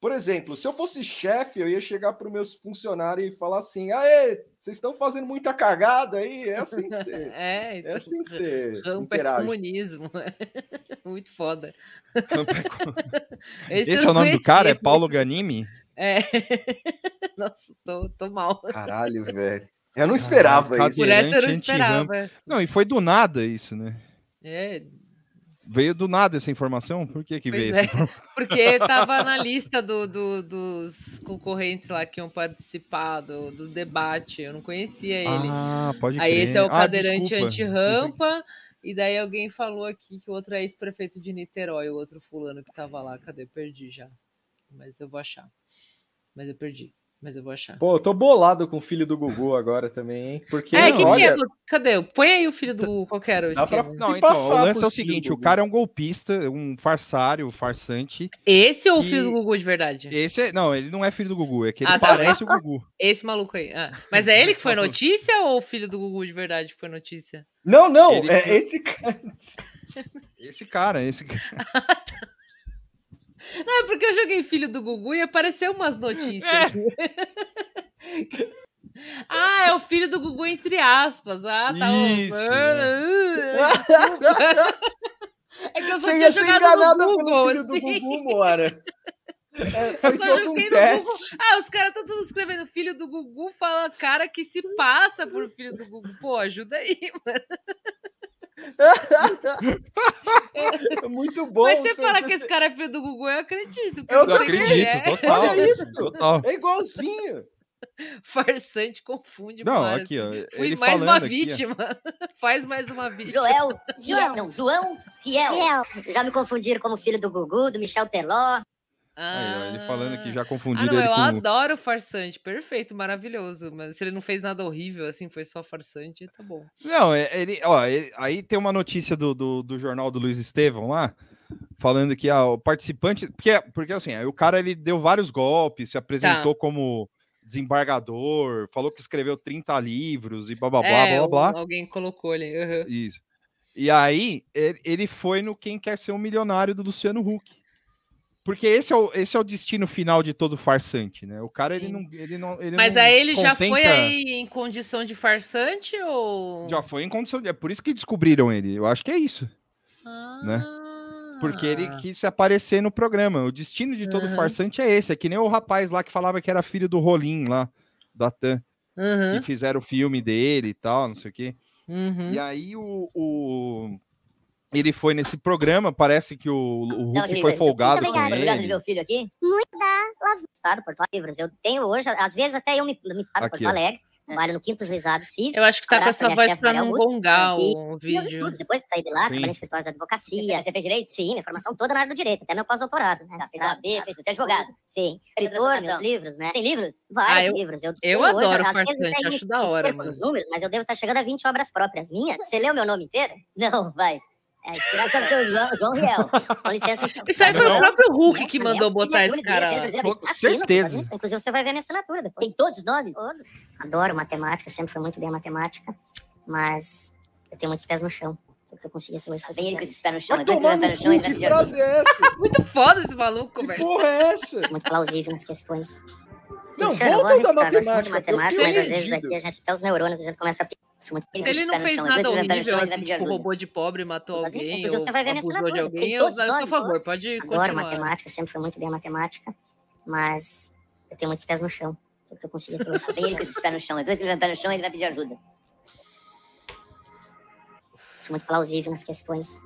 [SPEAKER 3] Por exemplo, se eu fosse chefe, eu ia chegar para os meus funcionários e falar assim: aê, vocês estão fazendo muita cagada aí. É assim que você.
[SPEAKER 2] [LAUGHS] É,
[SPEAKER 3] É
[SPEAKER 2] então,
[SPEAKER 3] assim que você
[SPEAKER 2] rampa é
[SPEAKER 3] interage.
[SPEAKER 2] comunismo. né? [LAUGHS] Muito foda.
[SPEAKER 1] é
[SPEAKER 2] [LAUGHS]
[SPEAKER 1] Esse,
[SPEAKER 2] eu
[SPEAKER 1] é o
[SPEAKER 2] não
[SPEAKER 1] nome do cara? É
[SPEAKER 2] conhecia.
[SPEAKER 1] Paulo Ganimi?
[SPEAKER 2] É. [LAUGHS] Nossa, tô, tô mal.
[SPEAKER 3] Caralho, velho. Eu não esperava
[SPEAKER 1] Caralho,
[SPEAKER 3] isso.
[SPEAKER 2] Por essa eu não
[SPEAKER 1] Anti-rampa.
[SPEAKER 2] esperava.
[SPEAKER 1] Não, e foi do nada isso, né?
[SPEAKER 2] É,
[SPEAKER 1] Veio do nada essa informação? Por que, que
[SPEAKER 2] Pois
[SPEAKER 1] veio?
[SPEAKER 2] é,
[SPEAKER 1] essa informação?
[SPEAKER 2] porque tava na lista do, do- dos concorrentes lá que iam participar do, do debate. Eu não conhecia ele.
[SPEAKER 1] Ah, pode
[SPEAKER 2] Aí
[SPEAKER 1] crer.
[SPEAKER 2] esse é o
[SPEAKER 1] Ah,
[SPEAKER 2] cadeirante
[SPEAKER 1] desculpa.
[SPEAKER 2] anti-rampa. E daí alguém falou aqui que o outro é ex-prefeito de Niterói, o outro fulano que tava lá. Cadê? Perdi já. Mas eu vou achar. Mas eu perdi. Mas eu vou achar.
[SPEAKER 3] Pô, eu tô bolado com o filho do Gugu agora também, hein? Porque.
[SPEAKER 2] é,
[SPEAKER 1] não,
[SPEAKER 2] que
[SPEAKER 3] olha,
[SPEAKER 2] que é? Cadê? Põe aí o filho do qualquer
[SPEAKER 3] Dá pra-
[SPEAKER 2] esquema.
[SPEAKER 1] Não, então,
[SPEAKER 3] Se
[SPEAKER 1] o
[SPEAKER 3] passar
[SPEAKER 1] lance é o
[SPEAKER 3] por
[SPEAKER 1] seguinte:
[SPEAKER 3] cima,
[SPEAKER 1] o cara é um golpista, um farsário, farsante.
[SPEAKER 2] Esse ou o filho do
[SPEAKER 1] que-
[SPEAKER 2] Gugu de verdade?
[SPEAKER 1] Esse é, não, ele não é filho do Gugu, é que ele
[SPEAKER 2] Ah, tá.
[SPEAKER 1] parece o Gugu.
[SPEAKER 2] Esse maluco aí. Ah, mas é ele que foi notícia ou o filho do Gugu de verdade que foi notícia?
[SPEAKER 3] Não, não,
[SPEAKER 1] Ele-
[SPEAKER 3] é esse cara.
[SPEAKER 1] Esse cara,
[SPEAKER 2] [LAUGHS]
[SPEAKER 1] esse cara.
[SPEAKER 2] Não, é porque eu joguei filho do Gugu e apareceu umas
[SPEAKER 3] É.
[SPEAKER 2] notícias. [LAUGHS] ah, é o filho do Gugu entre aspas. Ah, tá. bom.
[SPEAKER 1] Isso,
[SPEAKER 3] [LAUGHS]
[SPEAKER 2] É que eu só
[SPEAKER 3] né? Você
[SPEAKER 2] tinha
[SPEAKER 3] ia ser
[SPEAKER 2] jogado
[SPEAKER 3] enganada
[SPEAKER 2] no
[SPEAKER 3] pelo
[SPEAKER 2] Google,
[SPEAKER 3] filho do
[SPEAKER 2] assim.
[SPEAKER 3] Gugu, Moara. É, foi
[SPEAKER 2] só
[SPEAKER 3] todo
[SPEAKER 2] joguei
[SPEAKER 3] um
[SPEAKER 2] no
[SPEAKER 3] teste.
[SPEAKER 2] Ah, os caras estão todos escrevendo filho do Gugu, fala cara que se passa por filho do Gugu. Pô, ajuda aí,
[SPEAKER 1] [LAUGHS]
[SPEAKER 3] É muito bom.
[SPEAKER 2] Mas você
[SPEAKER 3] você-
[SPEAKER 2] fala
[SPEAKER 3] você-
[SPEAKER 2] que esse cara é filho do Gugu, eu acredito. porque
[SPEAKER 3] Eu
[SPEAKER 2] sei
[SPEAKER 1] Eu
[SPEAKER 3] Não
[SPEAKER 2] quem
[SPEAKER 1] acredito,
[SPEAKER 2] é.
[SPEAKER 1] total.
[SPEAKER 3] Olha isso.
[SPEAKER 1] Total.
[SPEAKER 3] É igualzinho.
[SPEAKER 2] [LAUGHS] Farsante confunde
[SPEAKER 1] Não,
[SPEAKER 2] Mara.
[SPEAKER 1] aqui, ó.
[SPEAKER 2] Fui
[SPEAKER 1] ele
[SPEAKER 2] mais uma
[SPEAKER 1] falando aqui, ó.
[SPEAKER 2] vítima. [LAUGHS] Faz mais uma vítima.
[SPEAKER 8] Joel, Joel,
[SPEAKER 9] Joel.
[SPEAKER 8] não, João Fiel.
[SPEAKER 9] Fiel.
[SPEAKER 8] Já me confundiram como filho do Gugu, do Michel Teló.
[SPEAKER 1] Aí, ó, ele falando aqui, já
[SPEAKER 2] Ah,
[SPEAKER 1] confundiram
[SPEAKER 2] não,
[SPEAKER 1] ele
[SPEAKER 2] eu
[SPEAKER 1] com.
[SPEAKER 2] adoro o farsante. Perfeito, maravilhoso. Mas se ele não fez nada horrível, assim, foi só farsante, tá bom.
[SPEAKER 1] Não, é- ele, ó, ele- aí tem uma notícia do, do, do jornal do Luiz Estevão lá, falando que ah, o participante. Porque, porque assim, aí o cara ele deu vários
[SPEAKER 2] Tá.
[SPEAKER 1] golpes, se apresentou como desembargador, falou que escreveu 30 livros e blá blá blá
[SPEAKER 2] É,
[SPEAKER 1] blá
[SPEAKER 2] o-
[SPEAKER 1] blá.
[SPEAKER 2] Alguém colocou ele. aham.
[SPEAKER 1] Isso. E aí, ele, ele foi no Quem Quer Ser um Milionário do Luciano Huck. Porque esse é o, esse é o destino final de todo farsante, né? O cara, ele
[SPEAKER 2] Sim.
[SPEAKER 1] não, ele não. Ele
[SPEAKER 2] Mas
[SPEAKER 1] não
[SPEAKER 2] aí ele
[SPEAKER 1] se
[SPEAKER 2] já foi
[SPEAKER 1] contenta-
[SPEAKER 2] aí em condição de farsante ou.
[SPEAKER 1] Já foi em condição de. É por isso que descobriram ele. Eu acho que é isso. né? Porque ele
[SPEAKER 2] Ah.
[SPEAKER 1] quis se aparecer no programa. O destino de todo
[SPEAKER 2] Aham.
[SPEAKER 1] farsante é esse. É que nem o rapaz lá que falava que era filho do Rolim lá, da TAM,
[SPEAKER 2] Aham,
[SPEAKER 1] que fizeram o filme dele e tal, não sei o quê.
[SPEAKER 2] uhum.
[SPEAKER 1] E aí o, o- Ele foi nesse programa, parece que o, o
[SPEAKER 8] Não,
[SPEAKER 1] Hulk
[SPEAKER 8] querida,
[SPEAKER 1] foi folgado
[SPEAKER 8] Ah, muito
[SPEAKER 1] com
[SPEAKER 8] obrigada. Obrigado de ver
[SPEAKER 1] ele.
[SPEAKER 8] o filho aqui.
[SPEAKER 9] Muito da.
[SPEAKER 8] Estado, Porto Alegre. Eu tenho hoje, às vezes até eu me, me paro em
[SPEAKER 1] Aqui,
[SPEAKER 8] Porto
[SPEAKER 1] ó.
[SPEAKER 8] Alegre. Trabalho no quinto juizado civil.
[SPEAKER 2] Eu acho que tá com
[SPEAKER 8] Abraço,
[SPEAKER 2] essa
[SPEAKER 8] minha
[SPEAKER 2] voz
[SPEAKER 8] chefe,
[SPEAKER 2] pra
[SPEAKER 8] Maria
[SPEAKER 2] não
[SPEAKER 8] Augusta,
[SPEAKER 2] gongar
[SPEAKER 8] e
[SPEAKER 2] o
[SPEAKER 8] Meus
[SPEAKER 2] vídeo.
[SPEAKER 8] estudos, depois de sair de lá, trabalhei
[SPEAKER 1] Sim.
[SPEAKER 8] no escritório de advocacia. Você fez direito? Sim, minha formação toda na área do direito, até meu pós-doutorado. Né? Fiz OAB, fiz você é advogado. Sim. Escritor, meus livros, né? Tem livros? Vários
[SPEAKER 2] Ah, eu-
[SPEAKER 8] livros. Eu,
[SPEAKER 2] Eu
[SPEAKER 8] tenho hoje,
[SPEAKER 2] adoro
[SPEAKER 8] às vezes,
[SPEAKER 2] farsante,
[SPEAKER 8] tem
[SPEAKER 2] acho da hora,
[SPEAKER 8] perco
[SPEAKER 2] mano.
[SPEAKER 8] os números, mas eu devo estar chegando a 20 obras próprias minhas. Você leu meu nome inteiro? Não, vai. É, inspiração do seu João, João Riel. Com licença, então.
[SPEAKER 2] Isso aí foi o
[SPEAKER 1] Não.
[SPEAKER 2] próprio Hulk
[SPEAKER 8] Né?
[SPEAKER 2] que
[SPEAKER 8] Daniel,
[SPEAKER 2] mandou botar
[SPEAKER 8] Daniel,
[SPEAKER 2] esse cara lá.
[SPEAKER 8] Daniel, Daniel,
[SPEAKER 1] Com
[SPEAKER 8] assina,
[SPEAKER 1] certeza.
[SPEAKER 8] Assim, faz isso. Inclusive, você vai ver a minha assinatura depois. Tem todos os nomes? Adoro matemática, sempre foi muito bem a matemática, mas eu tenho muitos pés no chão. O que eu consegui até hoje. Vem ele com esses pés no chão, tá
[SPEAKER 3] Vai tomar no cu, que frase é essa?
[SPEAKER 2] Muito [LAUGHS] foda esse maluco,
[SPEAKER 3] Que
[SPEAKER 2] velho.
[SPEAKER 3] porra é essa?
[SPEAKER 8] Muito plausível nas questões.
[SPEAKER 3] Não,
[SPEAKER 8] Isso eu vou
[SPEAKER 3] volta da
[SPEAKER 8] arriscar, eu gosto muito de
[SPEAKER 3] matemática, porque eu
[SPEAKER 8] matemática,
[SPEAKER 3] fiquei
[SPEAKER 8] mas às vezes
[SPEAKER 3] perdido.
[SPEAKER 8] aqui a gente, até os neurônios, a gente começa a... Sou muito-
[SPEAKER 2] Se ele
[SPEAKER 8] esses
[SPEAKER 2] não
[SPEAKER 8] pés no
[SPEAKER 2] fez
[SPEAKER 8] chão, às
[SPEAKER 2] nada
[SPEAKER 8] vezes ele vai pé no
[SPEAKER 2] horrível,
[SPEAKER 8] chão, ele vai
[SPEAKER 2] assim,
[SPEAKER 8] pedir
[SPEAKER 2] tipo,
[SPEAKER 8] ajuda.
[SPEAKER 2] roubou de pobre, matou
[SPEAKER 8] Mas,
[SPEAKER 2] alguém,
[SPEAKER 8] inclusive,
[SPEAKER 2] ou
[SPEAKER 8] você vai ver nessa
[SPEAKER 2] abusou de
[SPEAKER 8] natureza,
[SPEAKER 2] alguém,
[SPEAKER 8] tem
[SPEAKER 2] eu,
[SPEAKER 8] todos
[SPEAKER 2] eu sou a
[SPEAKER 8] nós, todos.
[SPEAKER 2] favor, pode
[SPEAKER 8] Adoro
[SPEAKER 2] continuar.
[SPEAKER 8] matemática, sempre foi muito bem a matemática, mas eu tenho muitos pés no chão. O que eu consegui até
[SPEAKER 2] [LAUGHS]
[SPEAKER 8] hoje. Vem ele com esses pés no chão. Depois que ele vai pé tá no chão, ele vai pedir ajuda. Sou muito plausível nas questões.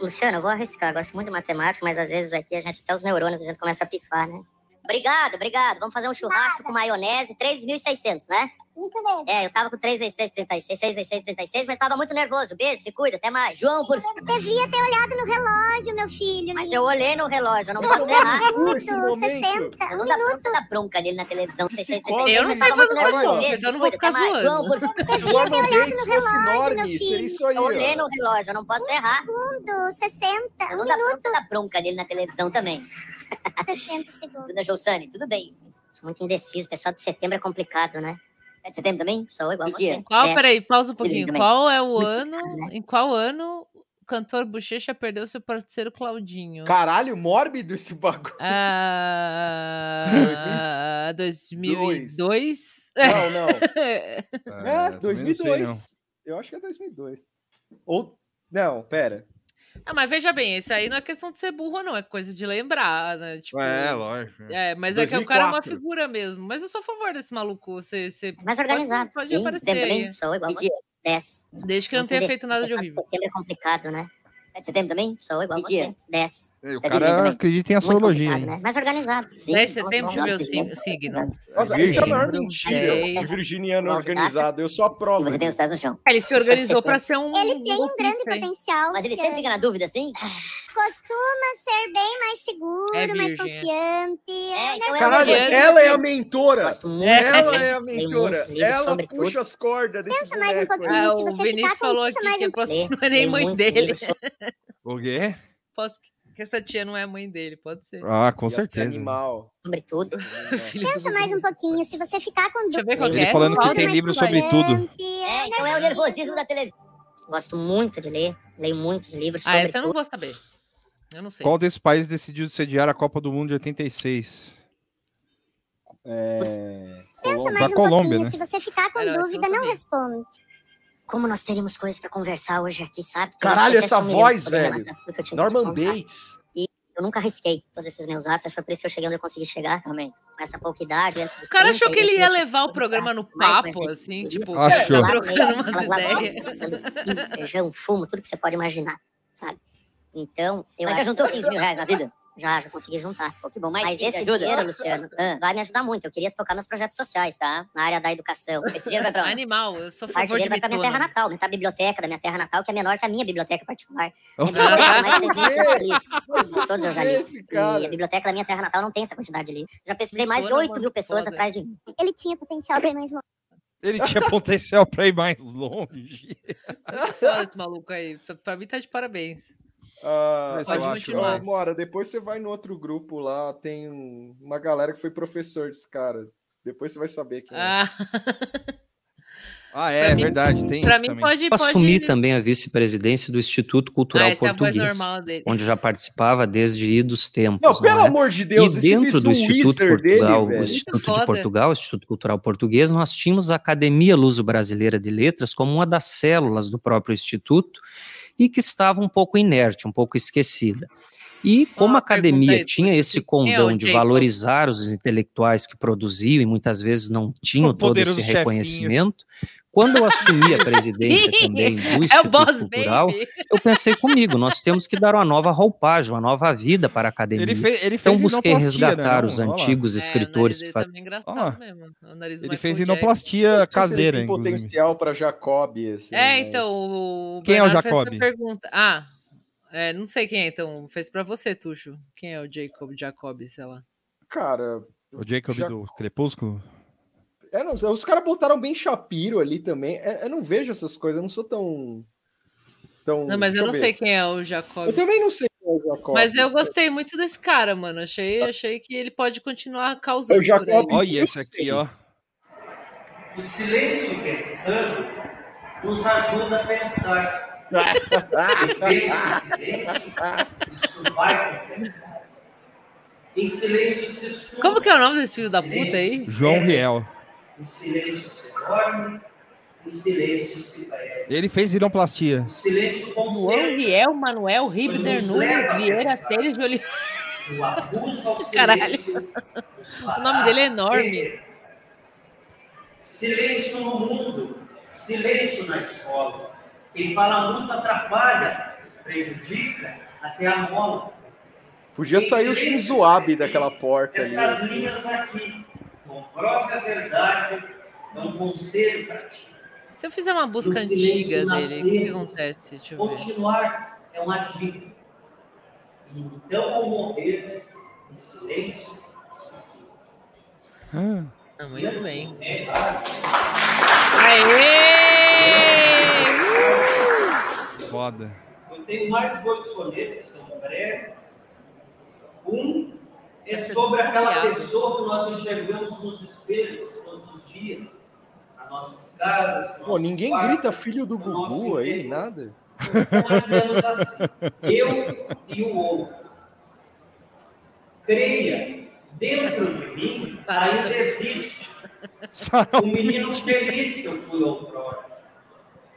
[SPEAKER 8] Luciano, eu vou arriscar. eu Gosto muito de matemática, mas às vezes aqui a gente, até os neurônios, a gente começa a pifar, né? Obrigado, obrigado. Vamos fazer um churrasco com maionese, 3.600, né?
[SPEAKER 9] Muito bem.
[SPEAKER 8] É, eu tava com 3 vezes 3, 36, 6 vezes 6, 36, mas tava muito nervoso. Beijo, se cuida, até mais. João, por...
[SPEAKER 9] Eu devia ter olhado no relógio, meu filho. um
[SPEAKER 8] Mas eu olhei no relógio, eu não
[SPEAKER 3] Vai
[SPEAKER 8] posso
[SPEAKER 3] tomar
[SPEAKER 8] errar.
[SPEAKER 3] no cu esse
[SPEAKER 9] Minuto, um
[SPEAKER 3] momento.
[SPEAKER 9] 60.
[SPEAKER 8] Eu não dá bronca, dá bronca nele na televisão.
[SPEAKER 3] Esse
[SPEAKER 8] 66,
[SPEAKER 3] código
[SPEAKER 8] 66,
[SPEAKER 2] Eu não
[SPEAKER 8] mas
[SPEAKER 2] sei
[SPEAKER 8] tava muito
[SPEAKER 2] fazer
[SPEAKER 8] nervoso.
[SPEAKER 2] bronca,
[SPEAKER 8] Beijo,
[SPEAKER 2] eu não
[SPEAKER 8] se
[SPEAKER 2] vou
[SPEAKER 8] cuida, até
[SPEAKER 2] ficar
[SPEAKER 8] mais.
[SPEAKER 2] zoando.
[SPEAKER 8] João, por favor.
[SPEAKER 3] Se o holandês fosse enorme,
[SPEAKER 9] meu
[SPEAKER 3] seria
[SPEAKER 9] filho. Um
[SPEAKER 3] isso aí.
[SPEAKER 8] Eu olhei
[SPEAKER 3] ó.
[SPEAKER 8] no relógio, eu não posso errar.
[SPEAKER 9] Segundo, 60.
[SPEAKER 8] Eu
[SPEAKER 9] Um
[SPEAKER 8] não dá bronca, dá bronca nele na televisão também.
[SPEAKER 9] minuto, 60 segundos.
[SPEAKER 8] Dona Jousane, tudo bem. Sou muito indeciso, pessoal de setembro é complicado, né? É de setembro também? Sou igual a
[SPEAKER 9] Que
[SPEAKER 8] você.
[SPEAKER 9] dia?
[SPEAKER 2] Qual,
[SPEAKER 8] Dez.
[SPEAKER 2] peraí, pausa
[SPEAKER 8] é
[SPEAKER 2] um
[SPEAKER 8] Ele
[SPEAKER 2] pouquinho.
[SPEAKER 8] também.
[SPEAKER 2] Qual é o
[SPEAKER 8] Muito
[SPEAKER 2] ano,
[SPEAKER 8] complicado, né?
[SPEAKER 2] em qual ano o cantor Bochecha perdeu seu parceiro Claudinho?
[SPEAKER 3] Caralho, mórbido esse bagulho.
[SPEAKER 2] Ah,
[SPEAKER 3] [LAUGHS]
[SPEAKER 2] 2002?
[SPEAKER 3] Não, não.
[SPEAKER 1] Ah,
[SPEAKER 3] É,
[SPEAKER 1] também não sei,
[SPEAKER 3] 2002.
[SPEAKER 1] não.
[SPEAKER 3] Eu acho que é 2002. Ou... Não,
[SPEAKER 1] É,
[SPEAKER 3] pera.
[SPEAKER 2] [LAUGHS] Ah, mas veja bem, isso aí não é questão de ser burro, não. É coisa de lembrar, né? Tipo,
[SPEAKER 1] É, lógico.
[SPEAKER 2] é, mas é que o cara é uma
[SPEAKER 3] 2004.
[SPEAKER 2] figura mesmo. Mas eu sou a favor desse maluco ser, ser-
[SPEAKER 8] É Mais organizado.
[SPEAKER 2] pode
[SPEAKER 8] Sim,
[SPEAKER 2] aparecer
[SPEAKER 8] setembro
[SPEAKER 2] aí.
[SPEAKER 8] também? Sou igual a você. 10.
[SPEAKER 2] desde que eu não tenha feito nada de horrível.
[SPEAKER 8] Setembro é complicado, né? É de setembro também? Sou igual a
[SPEAKER 9] Que dia?
[SPEAKER 8] você. 10.
[SPEAKER 1] O
[SPEAKER 8] Tá
[SPEAKER 3] É
[SPEAKER 8] dirigindo
[SPEAKER 1] cara
[SPEAKER 8] também.
[SPEAKER 1] acredita em
[SPEAKER 8] Muito
[SPEAKER 1] astrologia.
[SPEAKER 8] complicado,
[SPEAKER 1] hein?
[SPEAKER 8] né? Mais organizado. Sim.
[SPEAKER 2] 10 de setembro, deixa eu ver o
[SPEAKER 8] Sim.
[SPEAKER 2] signo. signo.
[SPEAKER 3] Nossa, isso é a maior
[SPEAKER 2] Setembro,
[SPEAKER 3] mentira.
[SPEAKER 2] dez.
[SPEAKER 3] de virginiano
[SPEAKER 8] Nove
[SPEAKER 3] organizado. Eu sou a
[SPEAKER 8] E
[SPEAKER 3] prova.
[SPEAKER 8] você tem os pés no chão.
[SPEAKER 2] Ele se
[SPEAKER 8] Isso é
[SPEAKER 2] organizou
[SPEAKER 8] setembro.
[SPEAKER 2] pra ser um.
[SPEAKER 9] Ele tem um grande
[SPEAKER 2] golpista, hein?
[SPEAKER 9] potencial. é
[SPEAKER 8] Mas ele
[SPEAKER 9] Luciano.
[SPEAKER 8] sempre fica na dúvida, assim?
[SPEAKER 9] Costuma ser bem mais seguro,
[SPEAKER 2] É
[SPEAKER 9] mais
[SPEAKER 2] virgem, é.
[SPEAKER 9] confiante.
[SPEAKER 8] É, então é
[SPEAKER 3] Caralho,
[SPEAKER 2] Olhando.
[SPEAKER 3] ela
[SPEAKER 9] né?
[SPEAKER 3] é a mentora.
[SPEAKER 8] Gosto muito.
[SPEAKER 3] Ela
[SPEAKER 8] né?
[SPEAKER 3] é a
[SPEAKER 8] Leio
[SPEAKER 3] mentora.
[SPEAKER 8] muitos livros
[SPEAKER 3] Ela
[SPEAKER 8] sobre
[SPEAKER 3] puxa
[SPEAKER 8] tudo.
[SPEAKER 3] as cordas desse
[SPEAKER 9] Pensa mais um
[SPEAKER 3] boneco né?
[SPEAKER 9] pouquinho.
[SPEAKER 3] aí.
[SPEAKER 2] Ah,
[SPEAKER 8] tá
[SPEAKER 9] se
[SPEAKER 2] o
[SPEAKER 9] você ficar
[SPEAKER 2] Vinícius
[SPEAKER 9] com
[SPEAKER 2] falou
[SPEAKER 9] isso,
[SPEAKER 2] aqui
[SPEAKER 9] mais
[SPEAKER 2] que
[SPEAKER 9] um
[SPEAKER 2] eu posso
[SPEAKER 8] Lê-
[SPEAKER 2] [LAUGHS] não é nem
[SPEAKER 8] leio
[SPEAKER 2] mãe
[SPEAKER 8] muitos
[SPEAKER 2] dele.
[SPEAKER 8] livros sobre-
[SPEAKER 1] O quê?
[SPEAKER 2] Posso que que essa tia não é mãe dele, pode ser.
[SPEAKER 1] Ah, com
[SPEAKER 3] Nossa, que é
[SPEAKER 1] certeza.
[SPEAKER 3] Animal. é
[SPEAKER 8] sobre tudo.
[SPEAKER 2] [LAUGHS] Filho do
[SPEAKER 9] Pensa
[SPEAKER 2] Gugu.
[SPEAKER 9] mais um pouquinho. Se você ficar com
[SPEAKER 2] Deixa eu ver qual que
[SPEAKER 1] Ele
[SPEAKER 2] é.
[SPEAKER 1] falando que
[SPEAKER 2] Paulo,
[SPEAKER 1] tem
[SPEAKER 2] mas-
[SPEAKER 1] livro sobre tudo.
[SPEAKER 8] É, então é o nervosismo da televisão. Gosto muito de ler. Leio muitos livros
[SPEAKER 2] Ah,
[SPEAKER 8] sobre
[SPEAKER 2] essa eu não
[SPEAKER 8] tudo.
[SPEAKER 2] vou saber. Eu não sei.
[SPEAKER 1] Qual desses países decidiu sediar a Copa do Mundo de 86?
[SPEAKER 3] É...
[SPEAKER 9] Pensa
[SPEAKER 3] Colômbia.
[SPEAKER 9] mais
[SPEAKER 1] Da
[SPEAKER 9] um
[SPEAKER 1] Colômbia,
[SPEAKER 9] pouquinho.
[SPEAKER 1] né?
[SPEAKER 9] Se você ficar com
[SPEAKER 2] Era, essa eu
[SPEAKER 9] dúvida,
[SPEAKER 2] não
[SPEAKER 9] não
[SPEAKER 2] sabia.
[SPEAKER 9] responde.
[SPEAKER 8] Como nós teríamos coisas pra conversar hoje aqui, sabe?
[SPEAKER 3] Caralho,
[SPEAKER 8] Eu acho que
[SPEAKER 3] essa
[SPEAKER 8] até sumi
[SPEAKER 3] voz,
[SPEAKER 8] sobre
[SPEAKER 3] velho.
[SPEAKER 8] relatar tudo que eu tinha pra te
[SPEAKER 3] Norman
[SPEAKER 8] contar.
[SPEAKER 3] Bates.
[SPEAKER 8] Eu nunca arrisquei todos esses meus atos. Acho que foi por isso que eu cheguei onde eu consegui chegar. Amém. Com essa pouca idade, antes dos
[SPEAKER 2] O cara achou
[SPEAKER 8] 30,
[SPEAKER 2] que ele
[SPEAKER 9] um
[SPEAKER 8] esse
[SPEAKER 2] ia
[SPEAKER 8] meu tipo
[SPEAKER 9] Tá,
[SPEAKER 2] levar o
[SPEAKER 8] de
[SPEAKER 2] programa
[SPEAKER 8] trato,
[SPEAKER 2] no
[SPEAKER 8] mais
[SPEAKER 2] papo,
[SPEAKER 8] perfeito.
[SPEAKER 2] assim, tipo,
[SPEAKER 1] Achou.
[SPEAKER 8] Lá,
[SPEAKER 2] trocando
[SPEAKER 8] lá,
[SPEAKER 2] umas
[SPEAKER 8] lá, lá,
[SPEAKER 2] ideias.
[SPEAKER 8] lá, Feijão, fumo, tudo que você pode imaginar, sabe? Então, eu Mas já juntou 15 mil reais na vida? Já, já consegui juntar. Pô, que bom. Mas, esse dinheiro, Luciano, ah, vai me ajudar muito. Eu queria tocar nos projetos sociais, tá? Na área da educação. Esse dinheiro vai pra onde?
[SPEAKER 2] Animal, eu sou a
[SPEAKER 8] Parte
[SPEAKER 2] favor
[SPEAKER 8] dele
[SPEAKER 2] de
[SPEAKER 8] vai pra minha terra
[SPEAKER 2] bitona.
[SPEAKER 8] natal, né? Tá a biblioteca da minha terra natal, que é menor que a minha biblioteca particular.
[SPEAKER 1] Oh.
[SPEAKER 8] É menor que mais de 3.500
[SPEAKER 3] [LAUGHS]
[SPEAKER 8] livros. Esses todos eu já li.
[SPEAKER 3] É. Esse
[SPEAKER 8] E a
[SPEAKER 3] cara.
[SPEAKER 8] biblioteca da minha terra natal não tem essa quantidade de livros. Já pesquisei mais de
[SPEAKER 2] Bitona é
[SPEAKER 8] 8 mil
[SPEAKER 2] muito
[SPEAKER 8] pessoas
[SPEAKER 2] foda.
[SPEAKER 8] atrás de mim.
[SPEAKER 9] Ele tinha potencial bem mais longe.
[SPEAKER 1] Ele tinha [LAUGHS] potencial pra ir mais longe.
[SPEAKER 2] [LAUGHS] Foda esse maluco aí. Pra- Pra mim tá de parabéns.
[SPEAKER 3] Ah,
[SPEAKER 1] Mas
[SPEAKER 2] eu
[SPEAKER 3] a
[SPEAKER 2] acho
[SPEAKER 3] gente-
[SPEAKER 2] demais.
[SPEAKER 3] Ô, Mora, depois você vai no outro grupo lá, tem um- uma galera que foi professor desse cara. Depois você vai saber quem é.
[SPEAKER 2] Ah,
[SPEAKER 1] [LAUGHS] Ah, é,
[SPEAKER 2] Pra mim-
[SPEAKER 1] verdade. Tem
[SPEAKER 2] pra
[SPEAKER 1] isso
[SPEAKER 2] mim
[SPEAKER 1] também.
[SPEAKER 2] pode. pode...
[SPEAKER 10] Assumi também a vice-presidência do Instituto
[SPEAKER 2] Ah,
[SPEAKER 10] Cultural
[SPEAKER 2] essa é a voz
[SPEAKER 10] Português,
[SPEAKER 2] normal dele.
[SPEAKER 10] onde já participava desde idos tempos.
[SPEAKER 3] Não,
[SPEAKER 10] não
[SPEAKER 3] pelo
[SPEAKER 10] é?
[SPEAKER 3] amor de Deus,
[SPEAKER 10] e
[SPEAKER 3] esse
[SPEAKER 10] dentro
[SPEAKER 3] bicho
[SPEAKER 10] do Instituto
[SPEAKER 3] Wizard
[SPEAKER 10] Portugal,
[SPEAKER 3] dele,
[SPEAKER 10] o
[SPEAKER 3] velho.
[SPEAKER 10] Instituto
[SPEAKER 2] é foda.
[SPEAKER 10] de Portugal, o Instituto Cultural Português, nós tínhamos a Academia Luso-Brasileira de Letras como uma das células do próprio instituto e que estava um pouco inerte, um pouco esquecida. E como a academia tinha esse condão de valorizar os intelectuais que produziam e muitas vezes não tinham todo esse
[SPEAKER 2] poderoso chefinho.
[SPEAKER 10] reconhecimento, quando eu assumi
[SPEAKER 2] [LAUGHS]
[SPEAKER 10] a presidência também do
[SPEAKER 2] É o
[SPEAKER 10] Instituto
[SPEAKER 2] Boss
[SPEAKER 10] Cultural,
[SPEAKER 2] Baby.
[SPEAKER 10] eu pensei comigo, nós temos que dar uma nova roupagem, uma nova vida para a academia.
[SPEAKER 1] Ele fez- ele
[SPEAKER 10] então
[SPEAKER 1] fez
[SPEAKER 10] busquei
[SPEAKER 1] rinoplastia,
[SPEAKER 10] resgatar
[SPEAKER 1] né?
[SPEAKER 10] os
[SPEAKER 1] Olha lá.
[SPEAKER 10] antigos escritores que faziam.
[SPEAKER 2] Engraçado mesmo. O nariz do
[SPEAKER 1] Ele
[SPEAKER 2] Michael
[SPEAKER 1] fez
[SPEAKER 2] Jackson.
[SPEAKER 1] rinoplastia caseira,
[SPEAKER 3] Tem um
[SPEAKER 1] inclusive.
[SPEAKER 3] potencial para Jacob. assim, né? Esse,
[SPEAKER 2] É,
[SPEAKER 3] mas-
[SPEAKER 2] então, o o
[SPEAKER 1] Quem é o
[SPEAKER 2] Bernardo fez essa
[SPEAKER 1] Jacob?
[SPEAKER 2] pergunta. Ah, é, não sei quem é, então. Fez pra você, Tuxo. Quem é o Jacob Jacob, sei lá.
[SPEAKER 3] Cara,
[SPEAKER 1] O Jacob
[SPEAKER 3] Já-
[SPEAKER 1] do Crepúsculo.
[SPEAKER 3] eu É, não sei, os caras botaram bem Shapiro ali também. É, Eu não vejo essas coisas, eu não sou tão. tão
[SPEAKER 2] Não, mas
[SPEAKER 3] deixa
[SPEAKER 2] eu não
[SPEAKER 3] ver.
[SPEAKER 2] sei quem é o Jacob.
[SPEAKER 3] Eu também não sei quem é o Jacob.
[SPEAKER 2] Mas eu gostei muito desse cara, mano. Achei, achei que ele pode continuar
[SPEAKER 3] É
[SPEAKER 2] causando.
[SPEAKER 3] o Jacob.
[SPEAKER 2] por aí.
[SPEAKER 1] Olha esse aqui, ó.
[SPEAKER 11] O silêncio pensando nos ajuda a
[SPEAKER 3] [LAUGHS]
[SPEAKER 11] pensar. silêncio, silêncio, isso vai compensar. Em silêncio se estuda.
[SPEAKER 2] Como que é o nome desse filho da puta aí?
[SPEAKER 1] João Riel.
[SPEAKER 11] Em silêncio se dorme, em silêncio se preza.
[SPEAKER 1] Ele fez ironplastia.
[SPEAKER 11] O silêncio
[SPEAKER 2] João
[SPEAKER 11] conserva
[SPEAKER 2] Riel, Manuel Ribner
[SPEAKER 11] Nos
[SPEAKER 2] Nunes
[SPEAKER 11] leva a
[SPEAKER 2] Vieira
[SPEAKER 11] pensar.
[SPEAKER 2] Teles de Oliveira.
[SPEAKER 11] o abuso ao
[SPEAKER 2] [LAUGHS] Caralho.
[SPEAKER 11] silêncio.
[SPEAKER 2] [LAUGHS] O nome dele é enorme.
[SPEAKER 11] Silêncio no mundo, silêncio na escola. Quem fala muito atrapalha, prejudica, até amola.
[SPEAKER 3] Podia sair o Shinzo Abe daquela porta ali.
[SPEAKER 11] Essas linhas aqui, comprove a verdade, é um conselho para ti.
[SPEAKER 2] Se eu fizer uma busca
[SPEAKER 11] No silêncio
[SPEAKER 2] antiga dele, o que que
[SPEAKER 11] nascemos.
[SPEAKER 2] acontece? Deixa eu ver.
[SPEAKER 11] Continuar é um dica. Então, ao morrer, em silêncio, se fica.
[SPEAKER 1] Ah,
[SPEAKER 2] Ah, muito bem.
[SPEAKER 11] né?
[SPEAKER 2] Aê!
[SPEAKER 1] foda.
[SPEAKER 11] Eu tenho mais dois sonetos que são breves. Um é sobre aquela
[SPEAKER 2] piada.
[SPEAKER 11] pessoa que nós enxergamos nos espelhos todos os dias, nas nossas casas. no
[SPEAKER 3] Pô,
[SPEAKER 11] nosso
[SPEAKER 3] ninguém
[SPEAKER 11] quarto.
[SPEAKER 3] grita filho do Gugu aí, nada.
[SPEAKER 11] mais ou Então, menos assim. Eu e o outro. Creia, dentro de mim ainda existe o menino feliz que eu fui outrora.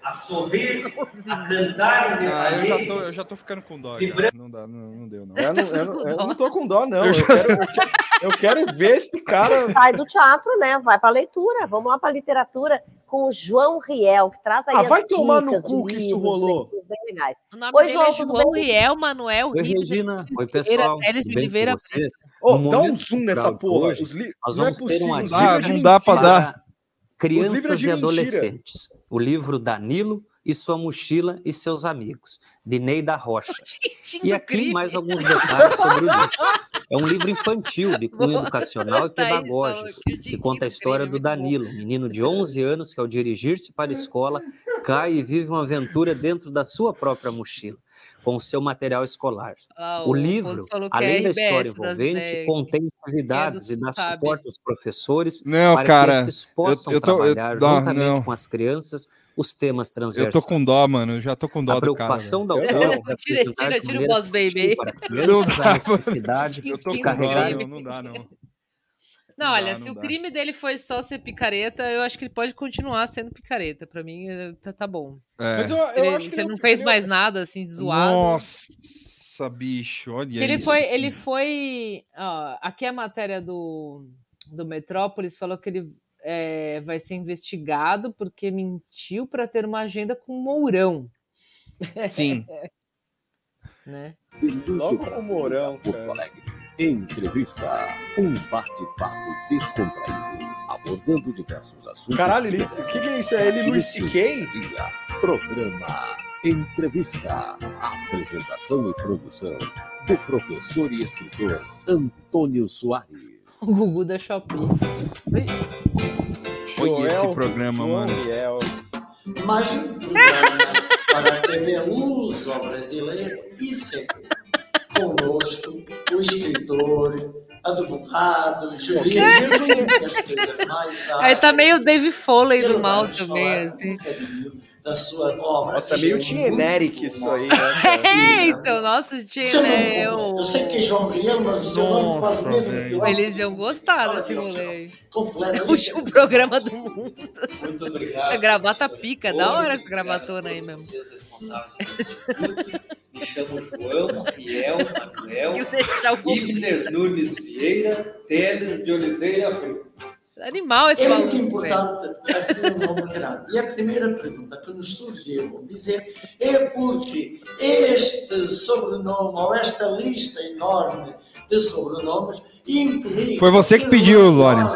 [SPEAKER 11] A sorrir, a cantar em meu
[SPEAKER 1] Ah, eu já tô, eu já tô ficando com dó. cara.
[SPEAKER 11] Vibra-
[SPEAKER 1] Não dá, não, não deu, não.
[SPEAKER 3] Eu não, eu não- eu não tô com dó, não.
[SPEAKER 1] Eu
[SPEAKER 3] Eu quero, eu quero- eu quero ver esse
[SPEAKER 6] [LAUGHS]
[SPEAKER 3] cara.
[SPEAKER 12] Sai do teatro, né? Vai pra leitura. Vamos lá pra literatura com o João Riel, que traz aí
[SPEAKER 3] Ah,
[SPEAKER 12] as
[SPEAKER 3] vai tomar no
[SPEAKER 12] dicas de
[SPEAKER 3] cu que isso
[SPEAKER 12] livros,
[SPEAKER 3] rolou.
[SPEAKER 6] né?
[SPEAKER 12] leituras Bem legais.
[SPEAKER 2] O nome
[SPEAKER 12] Oi,
[SPEAKER 2] dele
[SPEAKER 12] João,
[SPEAKER 2] é
[SPEAKER 12] tudo
[SPEAKER 2] João
[SPEAKER 12] bem?
[SPEAKER 2] Riel Manuel
[SPEAKER 10] Oi,
[SPEAKER 2] Ribner
[SPEAKER 10] Regina. Oi,
[SPEAKER 2] Vieira
[SPEAKER 10] pessoal.
[SPEAKER 2] Teles
[SPEAKER 10] tudo
[SPEAKER 2] de
[SPEAKER 10] bem
[SPEAKER 2] Oliveira.
[SPEAKER 10] com vocês?
[SPEAKER 3] Ô,
[SPEAKER 10] No
[SPEAKER 3] dá um
[SPEAKER 10] momento
[SPEAKER 3] zoom nessa
[SPEAKER 10] cultural
[SPEAKER 3] porra.
[SPEAKER 10] de hoje,
[SPEAKER 3] Os li-
[SPEAKER 10] Nós
[SPEAKER 3] não é
[SPEAKER 10] vamos ter
[SPEAKER 3] possível,
[SPEAKER 10] uma
[SPEAKER 3] os
[SPEAKER 1] Ah,
[SPEAKER 3] livros de
[SPEAKER 1] não dá pra
[SPEAKER 3] mentira.
[SPEAKER 1] dar.
[SPEAKER 10] para crianças
[SPEAKER 3] livros de
[SPEAKER 10] e
[SPEAKER 3] mentira.
[SPEAKER 10] adolescentes. O livro Danilo e sua mochila e seus amigos, de Neida Rocha.
[SPEAKER 2] [LAUGHS] Tintim
[SPEAKER 10] E
[SPEAKER 2] do
[SPEAKER 10] aqui
[SPEAKER 2] crime.
[SPEAKER 10] mais alguns detalhes sobre o livro. É um livro infantil, de cunho
[SPEAKER 2] Boa.
[SPEAKER 10] educacional
[SPEAKER 2] [LAUGHS]
[SPEAKER 10] e
[SPEAKER 2] Tá aí, só
[SPEAKER 10] pedagógico,
[SPEAKER 2] que o
[SPEAKER 10] que
[SPEAKER 2] Tintim
[SPEAKER 10] conta a
[SPEAKER 2] do
[SPEAKER 10] história
[SPEAKER 2] crime
[SPEAKER 10] do
[SPEAKER 2] é muito bom.
[SPEAKER 10] Danilo, um menino de 11 anos que, ao dirigir-se para a escola, cai e vive uma aventura dentro da sua própria mochila, com o seu material escolar.
[SPEAKER 2] Ah,
[SPEAKER 10] O
[SPEAKER 2] Poço
[SPEAKER 10] livro,
[SPEAKER 2] falou que é
[SPEAKER 10] além da
[SPEAKER 2] RBS
[SPEAKER 10] história
[SPEAKER 2] das
[SPEAKER 10] envolvente,
[SPEAKER 2] dez.
[SPEAKER 10] contém atividades e
[SPEAKER 2] Quem é do
[SPEAKER 10] dá
[SPEAKER 2] sabe?
[SPEAKER 10] suporte aos professores
[SPEAKER 1] Não,
[SPEAKER 10] para que
[SPEAKER 1] cara.
[SPEAKER 10] esses possam
[SPEAKER 1] eu tô- eu-
[SPEAKER 10] trabalhar
[SPEAKER 1] dá,
[SPEAKER 10] juntamente
[SPEAKER 1] não.
[SPEAKER 10] com as crianças os temas
[SPEAKER 1] Eu
[SPEAKER 10] transversais.
[SPEAKER 1] tô com dó, mano. Eu já tô com dó
[SPEAKER 10] A
[SPEAKER 1] do cara. velho.
[SPEAKER 10] preocupação da
[SPEAKER 3] Eu
[SPEAKER 10] autora
[SPEAKER 3] não.
[SPEAKER 10] em
[SPEAKER 2] Tira-
[SPEAKER 10] representar
[SPEAKER 2] tira-
[SPEAKER 10] de
[SPEAKER 2] tira o
[SPEAKER 10] maneira
[SPEAKER 2] Boss [LAUGHS] Baby
[SPEAKER 10] sutil
[SPEAKER 2] aí.
[SPEAKER 10] para
[SPEAKER 1] Não
[SPEAKER 10] crianças
[SPEAKER 1] dá,
[SPEAKER 10] a necessidade
[SPEAKER 1] Eu tô
[SPEAKER 2] Tintim
[SPEAKER 1] com
[SPEAKER 2] do
[SPEAKER 1] dó,
[SPEAKER 10] carregar
[SPEAKER 2] crime.
[SPEAKER 1] meu. Não dá, não.
[SPEAKER 2] Não,
[SPEAKER 1] Não
[SPEAKER 2] olha,
[SPEAKER 1] dá,
[SPEAKER 2] se
[SPEAKER 1] não
[SPEAKER 2] o
[SPEAKER 1] dá.
[SPEAKER 2] crime dele foi só ser picareta, eu acho que ele pode continuar sendo picareta. Pra mim, eh, tá, tá bom.
[SPEAKER 1] É.
[SPEAKER 3] Mas eu, eu
[SPEAKER 2] ele
[SPEAKER 3] acho que
[SPEAKER 2] você
[SPEAKER 3] ele é
[SPEAKER 2] não
[SPEAKER 3] um
[SPEAKER 2] fez
[SPEAKER 3] filho-
[SPEAKER 2] mais nada, assim, zoado.
[SPEAKER 1] Nossa, bicho. Olha
[SPEAKER 2] Ele
[SPEAKER 1] isso.
[SPEAKER 2] foi, ele foi. ó, aqui é a matéria do, do Metrópolis falou que ele é, vai ser investigado porque mentiu para ter uma agenda com o Mourão,
[SPEAKER 3] [LAUGHS]
[SPEAKER 1] Sim.
[SPEAKER 2] né? [LAUGHS]
[SPEAKER 7] Indústria
[SPEAKER 3] Logo com o Mourão,
[SPEAKER 7] Porto
[SPEAKER 3] cara.
[SPEAKER 7] Alegre. Entrevista. Um bate-papo descontraído, abordando diversos assuntos.
[SPEAKER 3] Caralho,
[SPEAKER 7] que
[SPEAKER 3] ele- o
[SPEAKER 7] merecem
[SPEAKER 3] que, que é isso? É ele
[SPEAKER 7] debate
[SPEAKER 3] Luiz
[SPEAKER 7] no seu
[SPEAKER 3] C.K.?
[SPEAKER 7] dia. Programa Entrevista. Apresentação e produção do professor e escritor Antônio Soares.
[SPEAKER 2] O Gugu
[SPEAKER 1] [LAUGHS]
[SPEAKER 2] da Shopee.
[SPEAKER 1] Olha esse programa,
[SPEAKER 3] João
[SPEAKER 1] mano.
[SPEAKER 3] Riel. [LAUGHS]
[SPEAKER 11] Mas para a TV Luz ao brasileiro e sempre é conosco o escritor, advogado, juiz,
[SPEAKER 3] Que?
[SPEAKER 11] as coisas mais
[SPEAKER 2] [LAUGHS] Aí tá meio Dave Foley do mal
[SPEAKER 11] Pelo menos
[SPEAKER 2] também.
[SPEAKER 11] falar,
[SPEAKER 2] assim. [LAUGHS]
[SPEAKER 11] nunca admiro. da sua obra.
[SPEAKER 3] Nossa, é meio generic isso aí. Né,
[SPEAKER 2] É, então, nossa,
[SPEAKER 11] Seu
[SPEAKER 2] Tina,
[SPEAKER 11] nome,
[SPEAKER 2] é
[SPEAKER 11] [LAUGHS] eu...
[SPEAKER 2] o-
[SPEAKER 11] sei que João Guilherme, mas eu não
[SPEAKER 2] Nossa,
[SPEAKER 11] faço mesmo.
[SPEAKER 2] Eles iam gostar desse rolê.
[SPEAKER 11] Completo.
[SPEAKER 2] O último programa do mundo.
[SPEAKER 11] Muito
[SPEAKER 2] A
[SPEAKER 11] obrigado.
[SPEAKER 2] gravata pica, da hora essa gravatona aí mesmo.
[SPEAKER 11] Me chamo João, Biel, Manuel,
[SPEAKER 2] Conseguiu deixar o
[SPEAKER 11] Ibner Nunes Vieira, Teles de Oliveira Abreu.
[SPEAKER 2] Animal esse
[SPEAKER 11] É muito
[SPEAKER 2] maluco. velho.
[SPEAKER 11] importante assim, o nome grave. E a primeira pergunta que nos surgiu dizer é porque este sobrenome ou esta lista enorme de sobrenomes implica.
[SPEAKER 1] Foi você que pediu, Lorenz.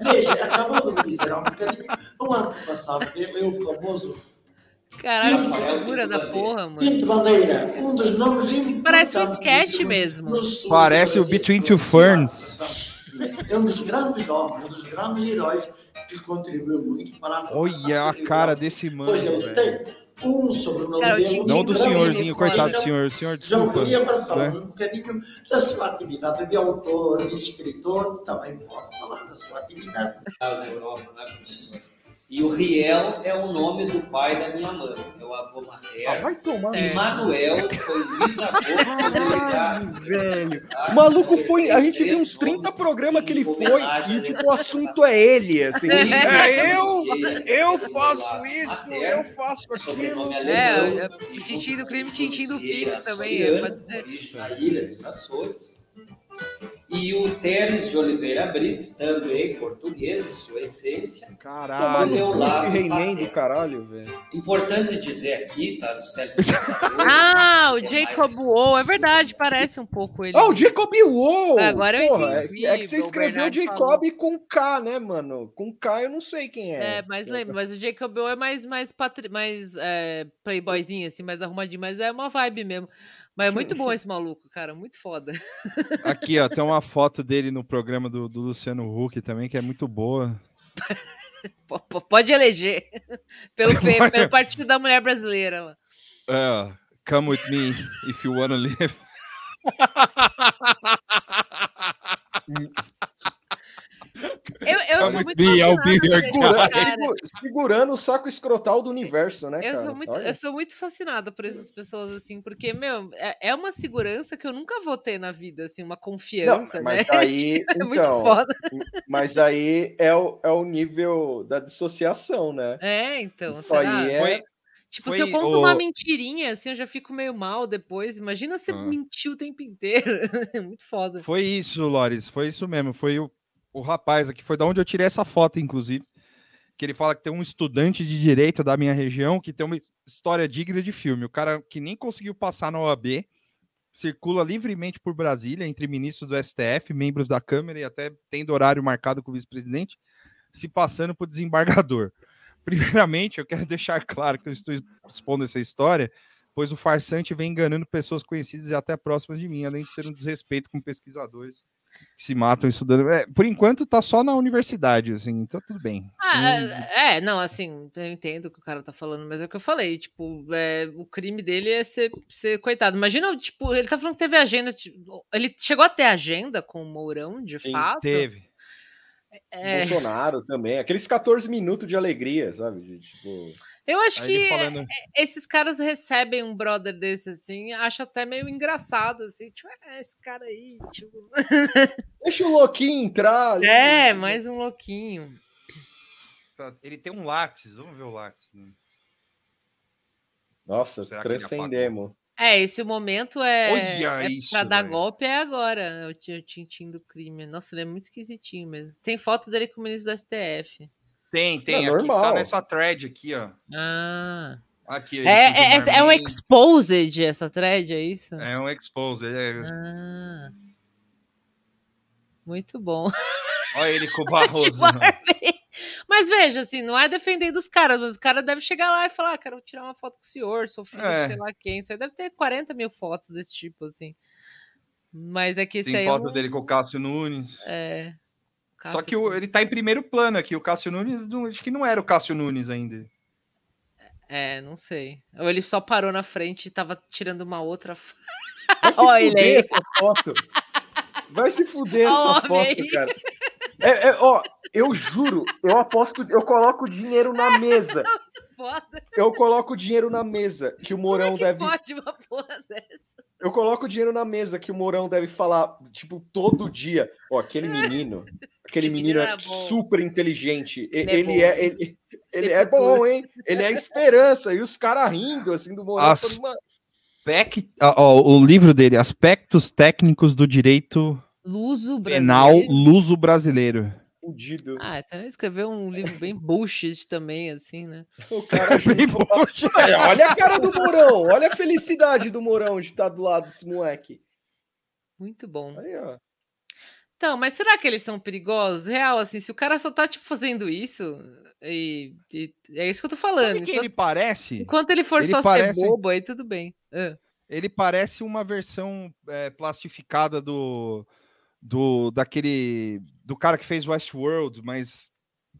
[SPEAKER 11] Veja, acabou de dizer há um bocadinho, o antepassado dele é o famoso
[SPEAKER 2] Caralho, que figura da porra, mano.
[SPEAKER 11] Pinto Bandeira, um dos nomes
[SPEAKER 2] Parece um sketch mesmo.
[SPEAKER 1] Parece o Between Two Ferns.
[SPEAKER 11] É um dos grandes homens, um dos grandes heróis que contribuiu muito para a formação
[SPEAKER 1] Olha a
[SPEAKER 11] do
[SPEAKER 1] cara
[SPEAKER 11] Rio
[SPEAKER 1] desse
[SPEAKER 11] Grande.
[SPEAKER 1] mano,
[SPEAKER 11] Pois ele
[SPEAKER 1] velho.
[SPEAKER 11] tem um sobrenome
[SPEAKER 2] Cara, o
[SPEAKER 11] dele,
[SPEAKER 2] Tintin
[SPEAKER 11] um
[SPEAKER 1] Não do
[SPEAKER 11] sobrenome
[SPEAKER 1] senhorzinho,
[SPEAKER 11] dele.
[SPEAKER 1] coitado do
[SPEAKER 11] Então,
[SPEAKER 1] senhor. Senhor,
[SPEAKER 11] Já
[SPEAKER 1] desculpa.
[SPEAKER 11] queria para falar
[SPEAKER 1] né?
[SPEAKER 11] um bocadinho da sua atividade de autor, de escritor, tá, também pode falar da sua atividade. Da Europa, né, professor? E o Riel é o nome do pai da minha mãe, meu avô materno.
[SPEAKER 3] Ah, vai tomar.
[SPEAKER 2] É.
[SPEAKER 11] E Manuel foi um Luiz Agosto.
[SPEAKER 3] Velho. O maluco foi. A gente viu uns 30 programas que ele foi e, tipo, o assunto é ele. Assim. [LAUGHS] É eu, eu
[SPEAKER 11] é
[SPEAKER 3] faço isso, eu faço aquilo.
[SPEAKER 2] É, é, o Tintin do crime, Tintin do Pix também. é, pode ser.
[SPEAKER 11] na Ilha dos Açores. E o Teles de Oliveira Brito, também português, em sua essência.
[SPEAKER 3] Tomar
[SPEAKER 11] Meu
[SPEAKER 3] no cu esse
[SPEAKER 11] lado
[SPEAKER 3] Reiném do caralho, velho.
[SPEAKER 11] Importante dizer aqui, tá?
[SPEAKER 2] [LAUGHS]
[SPEAKER 11] Dos Teles
[SPEAKER 2] Ah, o Jacob Wall, é verdade, parece um pouco ele.
[SPEAKER 3] Ah, o Jacob Wow!
[SPEAKER 2] Agora eu
[SPEAKER 3] Porra,
[SPEAKER 2] entendi,
[SPEAKER 3] é, é que você
[SPEAKER 2] o
[SPEAKER 3] escreveu
[SPEAKER 2] Bernardo
[SPEAKER 3] Jacob com K, né, mano? Com K eu não sei quem é.
[SPEAKER 2] É, mas lembra, mas o Jacob Bell é mais, mais, patri... mais é, playboyzinho, assim, mais arrumadinho, mas é uma vibe mesmo. Mas é muito
[SPEAKER 3] [LAUGHS]
[SPEAKER 2] bom esse maluco, cara, muito foda. [LAUGHS]
[SPEAKER 1] Aqui, ó, tem uma foto dele no programa do, do Luciano Huck também, que é muito boa.
[SPEAKER 2] P- p- Pode eleger. [LAUGHS] Pelo, P- pelo Partido da Mulher Brasileira. lá.
[SPEAKER 1] É, ó, Uh, come with me if you wanna [LAUGHS] live.
[SPEAKER 2] Eu, É, eu
[SPEAKER 1] Come
[SPEAKER 2] sou
[SPEAKER 1] with
[SPEAKER 2] muito
[SPEAKER 1] me, I'll be
[SPEAKER 2] fascinada
[SPEAKER 1] your
[SPEAKER 2] por esse
[SPEAKER 1] guide.
[SPEAKER 2] cara.
[SPEAKER 3] Segura- segurando o saco escrotal do universo, né,
[SPEAKER 2] Eu
[SPEAKER 3] cara?
[SPEAKER 2] sou, muito,
[SPEAKER 3] Olha.
[SPEAKER 2] eu sou muito fascinada por essas pessoas, assim, porque, meu, é, é uma segurança que eu nunca vou ter na vida, assim, uma confiança,
[SPEAKER 3] mas
[SPEAKER 2] né? [LAUGHS]
[SPEAKER 3] aí,
[SPEAKER 2] é muito
[SPEAKER 3] então,
[SPEAKER 2] foda.
[SPEAKER 3] Mas aí é o, é o nível da dissociação, né?
[SPEAKER 2] É, então,
[SPEAKER 3] Isso
[SPEAKER 2] será?
[SPEAKER 3] aí é- Foi-
[SPEAKER 2] tipo, se eu
[SPEAKER 1] foi
[SPEAKER 2] conto
[SPEAKER 1] o-
[SPEAKER 2] uma mentirinha, assim, eu já fico meio mal depois. Imagina se
[SPEAKER 1] Ah.
[SPEAKER 2] mentiu o tempo inteiro. [LAUGHS] É muito foda.
[SPEAKER 1] Foi isso, Lores, foi isso mesmo. Foi o, o rapaz aqui, foi da onde eu tirei essa foto, inclusive. Que ele fala que tem um estudante de direito da minha região que tem uma história digna de filme. O cara que nem conseguiu passar na OAB, circula livremente por Brasília, entre ministros do STF, membros da Câmara e até tendo horário marcado com o vice-presidente, se passando por desembargador. [LAUGHS] Primeiramente, eu quero deixar claro que eu estou expondo essa história, pois o farsante vem enganando pessoas conhecidas e até próximas de mim, além de ser um desrespeito com pesquisadores que se matam estudando. É, por enquanto, tá só na universidade, assim, então tudo bem.
[SPEAKER 2] Ah, é, é, não, assim, eu entendo o que o cara tá falando, mas é o que eu falei, tipo, é, o crime dele é ser, ser coitado. Imagina, tipo, ele tá falando que teve agenda, tipo, ele chegou a ter agenda com o Mourão, de
[SPEAKER 3] Sim,
[SPEAKER 2] fato.
[SPEAKER 1] Teve.
[SPEAKER 2] É,
[SPEAKER 3] Bolsonaro também. Aqueles 14 minutos de alegria, sabe? De, tipo...
[SPEAKER 2] eu acho
[SPEAKER 1] Aí
[SPEAKER 2] que
[SPEAKER 1] ele falando-
[SPEAKER 2] é, esses caras recebem um brother desse, assim, acho até meio engraçado, assim, tipo, é, esse cara aí,
[SPEAKER 1] [LAUGHS]
[SPEAKER 2] tipo...
[SPEAKER 3] Deixa o Loquinho entrar. ali.
[SPEAKER 1] né?
[SPEAKER 2] É, mais um louquinho.
[SPEAKER 1] Tá, Ele tem um lápis, vamos ver o lápis. né?
[SPEAKER 3] Nossa,
[SPEAKER 1] Será que ele
[SPEAKER 3] transcendemos.
[SPEAKER 2] É, esse momento é,
[SPEAKER 1] Olha
[SPEAKER 2] é
[SPEAKER 1] isso,
[SPEAKER 2] pra dar
[SPEAKER 1] velho.
[SPEAKER 2] golpe é agora. é O ti- o Tintim do crime. Nossa, ele é muito esquisitinho mesmo. Tem foto dele com o ministro do STF.
[SPEAKER 1] Tem, tem. aqui,
[SPEAKER 3] normal.
[SPEAKER 1] tá nessa thread aqui, ó.
[SPEAKER 2] Ah.
[SPEAKER 1] Aqui,
[SPEAKER 2] É, é,
[SPEAKER 1] inclusive,
[SPEAKER 2] é- é um
[SPEAKER 1] Armin.
[SPEAKER 2] exposed essa thread, é isso?
[SPEAKER 1] É um expose. é-
[SPEAKER 2] Ah. Muito bom. [LAUGHS]
[SPEAKER 1] Olha ele com o Barroso.
[SPEAKER 2] Tipo, Armin. mas veja, assim, não é defender dos caras, mas o cara deve chegar lá e falar: ah, quero tirar uma foto com o senhor, sou filho
[SPEAKER 1] É.
[SPEAKER 2] de sei lá quem. Isso aí deve ter 40 mil fotos desse tipo, assim. Mas é que [LAUGHS] esse
[SPEAKER 1] Tem
[SPEAKER 2] aí. eu
[SPEAKER 1] foto
[SPEAKER 2] não-
[SPEAKER 1] dele com o Cássio Nunes.
[SPEAKER 2] É.
[SPEAKER 1] Só que o- ele tá em primeiro plano aqui. O Cássio Nunes, não- acho que não era o Cássio Nunes ainda.
[SPEAKER 2] É, não sei. Ou ele só parou na frente e tava tirando uma outra foto.
[SPEAKER 3] Vai se
[SPEAKER 2] Olha
[SPEAKER 3] fuder
[SPEAKER 2] aí.
[SPEAKER 3] essa foto. Vai se fuder essa
[SPEAKER 2] Homem.
[SPEAKER 3] foto, cara. É, é, ó, eu juro, eu aposto, eu coloco o dinheiro na mesa.
[SPEAKER 2] [LAUGHS] Foda.
[SPEAKER 3] Eu coloco o dinheiro na mesa que o Mourão
[SPEAKER 2] Como é
[SPEAKER 3] deve.
[SPEAKER 2] que pode uma porra dessa?
[SPEAKER 3] Eu coloco o dinheiro na mesa que o Mourão deve falar, tipo, todo dia. Ó, aquele menino, aquele menino é
[SPEAKER 2] era bom.
[SPEAKER 3] super inteligente. E-
[SPEAKER 2] Ele
[SPEAKER 3] Ele,
[SPEAKER 2] é bom.
[SPEAKER 3] é, ele, ele
[SPEAKER 2] Tem
[SPEAKER 3] é
[SPEAKER 2] futuro.
[SPEAKER 3] bom, hein? Ele é a esperança. E os caras rindo, assim, do Mourão.
[SPEAKER 1] As-
[SPEAKER 3] falando, "Mano,
[SPEAKER 1] Spec- ah, ó, o livro dele, Aspectos Técnicos do Direito
[SPEAKER 2] Luso
[SPEAKER 1] Penal
[SPEAKER 2] brasileiro.
[SPEAKER 1] Luso Brasileiro.
[SPEAKER 3] Fudido.
[SPEAKER 2] Ah, então ele escreveu um livro bem bullshit também, assim, né?
[SPEAKER 3] O cara junto lá. [LAUGHS] Olha, É, olha a
[SPEAKER 2] [LAUGHS]
[SPEAKER 3] cara do Mourão, olha a felicidade do Mourão de estar do lado desse moleque.
[SPEAKER 2] Muito bom.
[SPEAKER 3] Aí, ó.
[SPEAKER 2] Então, mas será que eles são perigosos? Real, assim, se o cara só tá, tipo, fazendo isso, e, e- é isso que eu tô falando.
[SPEAKER 1] Sabe quem
[SPEAKER 2] Enquanto-
[SPEAKER 1] ele parece?
[SPEAKER 2] Enquanto ele for
[SPEAKER 1] Ele
[SPEAKER 2] só
[SPEAKER 1] parece-
[SPEAKER 2] ser bobo, aí tudo bem. Ah,
[SPEAKER 1] Ele parece uma versão é, plastificada do, do daquele do cara que fez Westworld, mas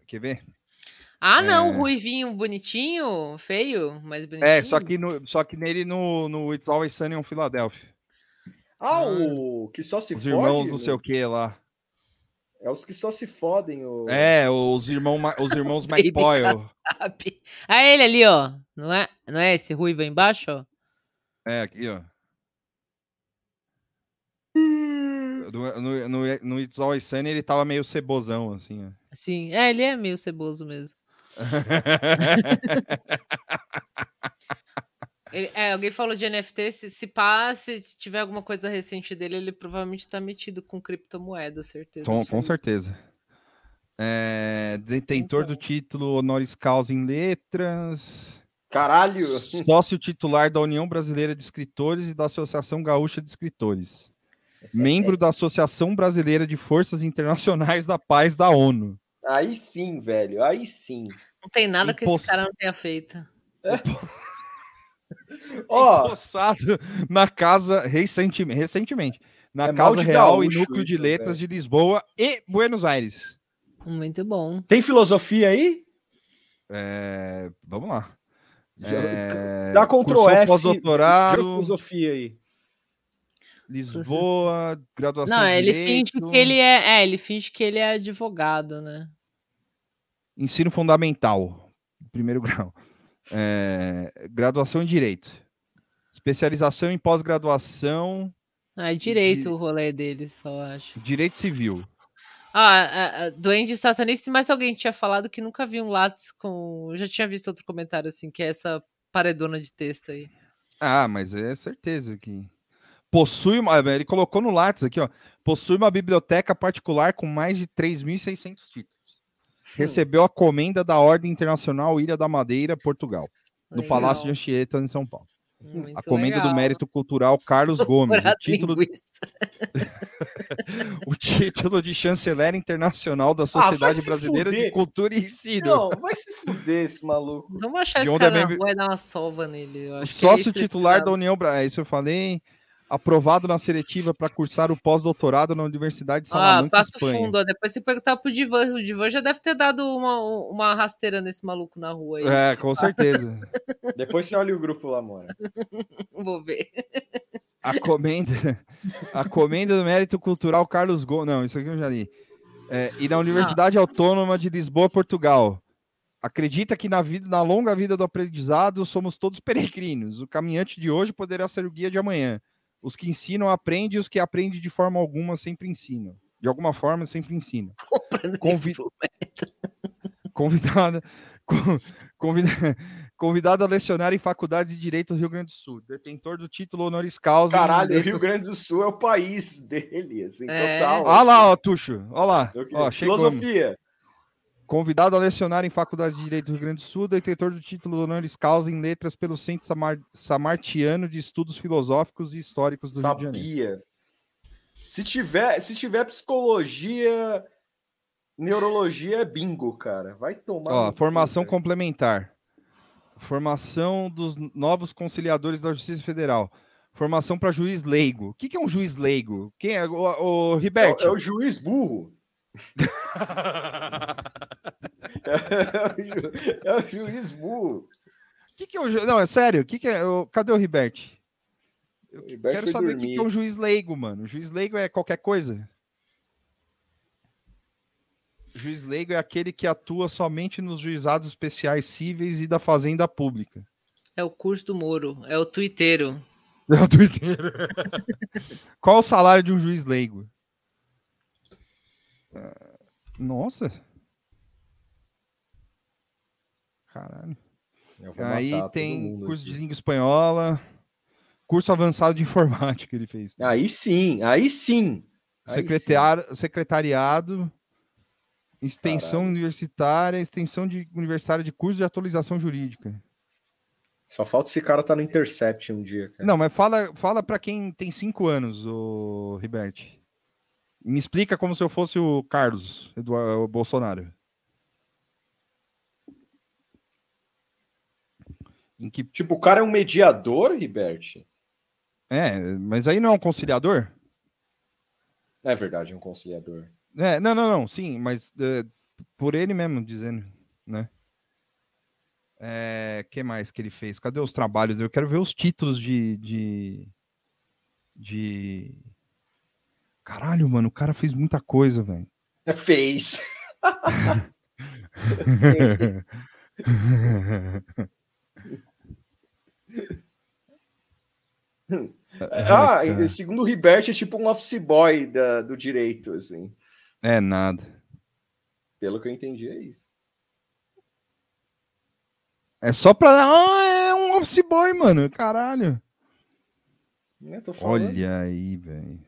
[SPEAKER 1] quer ver?
[SPEAKER 2] Ah, não,
[SPEAKER 1] É.
[SPEAKER 2] ruivinho bonitinho, feio, mas bonitinho.
[SPEAKER 1] É, só que no, só que nele no, no It's Always Sunny in Philadelphia.
[SPEAKER 3] Ah, o que só se
[SPEAKER 1] Os
[SPEAKER 3] fode?
[SPEAKER 1] irmãos não
[SPEAKER 3] né?
[SPEAKER 1] sei o que lá.
[SPEAKER 3] É os que só se fodem. O...
[SPEAKER 1] É, os irmãos os irmãos
[SPEAKER 2] Baby
[SPEAKER 1] McPoyle.
[SPEAKER 2] Sabe? Ah, ele ali, ó. Não é, não é esse ruivo aí embaixo, ó?
[SPEAKER 1] É, aqui, ó. No, no, no- no It's Always Sunny ele tava meio cebosão, assim, ó.
[SPEAKER 2] [LAUGHS] Sim, é, ele é meio ceboso mesmo. Ele- é, alguém falou de NFT, se, se pá, se tiver alguma coisa recente dele, ele provavelmente tá metido com criptomoeda, certeza.
[SPEAKER 1] Com, com
[SPEAKER 2] absoluta.
[SPEAKER 1] certeza. É, detentor do título honoris causa em letras.
[SPEAKER 3] Caralho!
[SPEAKER 1] Sócio titular da União Brasileira de Escritores e da Associação Gaúcha de Escritores. Membro da Associação Brasileira de Forças Internacionais da Paz da ONU.
[SPEAKER 3] Aí sim, velho, aí sim.
[SPEAKER 2] Não tem nada que
[SPEAKER 1] Imposs- É.
[SPEAKER 2] esse cara não tenha feito.
[SPEAKER 3] Ó,
[SPEAKER 1] Empossado na Casa recentemente, recentemente na
[SPEAKER 3] É mal
[SPEAKER 1] Casa
[SPEAKER 3] de
[SPEAKER 1] Real e
[SPEAKER 3] gaúcho
[SPEAKER 1] Núcleo de
[SPEAKER 3] isso,
[SPEAKER 1] Letras de Lisboa e Buenos Aires.
[SPEAKER 2] Muito bom.
[SPEAKER 3] tem filosofia aí?
[SPEAKER 1] É, vamos lá.
[SPEAKER 3] Já-
[SPEAKER 1] [LAUGHS] É,
[SPEAKER 3] Dá Ctrl
[SPEAKER 1] cursou
[SPEAKER 3] F.
[SPEAKER 1] Pós-doutorado.
[SPEAKER 3] vira filosofia aí.
[SPEAKER 1] Lisboa, graduação
[SPEAKER 2] Não,
[SPEAKER 1] em
[SPEAKER 2] ele
[SPEAKER 1] direito,
[SPEAKER 2] finge que ele é, é, ele finge que ele é advogado, né?
[SPEAKER 1] ensino fundamental, primeiro grau, É, graduação em direito, especialização em pós-graduação,
[SPEAKER 2] Ah, é direito
[SPEAKER 1] De-
[SPEAKER 2] o rolê dele, só acho.
[SPEAKER 1] direito civil.
[SPEAKER 2] Ah, a- a- doente satanista, e mais alguém tinha falado que nunca viu um lápis com. Eu já tinha visto outro comentário assim, que é essa paredona de texto aí.
[SPEAKER 1] Ah, mas é certeza que possui uma, ele colocou no Lattes aqui, ó, possui uma biblioteca particular com mais de 3.600 títulos. Recebeu a comenda da Ordem Internacional Ilha da Madeira, Portugal, no
[SPEAKER 2] Legal,
[SPEAKER 1] Palácio de Anchieta, em São Paulo.
[SPEAKER 2] é muito
[SPEAKER 1] A comenda
[SPEAKER 2] legal.
[SPEAKER 1] do mérito cultural Carlos Gomes. O
[SPEAKER 2] Doutorado em
[SPEAKER 1] título,
[SPEAKER 2] linguiça.
[SPEAKER 1] o título de chanceler internacional da
[SPEAKER 3] vai
[SPEAKER 1] Sociedade
[SPEAKER 3] se
[SPEAKER 1] Brasileira de
[SPEAKER 3] fuder.
[SPEAKER 1] Cultura e Ensino.
[SPEAKER 3] Não, vai se fuder esse maluco.
[SPEAKER 2] Vamos achar
[SPEAKER 1] De
[SPEAKER 2] esse
[SPEAKER 1] onde
[SPEAKER 2] cara
[SPEAKER 1] é
[SPEAKER 2] na
[SPEAKER 1] bem-
[SPEAKER 2] rua e dar uma sova nele. eu acho que ele é
[SPEAKER 1] Sócio titular da União Brasileira. Isso eu falei. Aprovado na seletiva para cursar o pós-doutorado na Universidade de
[SPEAKER 2] Ah,
[SPEAKER 1] Salamanca,
[SPEAKER 2] passo
[SPEAKER 1] Espanha.
[SPEAKER 2] fundo. ó, Depois se perguntar pro Divan, o Divan já deve ter dado uma, uma rasteira nesse maluco na rua aí.
[SPEAKER 1] É,
[SPEAKER 2] se
[SPEAKER 1] com
[SPEAKER 2] pá.
[SPEAKER 1] certeza.
[SPEAKER 3] Depois você olha o grupo lá, mano.
[SPEAKER 2] [LAUGHS] Vou ver.
[SPEAKER 1] A comenda, a comenda do mérito cultural Carlos Gomes. Não, isso aqui eu já li. É, e
[SPEAKER 2] Ah.
[SPEAKER 1] na Universidade Autônoma de Lisboa, Portugal. Acredita que na vida, na longa vida do aprendizado, somos todos peregrinos. O caminhante de hoje poderá ser o guia de amanhã. Os que ensinam aprendem, e os que aprendem de forma alguma sempre ensinam. De alguma forma sempre
[SPEAKER 2] [LAUGHS]
[SPEAKER 1] ensinam. Convi- Convidada, [LAUGHS] con- convida- convidada a lecionar em faculdades de direito do Rio Grande do Sul. Detentor do título honoris causa. em
[SPEAKER 3] Caralho, o Rio
[SPEAKER 1] letras-
[SPEAKER 3] Grande do Sul é o país dele, assim,
[SPEAKER 2] É.
[SPEAKER 3] total.
[SPEAKER 1] Olha Ah, lá, ó, Tuxo. Olha lá.
[SPEAKER 3] Eu queria-
[SPEAKER 1] Ó, chegamos.
[SPEAKER 3] filosofia.
[SPEAKER 1] Convidado a lecionar em Faculdade de Direito do Rio Grande do Sul, detentor do título honoris causa em letras pelo Centro Samar- Samartiano de Estudos Filosóficos e Históricos do Rio de Janeiro.
[SPEAKER 3] Sabia. Se tiver, se tiver psicologia, neurologia é bingo, cara. Vai tomar.
[SPEAKER 1] Ó,
[SPEAKER 3] no cu,
[SPEAKER 1] formação
[SPEAKER 3] velho.
[SPEAKER 1] complementar. Formação dos novos conciliadores da Justiça Federal. Formação para juiz leigo. O que, que é um juiz leigo? Quem é? O, o
[SPEAKER 3] É, o-
[SPEAKER 1] Ribert?
[SPEAKER 3] é o juiz burro. [LAUGHS] é, o ju- é o juiz burro.
[SPEAKER 1] [LAUGHS] que, que é o ju... Não, é sério. O que, que é? o- Cadê o Ribert?
[SPEAKER 3] O Gilberto
[SPEAKER 1] Quero
[SPEAKER 3] foi
[SPEAKER 1] saber o que, é um
[SPEAKER 3] dormir.
[SPEAKER 1] que é um juiz leigo, mano. Juiz leigo é qualquer coisa? Juiz leigo é aquele que atua somente nos juizados especiais cíveis e da fazenda pública.
[SPEAKER 2] É o curso do Moro, é o tuiteiro.
[SPEAKER 1] [LAUGHS] É o tuiteiro. Qual o salário de um juiz leigo? Ah, Nossa. Caralho.
[SPEAKER 3] Eu vou
[SPEAKER 1] Aí
[SPEAKER 3] matar todo
[SPEAKER 1] tem
[SPEAKER 3] mundo
[SPEAKER 1] curso
[SPEAKER 3] aqui.
[SPEAKER 1] de língua espanhola, curso avançado de [LAUGHS] informática ele fez.
[SPEAKER 3] Aí sim, aí sim. Aí
[SPEAKER 1] Secretar, secretariado, extensão universitária, extensão de universitária de curso de atualização jurídica.
[SPEAKER 3] Só falta esse cara tá no Intercept um dia, cara.
[SPEAKER 1] Não, mas fala, fala para quem tem cinco anos, o Ribert. Me explica como se eu fosse o Carlos Eduardo o Bolsonaro. Em que...
[SPEAKER 3] Tipo, o cara é um mediador, Ribert?
[SPEAKER 1] É, mas aí não é um conciliador?
[SPEAKER 3] É verdade, um conciliador.
[SPEAKER 1] É, não, não, não, sim, mas é, por ele mesmo dizendo, né? É, que mais que ele fez? Cadê os trabalhos? Eu quero ver os títulos de, de, de... Caralho, mano, o cara fez muita coisa, velho.
[SPEAKER 3] [LAUGHS]
[SPEAKER 1] [LAUGHS]
[SPEAKER 3] Fez. Ah, ah, e segundo o Ribert, é tipo um office boy da, do direito, assim.
[SPEAKER 1] É nada.
[SPEAKER 3] Pelo que eu entendi, é isso.
[SPEAKER 1] É só pra. Ah, é um office boy, mano. Caralho.
[SPEAKER 3] Né, tô falando.
[SPEAKER 1] Olha aí, velho.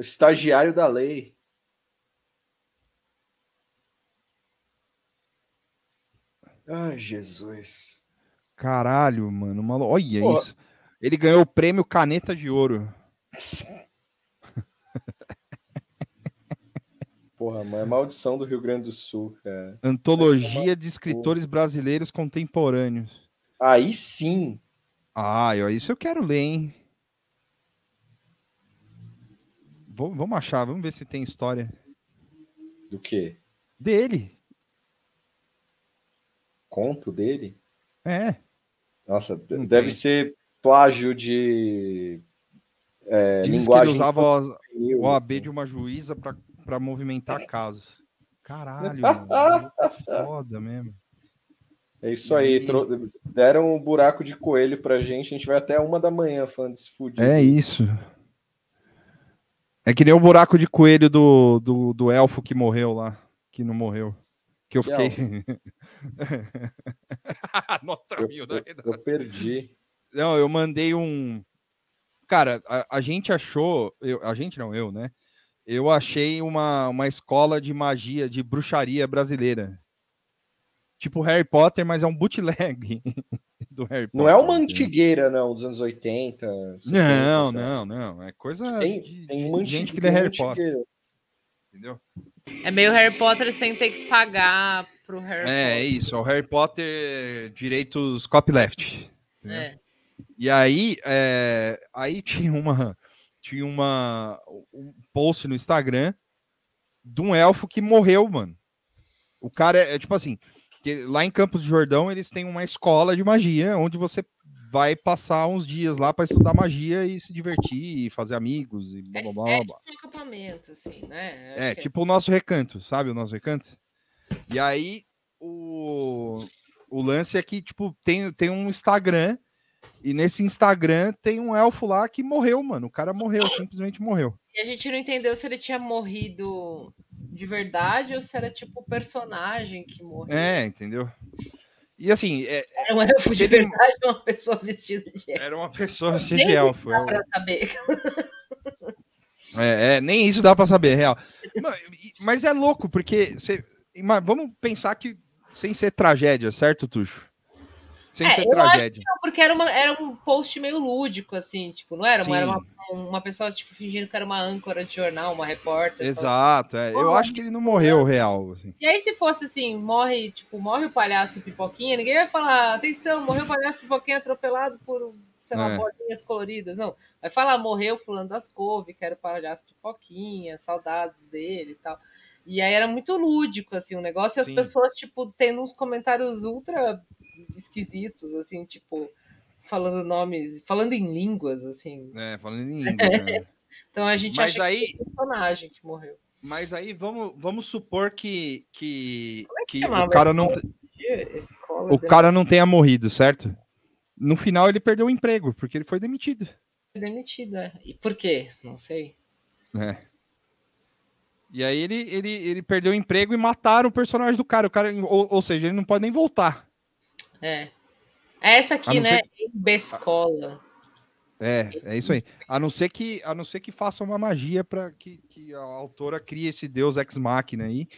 [SPEAKER 3] Estagiário da lei. Ai, Jesus.
[SPEAKER 1] Caralho, mano. Malu... Olha
[SPEAKER 3] Porra.
[SPEAKER 1] isso. Ele ganhou o prêmio Caneta de Ouro.
[SPEAKER 3] Porra, mano, é maldição do Rio Grande do Sul, cara.
[SPEAKER 1] Antologia de escritores brasileiros contemporâneos.
[SPEAKER 3] Aí sim.
[SPEAKER 1] Ah, eu- isso eu quero ler, hein? Vou- vamos achar, vamos ver se tem história
[SPEAKER 3] Do quê?
[SPEAKER 1] dele.
[SPEAKER 3] Conto dele?
[SPEAKER 1] É.
[SPEAKER 3] Nossa, deve ser plágio de é,
[SPEAKER 1] Diz que ele
[SPEAKER 3] linguagem.
[SPEAKER 1] usava o
[SPEAKER 3] infantil. assim.
[SPEAKER 1] OAB de uma juíza pra, pra movimentar casos.
[SPEAKER 3] [LAUGHS]
[SPEAKER 1] Caralho, mano. que Foda mesmo.
[SPEAKER 3] É isso aí. tro- Deram um buraco de coelho pra gente. A gente vai até uma da manhã falando desse fudido.
[SPEAKER 1] É isso. É que nem o buraco de coelho do, do, do elfo que morreu lá. Que não morreu. Que eu
[SPEAKER 3] Que
[SPEAKER 1] fiquei. [LAUGHS] Nota
[SPEAKER 3] mil, né? Eu, eu perdi.
[SPEAKER 1] Não, eu mandei um. Cara, a, a gente achou. eu- a gente não, eu, né? Eu achei uma, uma escola de magia, de bruxaria brasileira. Tipo Harry Potter, mas é um bootleg [LAUGHS] do Harry Potter.
[SPEAKER 3] Não é uma antigueira, não, dos anos 80. 70,
[SPEAKER 1] Não,
[SPEAKER 3] sabe?
[SPEAKER 1] não, não. É coisa.
[SPEAKER 3] Tem, tem uma
[SPEAKER 1] de gente
[SPEAKER 3] anti-
[SPEAKER 1] que lê
[SPEAKER 3] tem uma
[SPEAKER 1] Harry Potter.
[SPEAKER 3] antigueira.
[SPEAKER 1] Entendeu?
[SPEAKER 2] [LAUGHS] É meio Harry Potter sem ter que pagar pro Harry
[SPEAKER 1] É, é isso. É o Harry Potter direitos copyleft.
[SPEAKER 2] Potter.
[SPEAKER 1] né?
[SPEAKER 2] É.
[SPEAKER 1] E aí, é, aí tinha uma tinha uma um post no Instagram de um elfo que morreu, mano. O cara é, é tipo assim, que lá em Campos de Jordão eles têm uma escola de magia onde você vai passar uns dias lá para estudar magia e se divertir e fazer amigos e blá blá blá.
[SPEAKER 2] É
[SPEAKER 1] blá.
[SPEAKER 2] tipo um acampamento, assim, né? Acho
[SPEAKER 1] É,
[SPEAKER 2] que
[SPEAKER 1] tipo o nosso recanto, sabe? O nosso recanto. E aí, o, o lance é que, tipo, tem, tem um Instagram, e nesse Instagram tem um elfo lá que morreu, mano. O cara morreu, simplesmente morreu.
[SPEAKER 2] E a gente não entendeu se ele tinha morrido de verdade ou se era tipo o personagem que morreu.
[SPEAKER 1] É, entendeu? E assim, é,
[SPEAKER 2] Era um elfo de
[SPEAKER 1] se ele-
[SPEAKER 2] verdade ou uma pessoa vestida de elfo?
[SPEAKER 1] Era uma pessoa vestida
[SPEAKER 2] Nem
[SPEAKER 1] de
[SPEAKER 2] isso
[SPEAKER 1] elfo. um-
[SPEAKER 2] dá
[SPEAKER 1] eu-
[SPEAKER 2] pra saber.
[SPEAKER 1] É, é, nem isso dá pra saber, é real. Mano, e- Mas é louco, porque você. ima- Vamos pensar que sem ser tragédia, certo, Tuxo? Sem
[SPEAKER 2] É,
[SPEAKER 1] ser
[SPEAKER 2] eu acho
[SPEAKER 1] tragédia.
[SPEAKER 2] que não, porque era, uma- era um post meio lúdico, assim, tipo, não era?
[SPEAKER 1] Sim.
[SPEAKER 2] Era uma, uma pessoa tipo, fingindo que era uma âncora de jornal, uma repórter.
[SPEAKER 1] Exato, é. eu acho que ele não morreu real. assim.
[SPEAKER 2] E aí, se fosse assim, morre, tipo, morre o palhaço pipoquinha, ninguém vai falar, atenção, morreu o palhaço pipoquinha atropelado por, sei lá,
[SPEAKER 1] É.
[SPEAKER 2] bolinhas coloridas. Não. Vai falar, morreu fulano das couve, que era o palhaço pipoquinha, saudades dele e tal. E aí era muito lúdico, assim, o negócio, e as
[SPEAKER 1] Sim.
[SPEAKER 2] pessoas, tipo, tendo uns comentários ultra esquisitos, assim, tipo, falando nomes, falando em línguas, assim. [LAUGHS]
[SPEAKER 1] É, falando em língua. né?
[SPEAKER 2] Então a gente
[SPEAKER 1] Mas
[SPEAKER 2] acha
[SPEAKER 1] aí-
[SPEAKER 2] que foi o personagem que morreu.
[SPEAKER 1] Mas aí vamos, vamos supor que, que, que
[SPEAKER 2] é chamava
[SPEAKER 1] o cara
[SPEAKER 2] esse
[SPEAKER 1] não.
[SPEAKER 2] nome? Escola
[SPEAKER 1] o
[SPEAKER 2] de-
[SPEAKER 1] cara não tenha morrido, certo? No final ele perdeu o emprego, porque ele foi demitido.
[SPEAKER 2] Demitida. né? E por quê? Não sei.
[SPEAKER 1] né? E aí ele, ele, ele perdeu o emprego e mataram o personagem do cara. O cara ou, ou seja, ele não pode nem voltar.
[SPEAKER 2] É. É essa
[SPEAKER 1] A
[SPEAKER 2] aqui,
[SPEAKER 1] não
[SPEAKER 2] né?
[SPEAKER 1] ser-
[SPEAKER 2] Em Bescola.
[SPEAKER 1] É, é isso aí. A não ser que, a não ser que faça uma magia para que, que a autora crie esse deus ex-máquina aí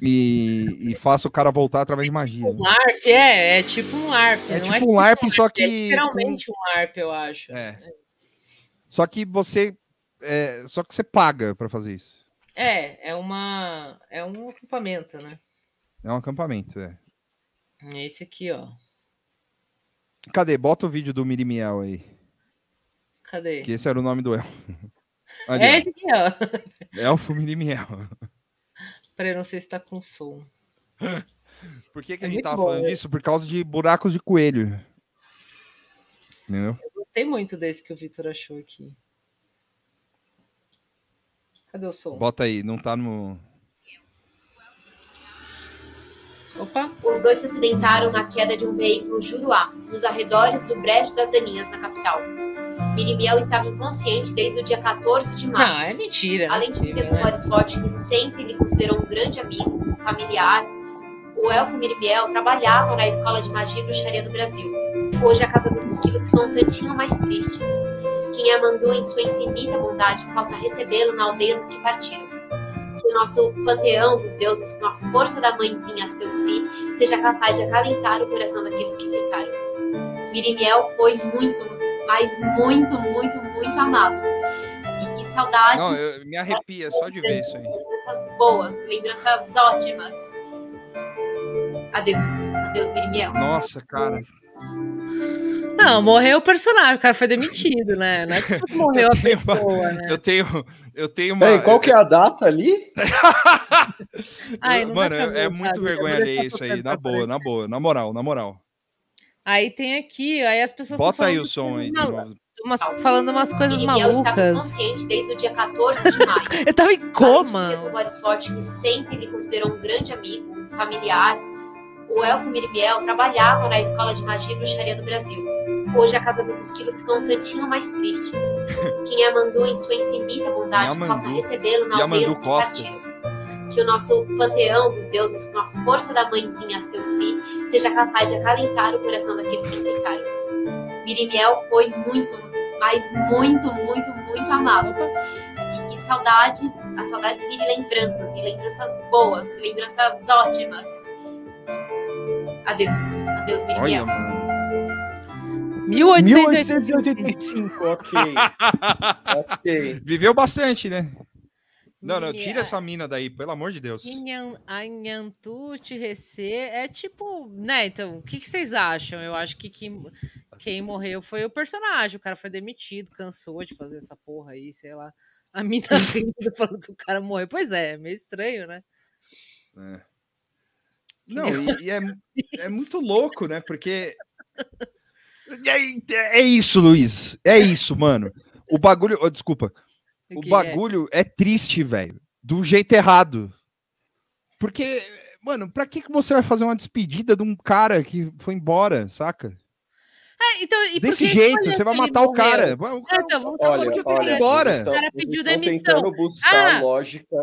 [SPEAKER 1] e, e faça o cara voltar através de magia. né?
[SPEAKER 2] Um LARP, é, é tipo um LARP.
[SPEAKER 1] É
[SPEAKER 2] não
[SPEAKER 1] tipo um LARP, só que
[SPEAKER 2] É literalmente um LARP, eu acho.
[SPEAKER 1] É. Só que você. é, só que você paga para fazer isso.
[SPEAKER 2] É, é uma. É um acampamento, né?
[SPEAKER 1] É um acampamento, é.
[SPEAKER 2] É esse aqui, ó.
[SPEAKER 1] Cadê? Bota o vídeo do Mirimiel aí.
[SPEAKER 2] Cadê?
[SPEAKER 1] Que esse era o nome
[SPEAKER 2] [LAUGHS]
[SPEAKER 1] do elfo. Ali,
[SPEAKER 2] É
[SPEAKER 1] ó.
[SPEAKER 2] esse aqui, ó. [LAUGHS]
[SPEAKER 1] Elfo Mirimiel.
[SPEAKER 2] Peraí, não sei se tá com som. É
[SPEAKER 1] Por que,
[SPEAKER 2] a
[SPEAKER 1] gente tava
[SPEAKER 2] né?
[SPEAKER 1] falando disso por causa de buracos de coelho. Entendeu?
[SPEAKER 2] Gostei muito desse que o Vitor achou aqui. Cadê o som?
[SPEAKER 1] Bota aí, não tá no.
[SPEAKER 2] Opa!
[SPEAKER 13] Os dois se acidentaram na queda de um veículo Juruá, nos arredores do Brejo das Daninhas, na capital. Mirimiel estava inconsciente desde o dia 14 de maio.
[SPEAKER 2] Ah, é mentira, não é
[SPEAKER 13] Além de
[SPEAKER 2] possível,
[SPEAKER 13] ter
[SPEAKER 2] né?
[SPEAKER 13] um Scott que sempre lhe considerou um grande amigo, um familiar, o elfo Mirimiel trabalhava na Escola de Magia e Bruxaria do Brasil. Hoje a Casa dos Esquilos ficou um tantinho mais triste. Quem a mandou em sua infinita bondade possa recebê-lo na aldeia dos que partiram. Que o nosso panteão dos deuses, com a força da mãezinha a seu si, seja capaz de acalentar o coração daqueles que ficaram. Mirimiel foi muito, mas muito, muito, muito amado. E que saudades
[SPEAKER 1] Não, eu- me arrepia só de ver isso aí.
[SPEAKER 13] lembranças boas, lembranças ótimas. Adeus, adeus, Mirimiel.
[SPEAKER 1] Nossa, cara.
[SPEAKER 2] Não, morreu o personagem, o cara foi demitido, né? Não
[SPEAKER 1] [LAUGHS]
[SPEAKER 2] é que só morreu a pessoa, né?
[SPEAKER 1] Eu tenho. Eu tenho uma.
[SPEAKER 3] Peraí, qual que é a data ali?
[SPEAKER 2] Ai, não dá
[SPEAKER 1] Mano,
[SPEAKER 2] pra
[SPEAKER 1] é, é
[SPEAKER 2] ver,
[SPEAKER 1] muito
[SPEAKER 2] cara,
[SPEAKER 1] vergonha
[SPEAKER 2] eu vou deixar
[SPEAKER 1] ler isso aí.
[SPEAKER 2] tocando
[SPEAKER 1] Na
[SPEAKER 2] pra
[SPEAKER 1] boa, na boa, na moral, na moral.
[SPEAKER 2] Aí tem aqui, aí as pessoas
[SPEAKER 1] Bota
[SPEAKER 2] tão
[SPEAKER 1] aí
[SPEAKER 2] falando
[SPEAKER 1] o som aí de
[SPEAKER 2] malu-
[SPEAKER 1] novo.
[SPEAKER 2] umas- falando umas coisas
[SPEAKER 13] Mirimiel estava
[SPEAKER 2] malucas.
[SPEAKER 13] inconsciente desde o dia 14 de maio.
[SPEAKER 2] [LAUGHS] Eu tava em
[SPEAKER 13] Além de
[SPEAKER 2] coma.
[SPEAKER 13] ter um Boris Forte que sempre lhe considerou um grande amigo, um familiar, o elfo Mirimiel trabalhava na Escola de Magia e Bruxaria do Brasil. Hoje a Casa dos Esquilos ficou um tantinho mais triste. Quem a mandou em sua infinita bondade
[SPEAKER 1] Yamandu.
[SPEAKER 13] possa recebê-lo na aldeia
[SPEAKER 1] Yamandu
[SPEAKER 13] dos que
[SPEAKER 1] Costa.
[SPEAKER 13] partiram. Que o nosso panteão dos deuses, com a força da mãezinha a seu si, seja capaz de acalentar o coração daqueles que ficaram. Mirimiel foi muito, mas muito, muito, muito amado. E que saudades, as saudades virem lembranças, e lembranças boas, lembranças ótimas. Adeus, adeus, Mirimiel.
[SPEAKER 1] Olha, mano.
[SPEAKER 3] 1885, ok. ok.
[SPEAKER 1] [LAUGHS] Viveu bastante, né? Não, não,
[SPEAKER 2] Menina.
[SPEAKER 1] tira essa mina daí, pelo amor de Deus.
[SPEAKER 2] Inhan- Anhantu Tirrecê é tipo, né? Então, o que, que vocês acham? Eu acho que quem, quem morreu foi o personagem. O cara foi demitido, cansou de fazer essa porra aí, sei lá. A mina [LAUGHS] rindo falando que o cara morreu. Pois é, é meio estranho, né?
[SPEAKER 1] É. Não, e, e [LAUGHS] é, é muito louco, né? Porque. É, é isso, Luiz. É isso, mano. O bagulho. oh, desculpa.
[SPEAKER 2] O
[SPEAKER 1] O
[SPEAKER 2] que é?
[SPEAKER 1] bagulho é, triste, velho. Do jeito errado. Porque, mano, pra que, que você vai fazer uma despedida de um cara que foi embora, saca?
[SPEAKER 2] É, então, e por
[SPEAKER 1] Desse
[SPEAKER 2] que
[SPEAKER 1] jeito,
[SPEAKER 2] escolher
[SPEAKER 1] você vai
[SPEAKER 2] que ele
[SPEAKER 1] matar o cara.
[SPEAKER 2] morreu?
[SPEAKER 1] O
[SPEAKER 2] É, então, vamos falar
[SPEAKER 1] Olha,
[SPEAKER 2] por que que
[SPEAKER 1] olha,
[SPEAKER 2] ele-
[SPEAKER 1] embora.
[SPEAKER 2] O cara pediu
[SPEAKER 3] Estão
[SPEAKER 2] demissão.
[SPEAKER 3] tentando buscar
[SPEAKER 2] Ah!
[SPEAKER 1] um
[SPEAKER 3] lógica.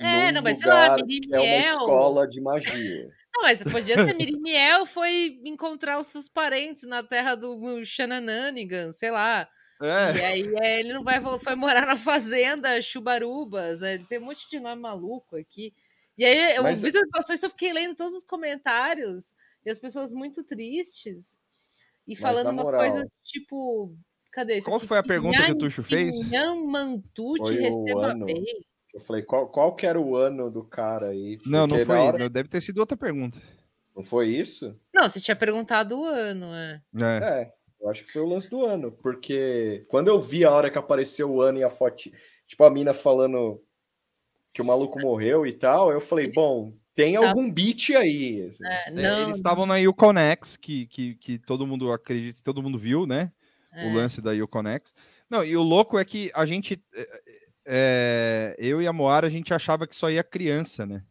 [SPEAKER 2] É,
[SPEAKER 3] num
[SPEAKER 2] não, mas sei lá,
[SPEAKER 3] lugar
[SPEAKER 2] Mirimiel.
[SPEAKER 3] que É uma escola de magia.
[SPEAKER 2] Não, mas podia ser Mirimiel foi encontrar os seus parentes na terra do Xanananigan, sei lá.
[SPEAKER 1] É.
[SPEAKER 2] E aí é, ele não vai vol- foi morar na fazenda Chubarubas, né? Tem um monte de nome maluco aqui. E aí
[SPEAKER 13] Mas-
[SPEAKER 2] o Vitor passou isso, eu fiquei lendo todos os comentários e as pessoas muito tristes e
[SPEAKER 1] Mas
[SPEAKER 2] falando
[SPEAKER 1] na
[SPEAKER 2] umas
[SPEAKER 1] moral-
[SPEAKER 2] coisas tipo, cadê isso
[SPEAKER 1] Qual
[SPEAKER 2] aqui?
[SPEAKER 1] foi a pergunta que o Tuxo fez?
[SPEAKER 2] Mantucci
[SPEAKER 3] Foi o
[SPEAKER 2] receba
[SPEAKER 3] ano.
[SPEAKER 2] bem.
[SPEAKER 3] Eu falei, qual, qual que era o ano do cara aí?
[SPEAKER 1] Não, não
[SPEAKER 3] Porque na
[SPEAKER 1] foi.
[SPEAKER 3] hora-
[SPEAKER 1] não, Deve ter sido outra pergunta.
[SPEAKER 3] Não foi isso?
[SPEAKER 2] Não, você tinha perguntado o ano, é.
[SPEAKER 1] É.
[SPEAKER 3] eu acho que foi o lance do ano, porque quando eu vi a hora que apareceu o ano e a foto, tipo, a mina falando que o maluco morreu e tal, eu falei, bom, tem
[SPEAKER 2] tá
[SPEAKER 3] algum beat aí. assim.
[SPEAKER 2] É,
[SPEAKER 1] É, Eles estavam na Uconex, que, que, que todo mundo acredita, todo mundo viu, né?
[SPEAKER 2] É.
[SPEAKER 1] O lance da Uconex. Não, e o louco é que a gente. eh, eh, é, eu e a Moara, a gente achava que só ia criança, né?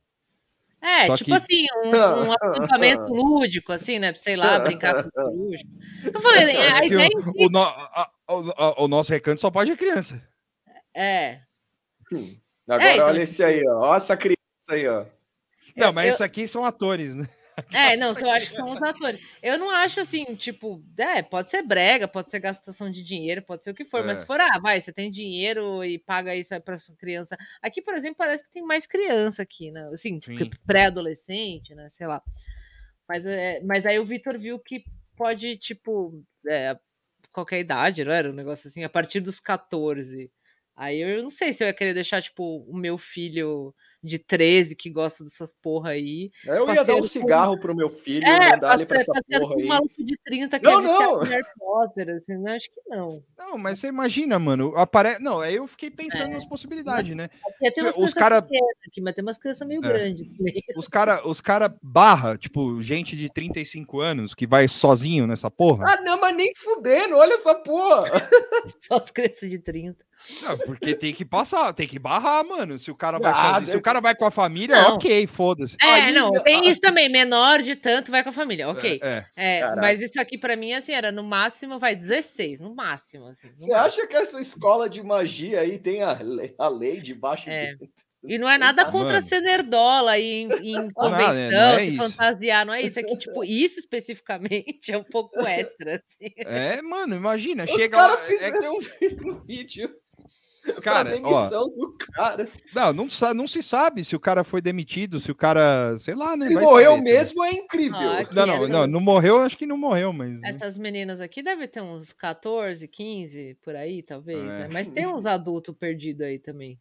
[SPEAKER 2] É,
[SPEAKER 1] Só
[SPEAKER 2] tipo
[SPEAKER 1] que-
[SPEAKER 2] assim,
[SPEAKER 14] [LAUGHS]
[SPEAKER 2] um, um
[SPEAKER 1] [LAUGHS]
[SPEAKER 2] acampamento lúdico, assim, né? Pra, Sei lá, brincar com os bruxos. Eu falei, a
[SPEAKER 1] É que
[SPEAKER 2] ideia em
[SPEAKER 1] o,
[SPEAKER 2] si-
[SPEAKER 1] o no- a- a- a- o nosso recanto só pode a criança.
[SPEAKER 2] É.
[SPEAKER 3] Hum,
[SPEAKER 14] Agora
[SPEAKER 2] É, então-
[SPEAKER 14] olha esse aí, ó. Olha essa criança aí, ó.
[SPEAKER 1] Não, mas
[SPEAKER 2] eu-
[SPEAKER 1] isso aqui são atores, né?
[SPEAKER 2] É, não, eu acho que são os atores. Eu não acho assim, tipo, é, pode ser brega, pode ser gastação de dinheiro, pode ser o que for, mas
[SPEAKER 1] É.
[SPEAKER 2] se for, ah, vai, você tem dinheiro e paga isso aí pra sua criança. Aqui, por exemplo, parece que tem mais criança aqui, né? Assim, que pré-adolescente, né? Sei lá. Mas, é, mas aí o Vitor viu que pode, tipo, é, qualquer idade, não era? Um negócio assim, a partir dos 14. Aí eu não sei se eu ia querer deixar, tipo, o meu filho de 13 que gosta dessas porra aí.
[SPEAKER 3] É,
[SPEAKER 14] Eu ia dar
[SPEAKER 2] passeando
[SPEAKER 14] um
[SPEAKER 2] com-
[SPEAKER 14] cigarro pro meu filho,
[SPEAKER 2] é,
[SPEAKER 14] mandar ele pra essa
[SPEAKER 2] passeando
[SPEAKER 14] porra
[SPEAKER 2] com
[SPEAKER 14] aí.
[SPEAKER 2] Um maluco de 30 que
[SPEAKER 14] Não,
[SPEAKER 2] é viciado
[SPEAKER 14] não.
[SPEAKER 2] em Harry Potter, assim, né? Acho que não.
[SPEAKER 1] Não, mas você imagina, mano. Apare... Não, aí eu fiquei pensando
[SPEAKER 2] É.
[SPEAKER 1] nas possibilidades, né?
[SPEAKER 2] Aqui tem umas
[SPEAKER 1] Os
[SPEAKER 2] crianças
[SPEAKER 1] cara-
[SPEAKER 2] pequenas aqui, mas tem umas crianças meio
[SPEAKER 1] É.
[SPEAKER 2] grandes também.
[SPEAKER 1] Os cara, os cara barra, tipo, gente de 35 anos que vai sozinho nessa porra.
[SPEAKER 14] Ah, não, mas nem fudendo, olha essa porra.
[SPEAKER 2] [LAUGHS] Só as crianças de 30.
[SPEAKER 1] Não, porque tem que passar, tem que barrar, mano. Se o cara vai
[SPEAKER 14] Ah,
[SPEAKER 1] sozinho,
[SPEAKER 14] deve-
[SPEAKER 1] se o cara vai com a família,
[SPEAKER 2] Não.
[SPEAKER 1] ok, foda-se.
[SPEAKER 2] É,
[SPEAKER 1] Aí-
[SPEAKER 2] não, tem isso também. Menor de tanto vai com a família, ok.
[SPEAKER 1] É,
[SPEAKER 2] É,
[SPEAKER 14] Caraca.
[SPEAKER 2] mas isso aqui pra mim, assim, era no máximo, vai 16, no máximo, assim. no
[SPEAKER 14] Você acha que essa escola de magia aí tem a, le- a lei debaixo
[SPEAKER 2] É.
[SPEAKER 14] dentro?
[SPEAKER 2] E não é nada
[SPEAKER 14] Ah,
[SPEAKER 2] contra
[SPEAKER 14] mano.
[SPEAKER 2] ser nerdola e em, em
[SPEAKER 14] Ah, não, é-
[SPEAKER 2] convenção,
[SPEAKER 1] não é
[SPEAKER 2] se
[SPEAKER 1] isso.
[SPEAKER 2] fantasiar, não é isso. É que, tipo, isso especificamente [LAUGHS] é um pouco extra, assim.
[SPEAKER 1] é, mano, imagina,
[SPEAKER 14] Os
[SPEAKER 1] chega
[SPEAKER 14] caras
[SPEAKER 1] lá. é-
[SPEAKER 14] fizeram um vídeo
[SPEAKER 1] Cara,
[SPEAKER 14] pra
[SPEAKER 1] ó.
[SPEAKER 14] demissão do cara.
[SPEAKER 1] Não, não, sa- não se sabe se o cara foi demitido, se o cara, sei lá, né?
[SPEAKER 14] Ele
[SPEAKER 1] vai
[SPEAKER 14] morreu
[SPEAKER 1] saber,
[SPEAKER 14] mesmo, é incrível.
[SPEAKER 1] tá
[SPEAKER 2] Ah,
[SPEAKER 1] ligado? Não, não,
[SPEAKER 2] Essa-
[SPEAKER 1] não, não morreu, acho que não morreu, mas.
[SPEAKER 2] Essas meninas aqui devem ter uns 14, 15, por aí, talvez,
[SPEAKER 1] É.
[SPEAKER 2] né? Mas tem uns adultos perdidos aí também.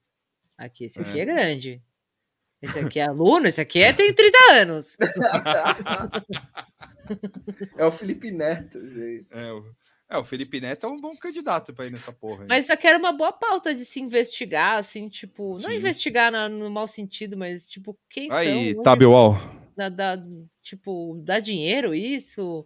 [SPEAKER 2] Aqui, esse aqui
[SPEAKER 1] É.
[SPEAKER 2] é grande. Esse aqui é aluno, esse aqui é, tem 30
[SPEAKER 1] [LAUGHS]
[SPEAKER 2] anos.
[SPEAKER 14] É o Felipe Neto, gente.
[SPEAKER 1] É, o, é, o Felipe Neto é um bom candidato pra ir nessa porra. aí.
[SPEAKER 2] Mas isso aqui era uma boa pauta de se investigar, assim, tipo, não
[SPEAKER 1] Sim.
[SPEAKER 2] investigar na- no mau sentido, mas, tipo, quem
[SPEAKER 1] Aí,
[SPEAKER 2] são?
[SPEAKER 1] Tabiwal.
[SPEAKER 2] Dá- dá- tipo, dá dinheiro isso?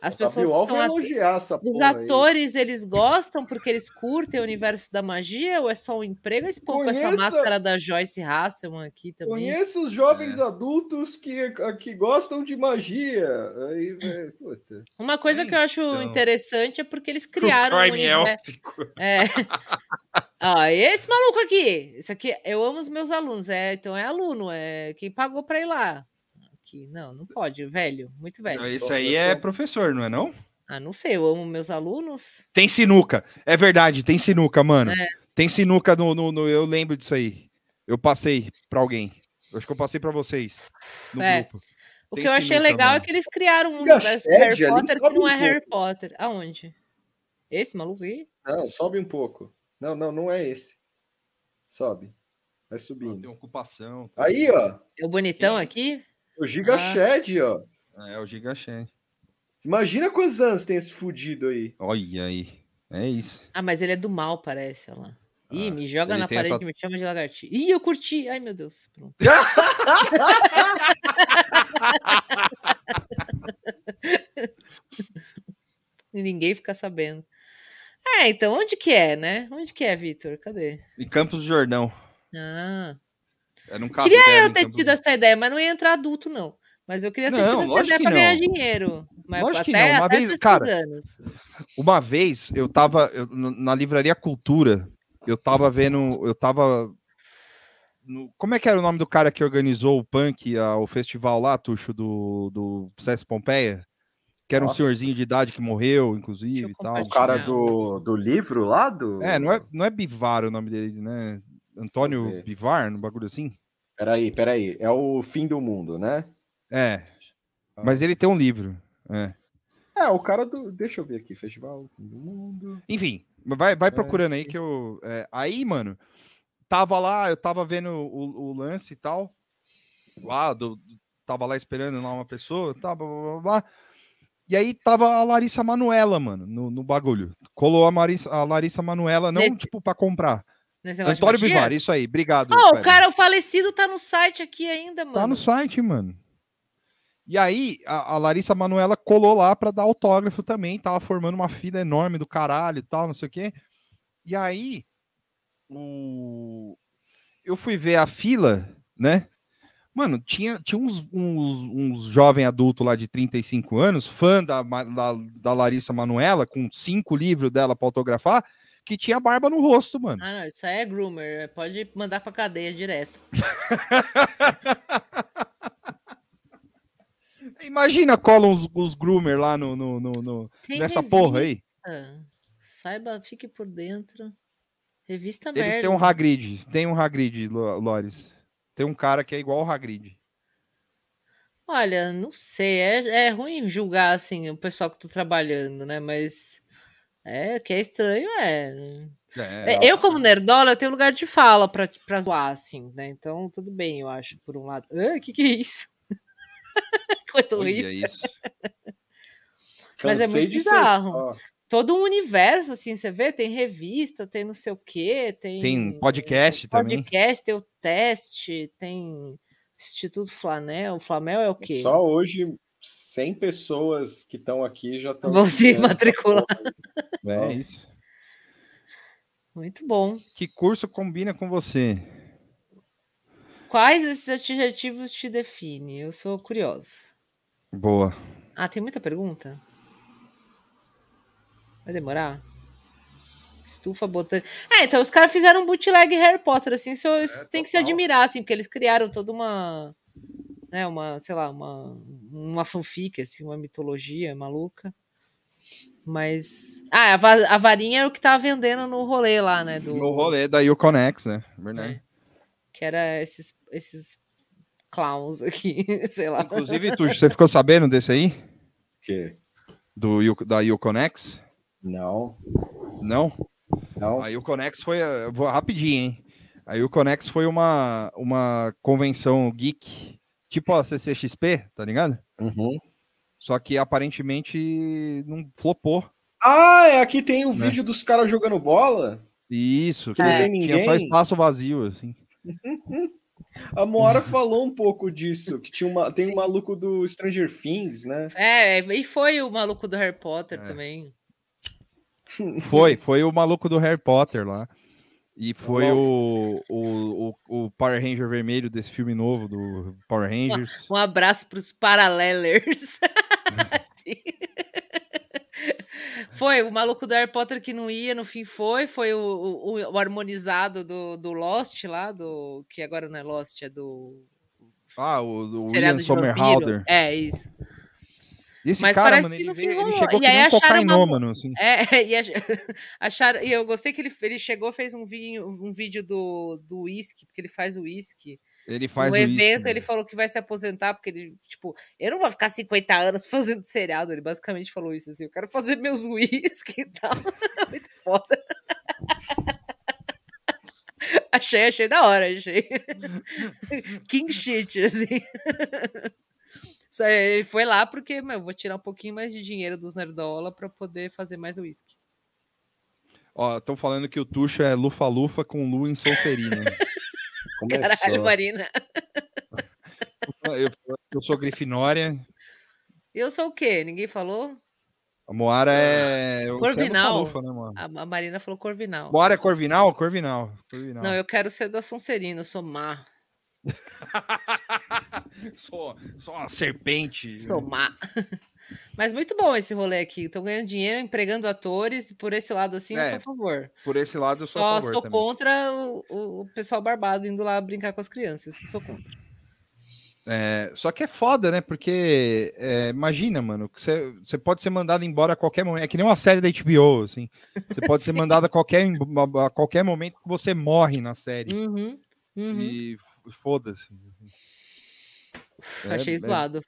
[SPEAKER 2] As pessoas
[SPEAKER 14] Tabiwal
[SPEAKER 2] que são
[SPEAKER 14] vai
[SPEAKER 2] atu-
[SPEAKER 14] elogiar essa
[SPEAKER 2] Os
[SPEAKER 14] porra aí.
[SPEAKER 2] atores, eles gostam porque eles curtem o universo da magia ou é só um emprego? Esse povo com essa
[SPEAKER 14] Conheça-
[SPEAKER 2] máscara da Joyce Hasselman aqui também. É.
[SPEAKER 14] Conheço os jovens adultos que, que gostam de magia. Aí, velho, puta.
[SPEAKER 2] Uma coisa que eu acho
[SPEAKER 14] Então.
[SPEAKER 2] interessante é porque eles criaram
[SPEAKER 14] crime
[SPEAKER 2] univer- É. [LAUGHS] Ah, esse maluco aqui. Isso aqui, eu amo os meus alunos. É, então é aluno, é quem pagou pra ir lá. Aqui, não, não pode, velho, muito velho.
[SPEAKER 1] Então, Esse aí é professor, não é não?
[SPEAKER 2] Ah, não sei, eu amo meus alunos.
[SPEAKER 1] Tem sinuca. É verdade, tem sinuca, mano.
[SPEAKER 2] É.
[SPEAKER 1] Tem sinuca no, no, no- Eu lembro disso aí. Eu passei pra alguém. Eu acho que eu passei pra vocês. No
[SPEAKER 2] É.
[SPEAKER 1] grupo.
[SPEAKER 2] O
[SPEAKER 1] Tem
[SPEAKER 2] que eu achei
[SPEAKER 1] sinuca,
[SPEAKER 2] legal
[SPEAKER 1] mano.
[SPEAKER 2] é que eles criaram um
[SPEAKER 14] Fica
[SPEAKER 2] universo de
[SPEAKER 14] sede
[SPEAKER 2] Harry
[SPEAKER 14] ali,
[SPEAKER 2] Potter que
[SPEAKER 14] sobe
[SPEAKER 2] não
[SPEAKER 14] um
[SPEAKER 2] é Harry Potter. Aonde? Esse maluco aí?
[SPEAKER 14] Não, sobe um pouco. Não, não, não é esse. Sobe. Vai
[SPEAKER 1] Tem um
[SPEAKER 14] subindo.
[SPEAKER 1] ocupação. tá?
[SPEAKER 14] Aí, ó.
[SPEAKER 2] É o bonitão aqui?
[SPEAKER 14] O Giga
[SPEAKER 2] Ah.
[SPEAKER 14] Shed, ó.
[SPEAKER 1] É, o Giga Shed.
[SPEAKER 14] Imagina quantos anos tem esse fudido aí.
[SPEAKER 1] Olha aí. É isso.
[SPEAKER 2] Ah, mas ele é do mal, parece, olha lá. Ih, me joga
[SPEAKER 1] Ah, ele
[SPEAKER 2] na
[SPEAKER 1] tem essa-
[SPEAKER 2] parede e me chama de lagartixa. Ih, eu curti. Ai, meu Deus.
[SPEAKER 1] [LAUGHS]
[SPEAKER 2] Pronto. [LAUGHS] E Ninguém fica sabendo. É, então, onde que é, né? Onde que é, Vitor? Cadê?
[SPEAKER 1] Em Campos do Jordão.
[SPEAKER 2] Ah.
[SPEAKER 1] Era um café.
[SPEAKER 2] Queria eu
[SPEAKER 1] no
[SPEAKER 2] ter
[SPEAKER 1] Campos
[SPEAKER 2] tido
[SPEAKER 1] do-
[SPEAKER 2] essa ideia, mas não ia entrar adulto, não. Mas eu queria ter
[SPEAKER 1] Não,
[SPEAKER 2] tido essa
[SPEAKER 1] lógico
[SPEAKER 2] ideia
[SPEAKER 1] que
[SPEAKER 2] pra ganhar
[SPEAKER 1] não.
[SPEAKER 2] dinheiro. Mas
[SPEAKER 1] Lógico que
[SPEAKER 2] até,
[SPEAKER 1] não, uma
[SPEAKER 2] até
[SPEAKER 1] vez-
[SPEAKER 2] 16
[SPEAKER 1] cara,
[SPEAKER 2] anos.
[SPEAKER 1] Uma vez eu tava eu- no- na livraria Cultura, eu tava vendo, eu tava no- como é que era o nome do cara que organizou o punk, a- o festival lá, Tuxo, do, do César Pompeia? Que era um
[SPEAKER 14] Nossa.
[SPEAKER 1] senhorzinho de idade que morreu, inclusive, e tal.
[SPEAKER 14] O cara do, do livro lá do.
[SPEAKER 1] um É, não é, não é Bivar o nome dele, né? Antônio Bivar, no bagulho assim?
[SPEAKER 14] Peraí, peraí. É o fim do mundo, né? Ah.
[SPEAKER 1] É. Mas ele tem um livro. É.
[SPEAKER 14] É, o cara do. Deixa eu ver aqui, Festival Fim do Mundo. É,
[SPEAKER 1] Enfim, vai, vai procurando aí que eu. é, aí, mano, tava lá, eu tava vendo o, o lance e tal. Lá, do- tava lá esperando lá uma pessoa, tá, blá, blá, blá, blá. E aí tava a Larissa Manuela, mano, no, no bagulho. Colou a, Marissa, a Larissa Manuela, não,
[SPEAKER 2] Nesse-
[SPEAKER 1] tipo, pra comprar.
[SPEAKER 2] Nesse negócio é de
[SPEAKER 1] Antônio
[SPEAKER 2] magia?
[SPEAKER 1] Bivar, isso aí, obrigado.
[SPEAKER 2] Ó, o
[SPEAKER 1] Kleber.
[SPEAKER 2] cara, o falecido tá no site aqui ainda, mano.
[SPEAKER 1] Tá no site, mano. E aí, a, a Larissa Manoela colou lá pra dar autógrafo também. Tava formando uma fila enorme do caralho e tal, não sei o quê. E aí, o, eu fui ver a fila, né? Mano, tinha, tinha uns, uns, uns jovem adulto lá de 35 anos, fã da, da, da Larissa Manuela, com cinco livros dela para autografar, que tinha barba no rosto, mano.
[SPEAKER 2] Ah, não, isso aí é groomer. Pode mandar pra cadeia direto.
[SPEAKER 1] [LAUGHS] Imagina, colam os, os groomer lá no, no, no, no-
[SPEAKER 2] Tem
[SPEAKER 1] nessa porra aí.
[SPEAKER 2] revista. Saiba, fique por dentro. Revista
[SPEAKER 1] Eles
[SPEAKER 2] merda.
[SPEAKER 1] têm um Hagrid, tem um Hagrid, Lo- Lores. Tem um cara que é igual o Hagrid.
[SPEAKER 2] Olha, não sei, é, é ruim julgar assim o pessoal que tá trabalhando, né? Mas é que é estranho, é. É, eu, como nerdola, eu tenho lugar de fala pra, pra zoar, assim, né? Então, tudo bem, eu acho, por um lado. Ah, que que é isso? [LAUGHS] Coisa
[SPEAKER 11] Olha
[SPEAKER 2] horrível.
[SPEAKER 11] isso.
[SPEAKER 2] [LAUGHS] Mas é
[SPEAKER 11] Cansei
[SPEAKER 2] muito
[SPEAKER 11] de ser
[SPEAKER 2] bizarro.
[SPEAKER 11] só.
[SPEAKER 2] Todo um universo, assim, você vê, tem revista, tem não sei o quê, tem...
[SPEAKER 1] Tem podcast também.
[SPEAKER 2] Podcast, tem o teste, tem Instituto Flanel. Flamel é o quê?
[SPEAKER 14] Só hoje, 100 pessoas que estão aqui já estão.
[SPEAKER 2] Vão se matricular.
[SPEAKER 1] É isso.
[SPEAKER 2] Muito bom.
[SPEAKER 1] Que curso combina com você?
[SPEAKER 2] Quais esses adjetivos te definem? Eu sou curiosa.
[SPEAKER 1] Boa.
[SPEAKER 2] Ah, tem muita pergunta? Vai demorar? Estufa botânica. É, então os caras fizeram um bootleg Harry Potter, assim, isso,
[SPEAKER 1] É,
[SPEAKER 2] isso tem que se admirar, assim, porque eles criaram toda uma. Né, uma, sei lá, uma, uma fanfic, assim, uma mitologia maluca. Mas. Ah, a, va- a varinha era o que tava vendendo no rolê lá, né? Do,
[SPEAKER 1] No rolê da Yoconex, né? Verdade.
[SPEAKER 2] Que era esses, esses clowns aqui, [LAUGHS] sei lá.
[SPEAKER 1] Inclusive, tu, você ficou sabendo desse aí?
[SPEAKER 14] Que?
[SPEAKER 1] Do, Yo- da Yoconex?
[SPEAKER 14] Não.
[SPEAKER 1] Não?
[SPEAKER 14] Não.
[SPEAKER 1] A Yoconex foi. eh, Vou rapidinho, hein? A Yoconex foi uma, uma convenção geek, tipo a CCXP, tá ligado?
[SPEAKER 14] Uhum.
[SPEAKER 1] Só que aparentemente não flopou.
[SPEAKER 14] Ah, é aqui tem o
[SPEAKER 1] Né?
[SPEAKER 14] vídeo dos caras jogando bola?
[SPEAKER 1] Isso,
[SPEAKER 14] Que
[SPEAKER 1] que
[SPEAKER 14] não tem
[SPEAKER 1] tinha só
[SPEAKER 14] ninguém.
[SPEAKER 1] espaço vazio, assim.
[SPEAKER 14] A Moara falou um pouco disso, que tinha uma, tem um maluco do Stranger Things, né?
[SPEAKER 2] É, e foi o maluco do Harry
[SPEAKER 1] É.
[SPEAKER 2] Potter também.
[SPEAKER 1] Foi, foi o maluco do Harry Potter lá. E foi o, o, o, o Power Ranger vermelho desse filme novo do Power Rangers.
[SPEAKER 2] Um abraço para os
[SPEAKER 1] [LAUGHS]
[SPEAKER 2] paralelers. [LAUGHS] Assim. foi o maluco do Harry Potter que não ia, no fim foi. Foi o, o- o harmonizado do, do Lost lá, do que agora não é Lost, é do
[SPEAKER 1] Ah, o, o
[SPEAKER 2] seriado
[SPEAKER 1] William
[SPEAKER 2] de vampiro.
[SPEAKER 1] Somerhalder.
[SPEAKER 2] É, isso.
[SPEAKER 1] Esse
[SPEAKER 2] Mas
[SPEAKER 1] cara,
[SPEAKER 2] parece
[SPEAKER 1] mano, né,
[SPEAKER 2] que
[SPEAKER 1] ele,
[SPEAKER 2] no fim
[SPEAKER 1] veio, ele
[SPEAKER 2] rolou.
[SPEAKER 1] chegou
[SPEAKER 2] E
[SPEAKER 1] que
[SPEAKER 2] aí
[SPEAKER 1] nem um
[SPEAKER 2] acharam uma-
[SPEAKER 1] cocainômano, assim.
[SPEAKER 2] É, e ach- [LAUGHS] acharam. E eu gostei que ele, ele chegou, fez um, vinho, um vídeo do do uísque, porque ele faz o uísque.
[SPEAKER 1] Ele faz
[SPEAKER 2] no
[SPEAKER 1] o uísque,
[SPEAKER 2] Um evento,
[SPEAKER 1] né?
[SPEAKER 2] ele falou que vai se aposentar, porque ele, tipo, eu não vou ficar 50 anos [LAUGHS] fazendo seriado. Ele basicamente falou isso assim: eu quero fazer meus [LAUGHS] uísque e tal. [LAUGHS] Muito foda. [LAUGHS] achei, achei da hora, achei. [LAUGHS] King shit, assim. Só ele foi lá porque, meu, vou tirar um pouquinho mais de dinheiro dos Nerdola pra poder fazer mais uísque.
[SPEAKER 1] Ó, estão falando que o Tuxo é lufa-lufa com Lu em
[SPEAKER 2] [LAUGHS]
[SPEAKER 1] Sonserina.
[SPEAKER 2] Caralho, Marina.
[SPEAKER 1] Eu, eu sou Grifinória,
[SPEAKER 2] Eu sou o quê? Ninguém falou?
[SPEAKER 1] a Moara é... você é
[SPEAKER 2] Corvinal.
[SPEAKER 1] lufa-lufa, né, Moara?
[SPEAKER 2] a, a Marina falou Corvinal.
[SPEAKER 1] Moara é Corvinal? Corvinal. Corvinal.
[SPEAKER 2] Não, eu quero ser da Sonserina, eu sou má.
[SPEAKER 1] [LAUGHS] sou, sou uma serpente.
[SPEAKER 2] Sou má. [LAUGHS] Mas muito bom esse rolê aqui. Estão ganhando dinheiro, empregando atores. Por esse lado, assim, eu
[SPEAKER 1] É,
[SPEAKER 2] sou a favor.
[SPEAKER 1] Por esse lado, eu sou
[SPEAKER 2] Só
[SPEAKER 1] a favor
[SPEAKER 2] sou
[SPEAKER 1] também.
[SPEAKER 2] contra o, o- o pessoal barbado indo lá brincar com as crianças. Isso eu sou contra.
[SPEAKER 1] É, só que é foda, né? Porque é, imagina, mano, que você você pode ser mandado embora a qualquer momento. É que nem uma série da HBO, assim. Você
[SPEAKER 2] [LAUGHS]
[SPEAKER 1] pode ser mandado a qualquer, a qualquer momento que você morre na série.
[SPEAKER 2] Uhum, uhum.
[SPEAKER 1] E f- foda-se. É,
[SPEAKER 2] Achei
[SPEAKER 1] é-
[SPEAKER 2] zoado.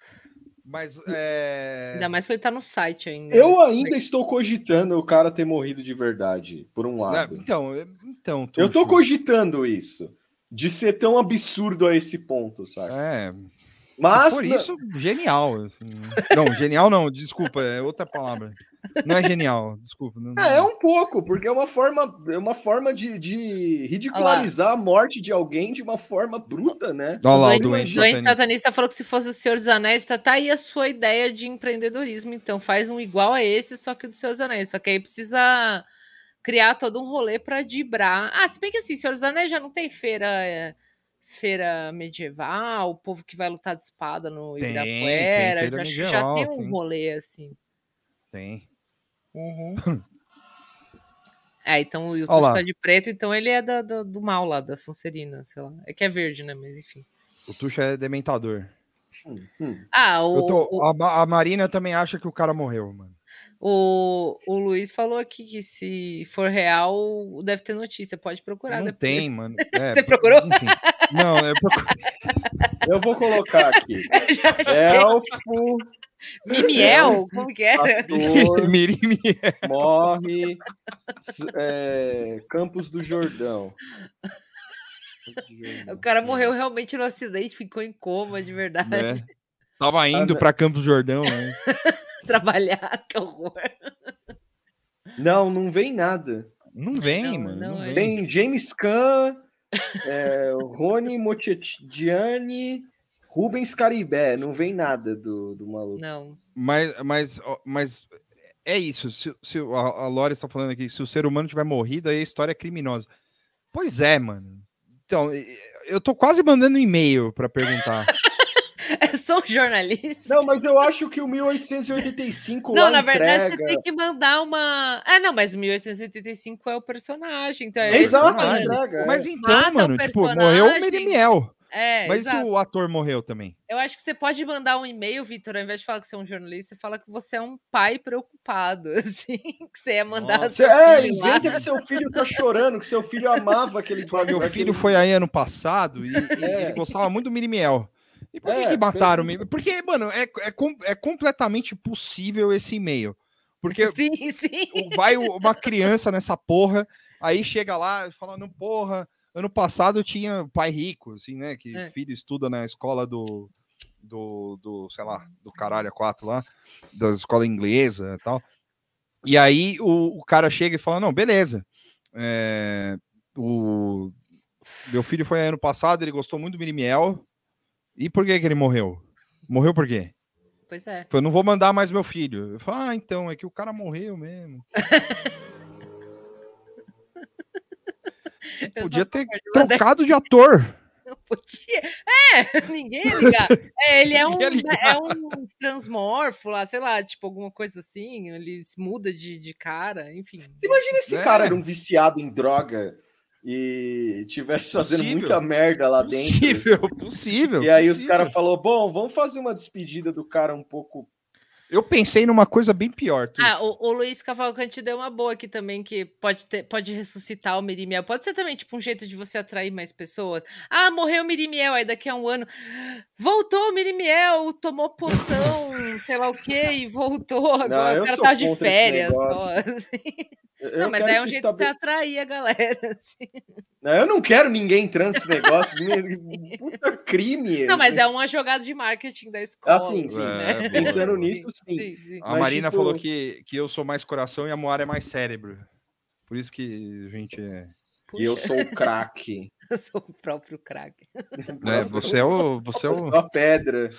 [SPEAKER 1] Mas é.
[SPEAKER 2] Ainda mais que ele tá no site ainda. tá
[SPEAKER 14] Eu
[SPEAKER 2] mas-
[SPEAKER 14] ainda estou cogitando o cara ter morrido de verdade, por um
[SPEAKER 1] Ah,
[SPEAKER 14] lado.
[SPEAKER 1] então, é- então
[SPEAKER 14] Eu tô
[SPEAKER 1] Tuxo,
[SPEAKER 14] cogitando isso. De ser tão absurdo a esse ponto, sabe?
[SPEAKER 1] É.
[SPEAKER 14] Mas.
[SPEAKER 1] se for
[SPEAKER 14] na-
[SPEAKER 1] isso, genial. assim. Não, genial não, desculpa, é outra palavra. Não é genial, desculpa. não-
[SPEAKER 14] É, é um pouco, porque é uma forma, é uma forma de, de ridicularizar a morte de alguém de uma forma bruta, né?
[SPEAKER 1] Olha lá, o
[SPEAKER 14] Não
[SPEAKER 2] [LAUGHS]
[SPEAKER 1] doente
[SPEAKER 2] doente
[SPEAKER 14] imagina-
[SPEAKER 2] satanista Então, falou que se fosse o Senhor dos Anéis, tá, tá aí a sua ideia de empreendedorismo. Então, faz um igual a esse, só que o do Senhor dos Anéis. Só que aí precisa criar todo um rolê para dibrar. Ah, se bem que assim, Senhor dos Anéis já não tem feira é, feira medieval, o povo que vai lutar de espada no
[SPEAKER 1] Tem, tem
[SPEAKER 2] Ibirapuera,
[SPEAKER 1] feira
[SPEAKER 2] acho que já
[SPEAKER 1] medieval,
[SPEAKER 2] tem um
[SPEAKER 1] tem.
[SPEAKER 2] rolê assim.
[SPEAKER 1] Tem. [COUGHS]
[SPEAKER 2] Uhum. É, então o
[SPEAKER 1] Olha lá.
[SPEAKER 2] Yutus tá de preto, então ele é da, da- do mal lá, da Sonserina, sei lá. É que é verde, né? Mas enfim.
[SPEAKER 1] O Tuxa é dementador.
[SPEAKER 2] Ah, o,
[SPEAKER 1] Eu tô- a, Ma- a Marina também acha que o cara morreu, mano.
[SPEAKER 2] o, o Luiz falou aqui que se for real, deve ter notícia. Pode procurar
[SPEAKER 1] Não
[SPEAKER 2] depois. [LAUGHS]
[SPEAKER 1] tem, mano. É,
[SPEAKER 2] Você procurou?
[SPEAKER 1] enfim. Não, é eu procurei.
[SPEAKER 3] Eu vou colocar aqui.
[SPEAKER 1] Tá
[SPEAKER 2] Já achei.
[SPEAKER 3] Elfo.
[SPEAKER 2] Mimiel? Como que
[SPEAKER 14] um
[SPEAKER 2] era?
[SPEAKER 1] [LAUGHS]
[SPEAKER 3] ator,
[SPEAKER 1] Mirimiel.
[SPEAKER 3] Morre. s- é, Campos do Jordão.
[SPEAKER 2] O cara morreu realmente no acidente, ficou em coma de verdade.
[SPEAKER 1] Né?
[SPEAKER 14] Tá,
[SPEAKER 1] Tava indo pra Campos do Jordão, né?
[SPEAKER 2] [LAUGHS] Trabalhar, que horror.
[SPEAKER 3] Não, não vem nada.
[SPEAKER 1] Não vem, mano.
[SPEAKER 2] não é. vem.
[SPEAKER 3] Tem James Caan, é, Rony Mochetiani, Rubens Caribé. É, Não vem nada do, do maluco.
[SPEAKER 2] Não. [LAUGHS]
[SPEAKER 1] Mas, mas, ó, mas é isso. Se, se o- a, a Lore está falando aqui, se o ser humano tiver morrido, aí a história é criminosa. Pois é, mano. Então, e- e- eu tô quase mandando um e-mail para perguntar.
[SPEAKER 3] [LAUGHS]
[SPEAKER 2] Eu sou um jornalista.
[SPEAKER 3] Não, mas eu acho que o 1885
[SPEAKER 2] Não,
[SPEAKER 3] lá
[SPEAKER 2] na verdade,
[SPEAKER 3] entrega...
[SPEAKER 2] você tem que mandar uma. Ah, não, mas 1885 é o personagem. Então
[SPEAKER 3] Exato,
[SPEAKER 2] é isso que eu tô falando.
[SPEAKER 3] entrega, é.
[SPEAKER 1] Mas então,
[SPEAKER 2] Mata o
[SPEAKER 1] mano, tipo,
[SPEAKER 2] personagem.
[SPEAKER 1] morreu o Merimiel.
[SPEAKER 2] É,
[SPEAKER 1] mas e se
[SPEAKER 2] exato.
[SPEAKER 1] o ator morreu também?
[SPEAKER 2] Eu acho que você pode mandar um e-mail, Vitor, ao invés de falar que você é um jornalista, você fala que você é um pai preocupado, [LAUGHS] assim, que você ia mandar
[SPEAKER 3] Nossa,
[SPEAKER 2] seu
[SPEAKER 3] é,
[SPEAKER 2] filho lá.
[SPEAKER 3] inventa que seu filho tá chorando, que seu filho amava aquele
[SPEAKER 1] Fala, Meu filho foi aí ano passado e, e
[SPEAKER 3] É.
[SPEAKER 1] ele gostava muito do Merimiel. E por que,
[SPEAKER 3] É,
[SPEAKER 1] que mataram o Merimiel? Porque, mano, é, é, com- é completamente possível esse e-mail.
[SPEAKER 3] [LAUGHS]
[SPEAKER 1] Porque
[SPEAKER 2] Sim, [LAUGHS] sim.
[SPEAKER 1] vai o- uma criança nessa porra, aí chega lá falando, porra, ano passado eu tinha um pai rico, assim, né? Que
[SPEAKER 2] É.
[SPEAKER 1] filho estuda na escola do, do, do, sei lá, do caralho a quatro lá, da escola inglesa e tal. E aí o, o cara chega e fala, não, beleza. é, o meu filho foi ano passado, ele gostou muito do Mirimiel. E por que que ele morreu? Morreu por quê?
[SPEAKER 2] Pois é.
[SPEAKER 1] Eu não vou mandar mais meu filho. Eu falo, ah, então, é que o cara morreu mesmo.
[SPEAKER 2] Eu sou
[SPEAKER 1] Podia
[SPEAKER 2] a
[SPEAKER 1] ter
[SPEAKER 2] favor de mandar
[SPEAKER 1] trocado de ator.
[SPEAKER 2] é [LAUGHS] Não podia. É, [LAUGHS] ninguém ia ligar. É, ele é um,
[SPEAKER 1] [LAUGHS] Ninguém ia ligar.
[SPEAKER 2] é um transmorfo lá, sei lá, tipo alguma coisa assim. Ele se muda de, de cara, enfim.
[SPEAKER 3] Você imagina esse
[SPEAKER 2] É.
[SPEAKER 3] cara era um viciado em droga e tivesse fazendo
[SPEAKER 1] Possível.
[SPEAKER 3] muita merda lá
[SPEAKER 1] Possível, possível.
[SPEAKER 3] dentro. E aí os
[SPEAKER 1] possível.
[SPEAKER 3] caras falaram: bom, vamos fazer uma despedida do cara um pouco.
[SPEAKER 1] Eu pensei numa coisa bem pior. Tu.
[SPEAKER 2] Ah, o, o Luiz Cavalcante deu uma boa aqui também, que pode, ter, pode ressuscitar o Mirimiel. Pode ser também, tipo, um jeito de você atrair mais pessoas. Ah, morreu o Mirimiel, aí daqui a um ano. Voltou o Mirimiel, tomou
[SPEAKER 3] [LAUGHS]
[SPEAKER 2] poção, sei lá o quê, e voltou agora.
[SPEAKER 3] eu
[SPEAKER 2] o cara
[SPEAKER 3] sou
[SPEAKER 2] tá de
[SPEAKER 3] contra esse
[SPEAKER 2] férias só.
[SPEAKER 3] negócio.
[SPEAKER 2] assim.
[SPEAKER 3] Eu
[SPEAKER 2] Não, mas
[SPEAKER 3] quero
[SPEAKER 2] aí é um
[SPEAKER 3] se
[SPEAKER 2] jeito de você
[SPEAKER 3] estabe-
[SPEAKER 2] atrair a galera, [LAUGHS] assim.
[SPEAKER 3] Não, Eu não quero ninguém entrando nesse negócio. me- Puta crime. assim.
[SPEAKER 2] Não, mas é né? uma jogada de marketing da escola.
[SPEAKER 3] Ah, sim, sim.
[SPEAKER 1] É, boa,
[SPEAKER 3] Pensando
[SPEAKER 1] boa.
[SPEAKER 3] nisso, sim.
[SPEAKER 1] A
[SPEAKER 3] Mas,
[SPEAKER 1] Marina
[SPEAKER 3] tipo,
[SPEAKER 1] falou que, que eu sou mais coração e a Moara é mais cérebro. Por isso que a gente é.
[SPEAKER 3] E eu sou o craque.
[SPEAKER 2] [LAUGHS] Eu sou o próprio
[SPEAKER 3] [LAUGHS]
[SPEAKER 2] craque.
[SPEAKER 1] né, você é o. Você é
[SPEAKER 3] Eu
[SPEAKER 1] o...
[SPEAKER 3] sou a
[SPEAKER 1] [LAUGHS]
[SPEAKER 3] pedra.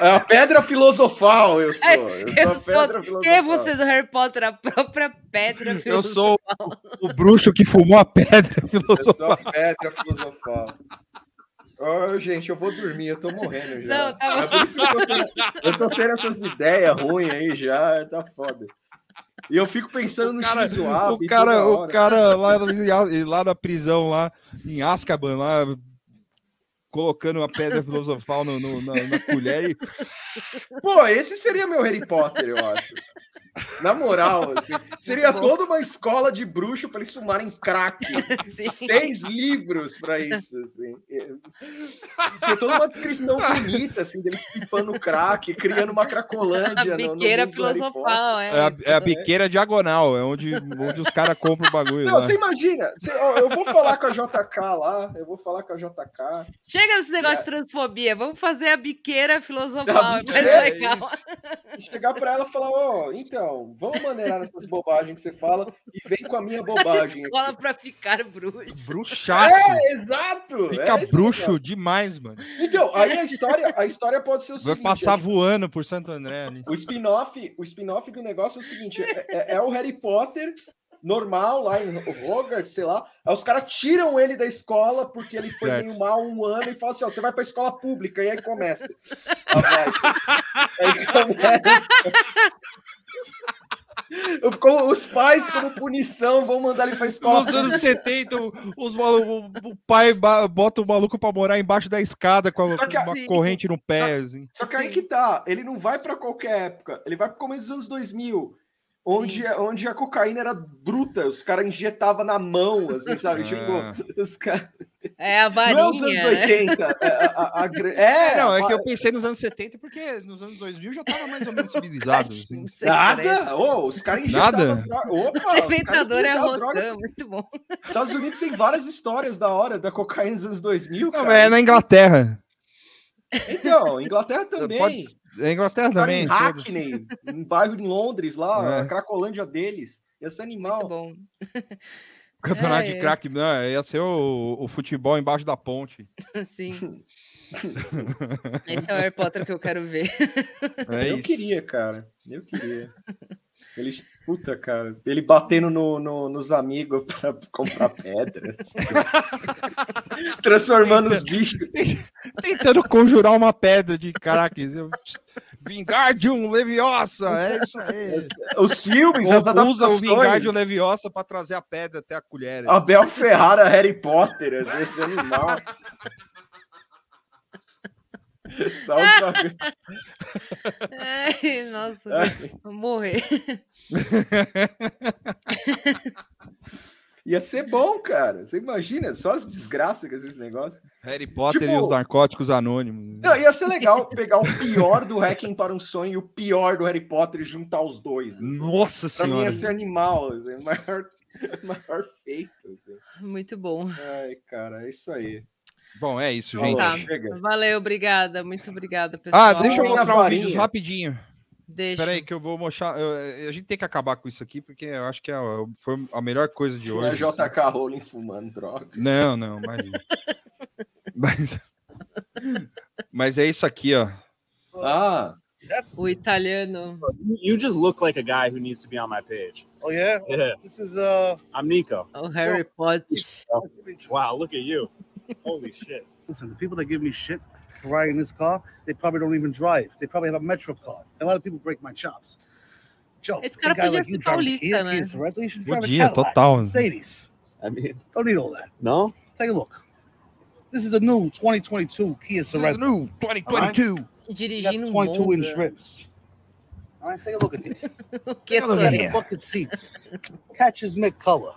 [SPEAKER 3] É a pedra filosofal, eu sou. Eu sou a pedra filosofal.
[SPEAKER 2] É, Quem é você do Harry Potter? A própria pedra
[SPEAKER 1] [LAUGHS] Eu sou
[SPEAKER 2] filosofal.
[SPEAKER 1] [LAUGHS]
[SPEAKER 2] [LAUGHS]
[SPEAKER 1] o, o bruxo que fumou a pedra
[SPEAKER 3] [LAUGHS] Eu sou
[SPEAKER 1] filosofal.
[SPEAKER 3] a pedra filosofal. Ô, gente, eu vou dormir, eu tô morrendo já.
[SPEAKER 2] Não, tá bom.
[SPEAKER 3] É por isso que eu, tô tendo, eu tô tendo essas ideias ruins aí já, tá foda. E eu fico pensando no cara,
[SPEAKER 1] O cara, o cara lá, em- lá na prisão, lá em Azkaban, lá colocando a pedra filosofal no- no- na,
[SPEAKER 3] [LAUGHS]
[SPEAKER 1] na colher e
[SPEAKER 3] Pô, esse seria meu Harry Potter, eu acho. Na moral, assim, seria
[SPEAKER 2] Bom.
[SPEAKER 3] toda uma escola de bruxo pra eles fumarem crack.
[SPEAKER 2] [LAUGHS] Sim.
[SPEAKER 3] Seis livros pra isso, assim. É, Tem toda uma descrição bonita, assim, deles pipando crack, criando uma
[SPEAKER 2] A
[SPEAKER 3] cracolândia. no- no
[SPEAKER 2] biqueira
[SPEAKER 3] mundo do Harry
[SPEAKER 2] filosofal, é.
[SPEAKER 1] É a, é a biqueira né? diagonal, é onde, onde os caras compram o bagulho.
[SPEAKER 3] Não,
[SPEAKER 1] lá.
[SPEAKER 3] você imagina. você- ó, eu vou falar com a JK lá, eu vou falar com a JK.
[SPEAKER 2] Chega desse negócio de transfobia, vamos fazer a biqueira filosofal.
[SPEAKER 3] Da
[SPEAKER 2] É mais
[SPEAKER 3] biqueira,
[SPEAKER 2] legal.
[SPEAKER 3] E chegar pra ela e falar, ó, então, vamos maneirar essas bobagens que você fala e vem com a
[SPEAKER 2] [LAUGHS]
[SPEAKER 3] minha bobagem.
[SPEAKER 2] Escola pra ficar bruxo.
[SPEAKER 1] Bruxaço.
[SPEAKER 3] É, exato.
[SPEAKER 1] Fica
[SPEAKER 3] é isso,
[SPEAKER 1] bruxo
[SPEAKER 3] cara.
[SPEAKER 1] demais, mano.
[SPEAKER 3] Então, aí a história, a história pode ser o
[SPEAKER 1] Vai
[SPEAKER 3] seguinte.
[SPEAKER 1] passar
[SPEAKER 3] é,
[SPEAKER 1] voando por Santo André ali.
[SPEAKER 3] o spin-off, o spin-off do negócio é o seguinte, é, é- é o Harry Potter normal lá em Hogwarts, sei lá. Aí os caras tiram ele da escola porque ele foi
[SPEAKER 1] Certo.
[SPEAKER 3] meio mal um ano e falam assim: ó, você vai pra escola pública. E aí começa. a vibe. [LAUGHS] aí começa. Eu- como Os pais, como punição, vão mandar ele pra escola.
[SPEAKER 1] Nos anos 70, os malu- o pai ba- bota o maluco pra morar embaixo da escada com a-
[SPEAKER 3] Só que
[SPEAKER 1] uma
[SPEAKER 3] assim-
[SPEAKER 1] corrente no pé. assim.
[SPEAKER 3] Só que aí que tá, ele não vai pra qualquer época, ele vai pro começo dos anos 2000, onde, é, onde a cocaína era bruta, os caras injetavam na mão,
[SPEAKER 2] [LAUGHS]
[SPEAKER 3] assim, sabe?
[SPEAKER 1] Ah.
[SPEAKER 3] Tipo, os caras.
[SPEAKER 2] É a
[SPEAKER 3] Não
[SPEAKER 2] varinha.
[SPEAKER 3] é os anos
[SPEAKER 2] né?
[SPEAKER 3] 80. é a- a- a gre- é,
[SPEAKER 1] não, é
[SPEAKER 3] a-
[SPEAKER 1] que eu pensei nos anos
[SPEAKER 2] [LAUGHS]
[SPEAKER 1] 70, porque nos anos 2000 já tava mais ou [LAUGHS] menos civilizado. assim.
[SPEAKER 2] sei,
[SPEAKER 3] Nada! Ô, os caras injetavam
[SPEAKER 1] Nada?
[SPEAKER 3] droga. Opa, os
[SPEAKER 2] O
[SPEAKER 3] caras
[SPEAKER 2] Inventador é
[SPEAKER 3] injetavam
[SPEAKER 2] Rotan,
[SPEAKER 3] droga.
[SPEAKER 2] muito bom.
[SPEAKER 3] Estados Unidos tem várias histórias da hora da cocaína nos anos 2000.
[SPEAKER 1] Não,
[SPEAKER 3] cara.
[SPEAKER 1] mas é na Inglaterra.
[SPEAKER 3] Então, Inglaterra também.
[SPEAKER 1] Pode... É Inglaterra
[SPEAKER 3] Cara,
[SPEAKER 1] também.
[SPEAKER 3] Em
[SPEAKER 1] todos.
[SPEAKER 3] Hackney, um bairro em Londres, lá,
[SPEAKER 1] É.
[SPEAKER 3] a Cracolândia deles. Ia ser animal.
[SPEAKER 2] bom.
[SPEAKER 1] [LAUGHS] Campeonato
[SPEAKER 2] É.
[SPEAKER 1] de crack, não, ia ser o, o futebol embaixo da ponte.
[SPEAKER 2] [LAUGHS] Sim. Esse é o Harry Potter que eu quero ver.
[SPEAKER 1] É
[SPEAKER 3] eu
[SPEAKER 1] isso.
[SPEAKER 3] queria, cara. Eu queria. Ele, puta, cara. Ele batendo no, no- nos amigos [LAUGHS] pra comprar pedra. Transformando os bichos.
[SPEAKER 1] Tentando conjurar uma pedra de caraca. eu- [LAUGHS] Vingardium Leviosa, é isso
[SPEAKER 3] [LAUGHS]
[SPEAKER 1] aí.
[SPEAKER 3] Os filmes,
[SPEAKER 1] Ou
[SPEAKER 3] as
[SPEAKER 1] Usa o
[SPEAKER 3] adaptações.
[SPEAKER 1] Vingardium Leviosa pra trazer a pedra até a colher. assim.
[SPEAKER 3] Abel Ferrara, Harry Potter, esse animal. Salve,
[SPEAKER 2] Ai, nossa,
[SPEAKER 3] Ai.
[SPEAKER 1] [LAUGHS]
[SPEAKER 2] vou morrer.
[SPEAKER 3] Ia ser bom, cara. Você imagina, só as desgraças com esses negócios.
[SPEAKER 1] Harry Potter e
[SPEAKER 3] Tipo-
[SPEAKER 1] os narcóticos anônimos.
[SPEAKER 3] Não, ia ser legal pegar um [LAUGHS] o pior do Hacking para um Sonho e o pior do Harry Potter e juntar os dois. assim.
[SPEAKER 1] Nossa
[SPEAKER 3] Pra mim
[SPEAKER 1] senhora.
[SPEAKER 3] ia ser animal, assim, o maior, o maior feito. assim.
[SPEAKER 2] Muito bom.
[SPEAKER 3] Ai, cara, é isso aí.
[SPEAKER 1] Bom, é isso,
[SPEAKER 3] Falou,
[SPEAKER 1] gente.
[SPEAKER 2] Tá.
[SPEAKER 3] chega.
[SPEAKER 2] Valeu, obrigada. Muito obrigada, pessoal.
[SPEAKER 1] Ah, deixa eu mostrar um
[SPEAKER 3] varinha.
[SPEAKER 1] vídeo rapidinho.
[SPEAKER 2] Deixa.
[SPEAKER 1] Peraí, que eu vou mostrar. eu- a gente tem que acabar com isso aqui, porque eu acho que é a- foi a melhor coisa de
[SPEAKER 3] Não é
[SPEAKER 1] hoje.
[SPEAKER 3] JK Rowling fumando droga.
[SPEAKER 1] Não, não, imagina. mas, mas é isso aqui, ó.
[SPEAKER 3] Ah.
[SPEAKER 2] O italiano.
[SPEAKER 15] You just look like a guy who needs to be on my page.
[SPEAKER 16] Oh yeah.
[SPEAKER 15] Yeah.
[SPEAKER 16] This is uh.
[SPEAKER 15] I'm Nico.
[SPEAKER 2] Oh, Harry Potter.
[SPEAKER 15] Wow, look at you. Holy shit.
[SPEAKER 16] Listen, the people that give me shit for riding this car, they probably don't even drive. They probably have a metro card. A lot of people break my chops. Joe,
[SPEAKER 2] Esse cara
[SPEAKER 16] a guy
[SPEAKER 2] podia
[SPEAKER 16] like you
[SPEAKER 2] ser
[SPEAKER 16] driving a Kia,
[SPEAKER 2] paulista, né?
[SPEAKER 16] Kia Sorento, you should drive a
[SPEAKER 1] Podia,
[SPEAKER 16] Cadillac,
[SPEAKER 1] total, né?
[SPEAKER 16] Mercedes.
[SPEAKER 15] I mean,
[SPEAKER 16] Don't need all that.
[SPEAKER 15] no?
[SPEAKER 16] Take a look. This is the new 2022 Kia Sorento.
[SPEAKER 1] new 2022.
[SPEAKER 2] Dirigindo um
[SPEAKER 16] 22 inch
[SPEAKER 2] Honda.
[SPEAKER 16] rims. All right, take a look at it.
[SPEAKER 2] [LAUGHS] Que
[SPEAKER 16] Take a look at the
[SPEAKER 2] sonho.
[SPEAKER 16] bucket seats. Catches mid color.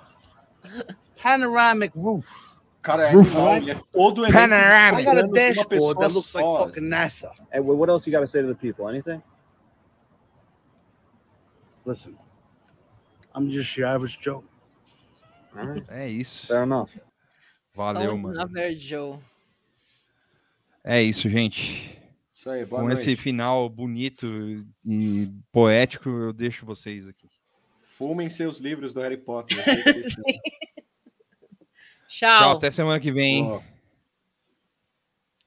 [SPEAKER 16] Panoramic roof.
[SPEAKER 3] Cara, é
[SPEAKER 16] Roof.
[SPEAKER 3] animal, ele é todo elenco
[SPEAKER 16] Panoramic. I got a
[SPEAKER 3] de uma
[SPEAKER 16] dashboard
[SPEAKER 3] pessoa
[SPEAKER 16] that looks like
[SPEAKER 3] só.
[SPEAKER 16] fucking NASA.
[SPEAKER 15] Hey, wh- what else you got to say to the people? Anything?
[SPEAKER 16] Listen, I'm just your average Joe.
[SPEAKER 15] All right.
[SPEAKER 1] É isso.
[SPEAKER 15] Fair enough.
[SPEAKER 1] Valeu,
[SPEAKER 3] um
[SPEAKER 2] São
[SPEAKER 1] mano.
[SPEAKER 2] Na Virgil.
[SPEAKER 1] É isso, gente.
[SPEAKER 3] Isso aí, boa
[SPEAKER 1] Com
[SPEAKER 3] noite.
[SPEAKER 1] esse final bonito e poético, eu deixo vocês aqui.
[SPEAKER 3] Fumem seus livros do Harry Potter.
[SPEAKER 2] Tchau.
[SPEAKER 1] Tchau, até semana que vem.
[SPEAKER 3] Ó.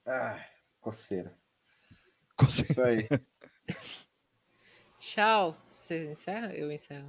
[SPEAKER 3] Ah, coceira. Isso aí.
[SPEAKER 1] [LAUGHS]
[SPEAKER 2] Tchau. Você encerra? Eu encerro.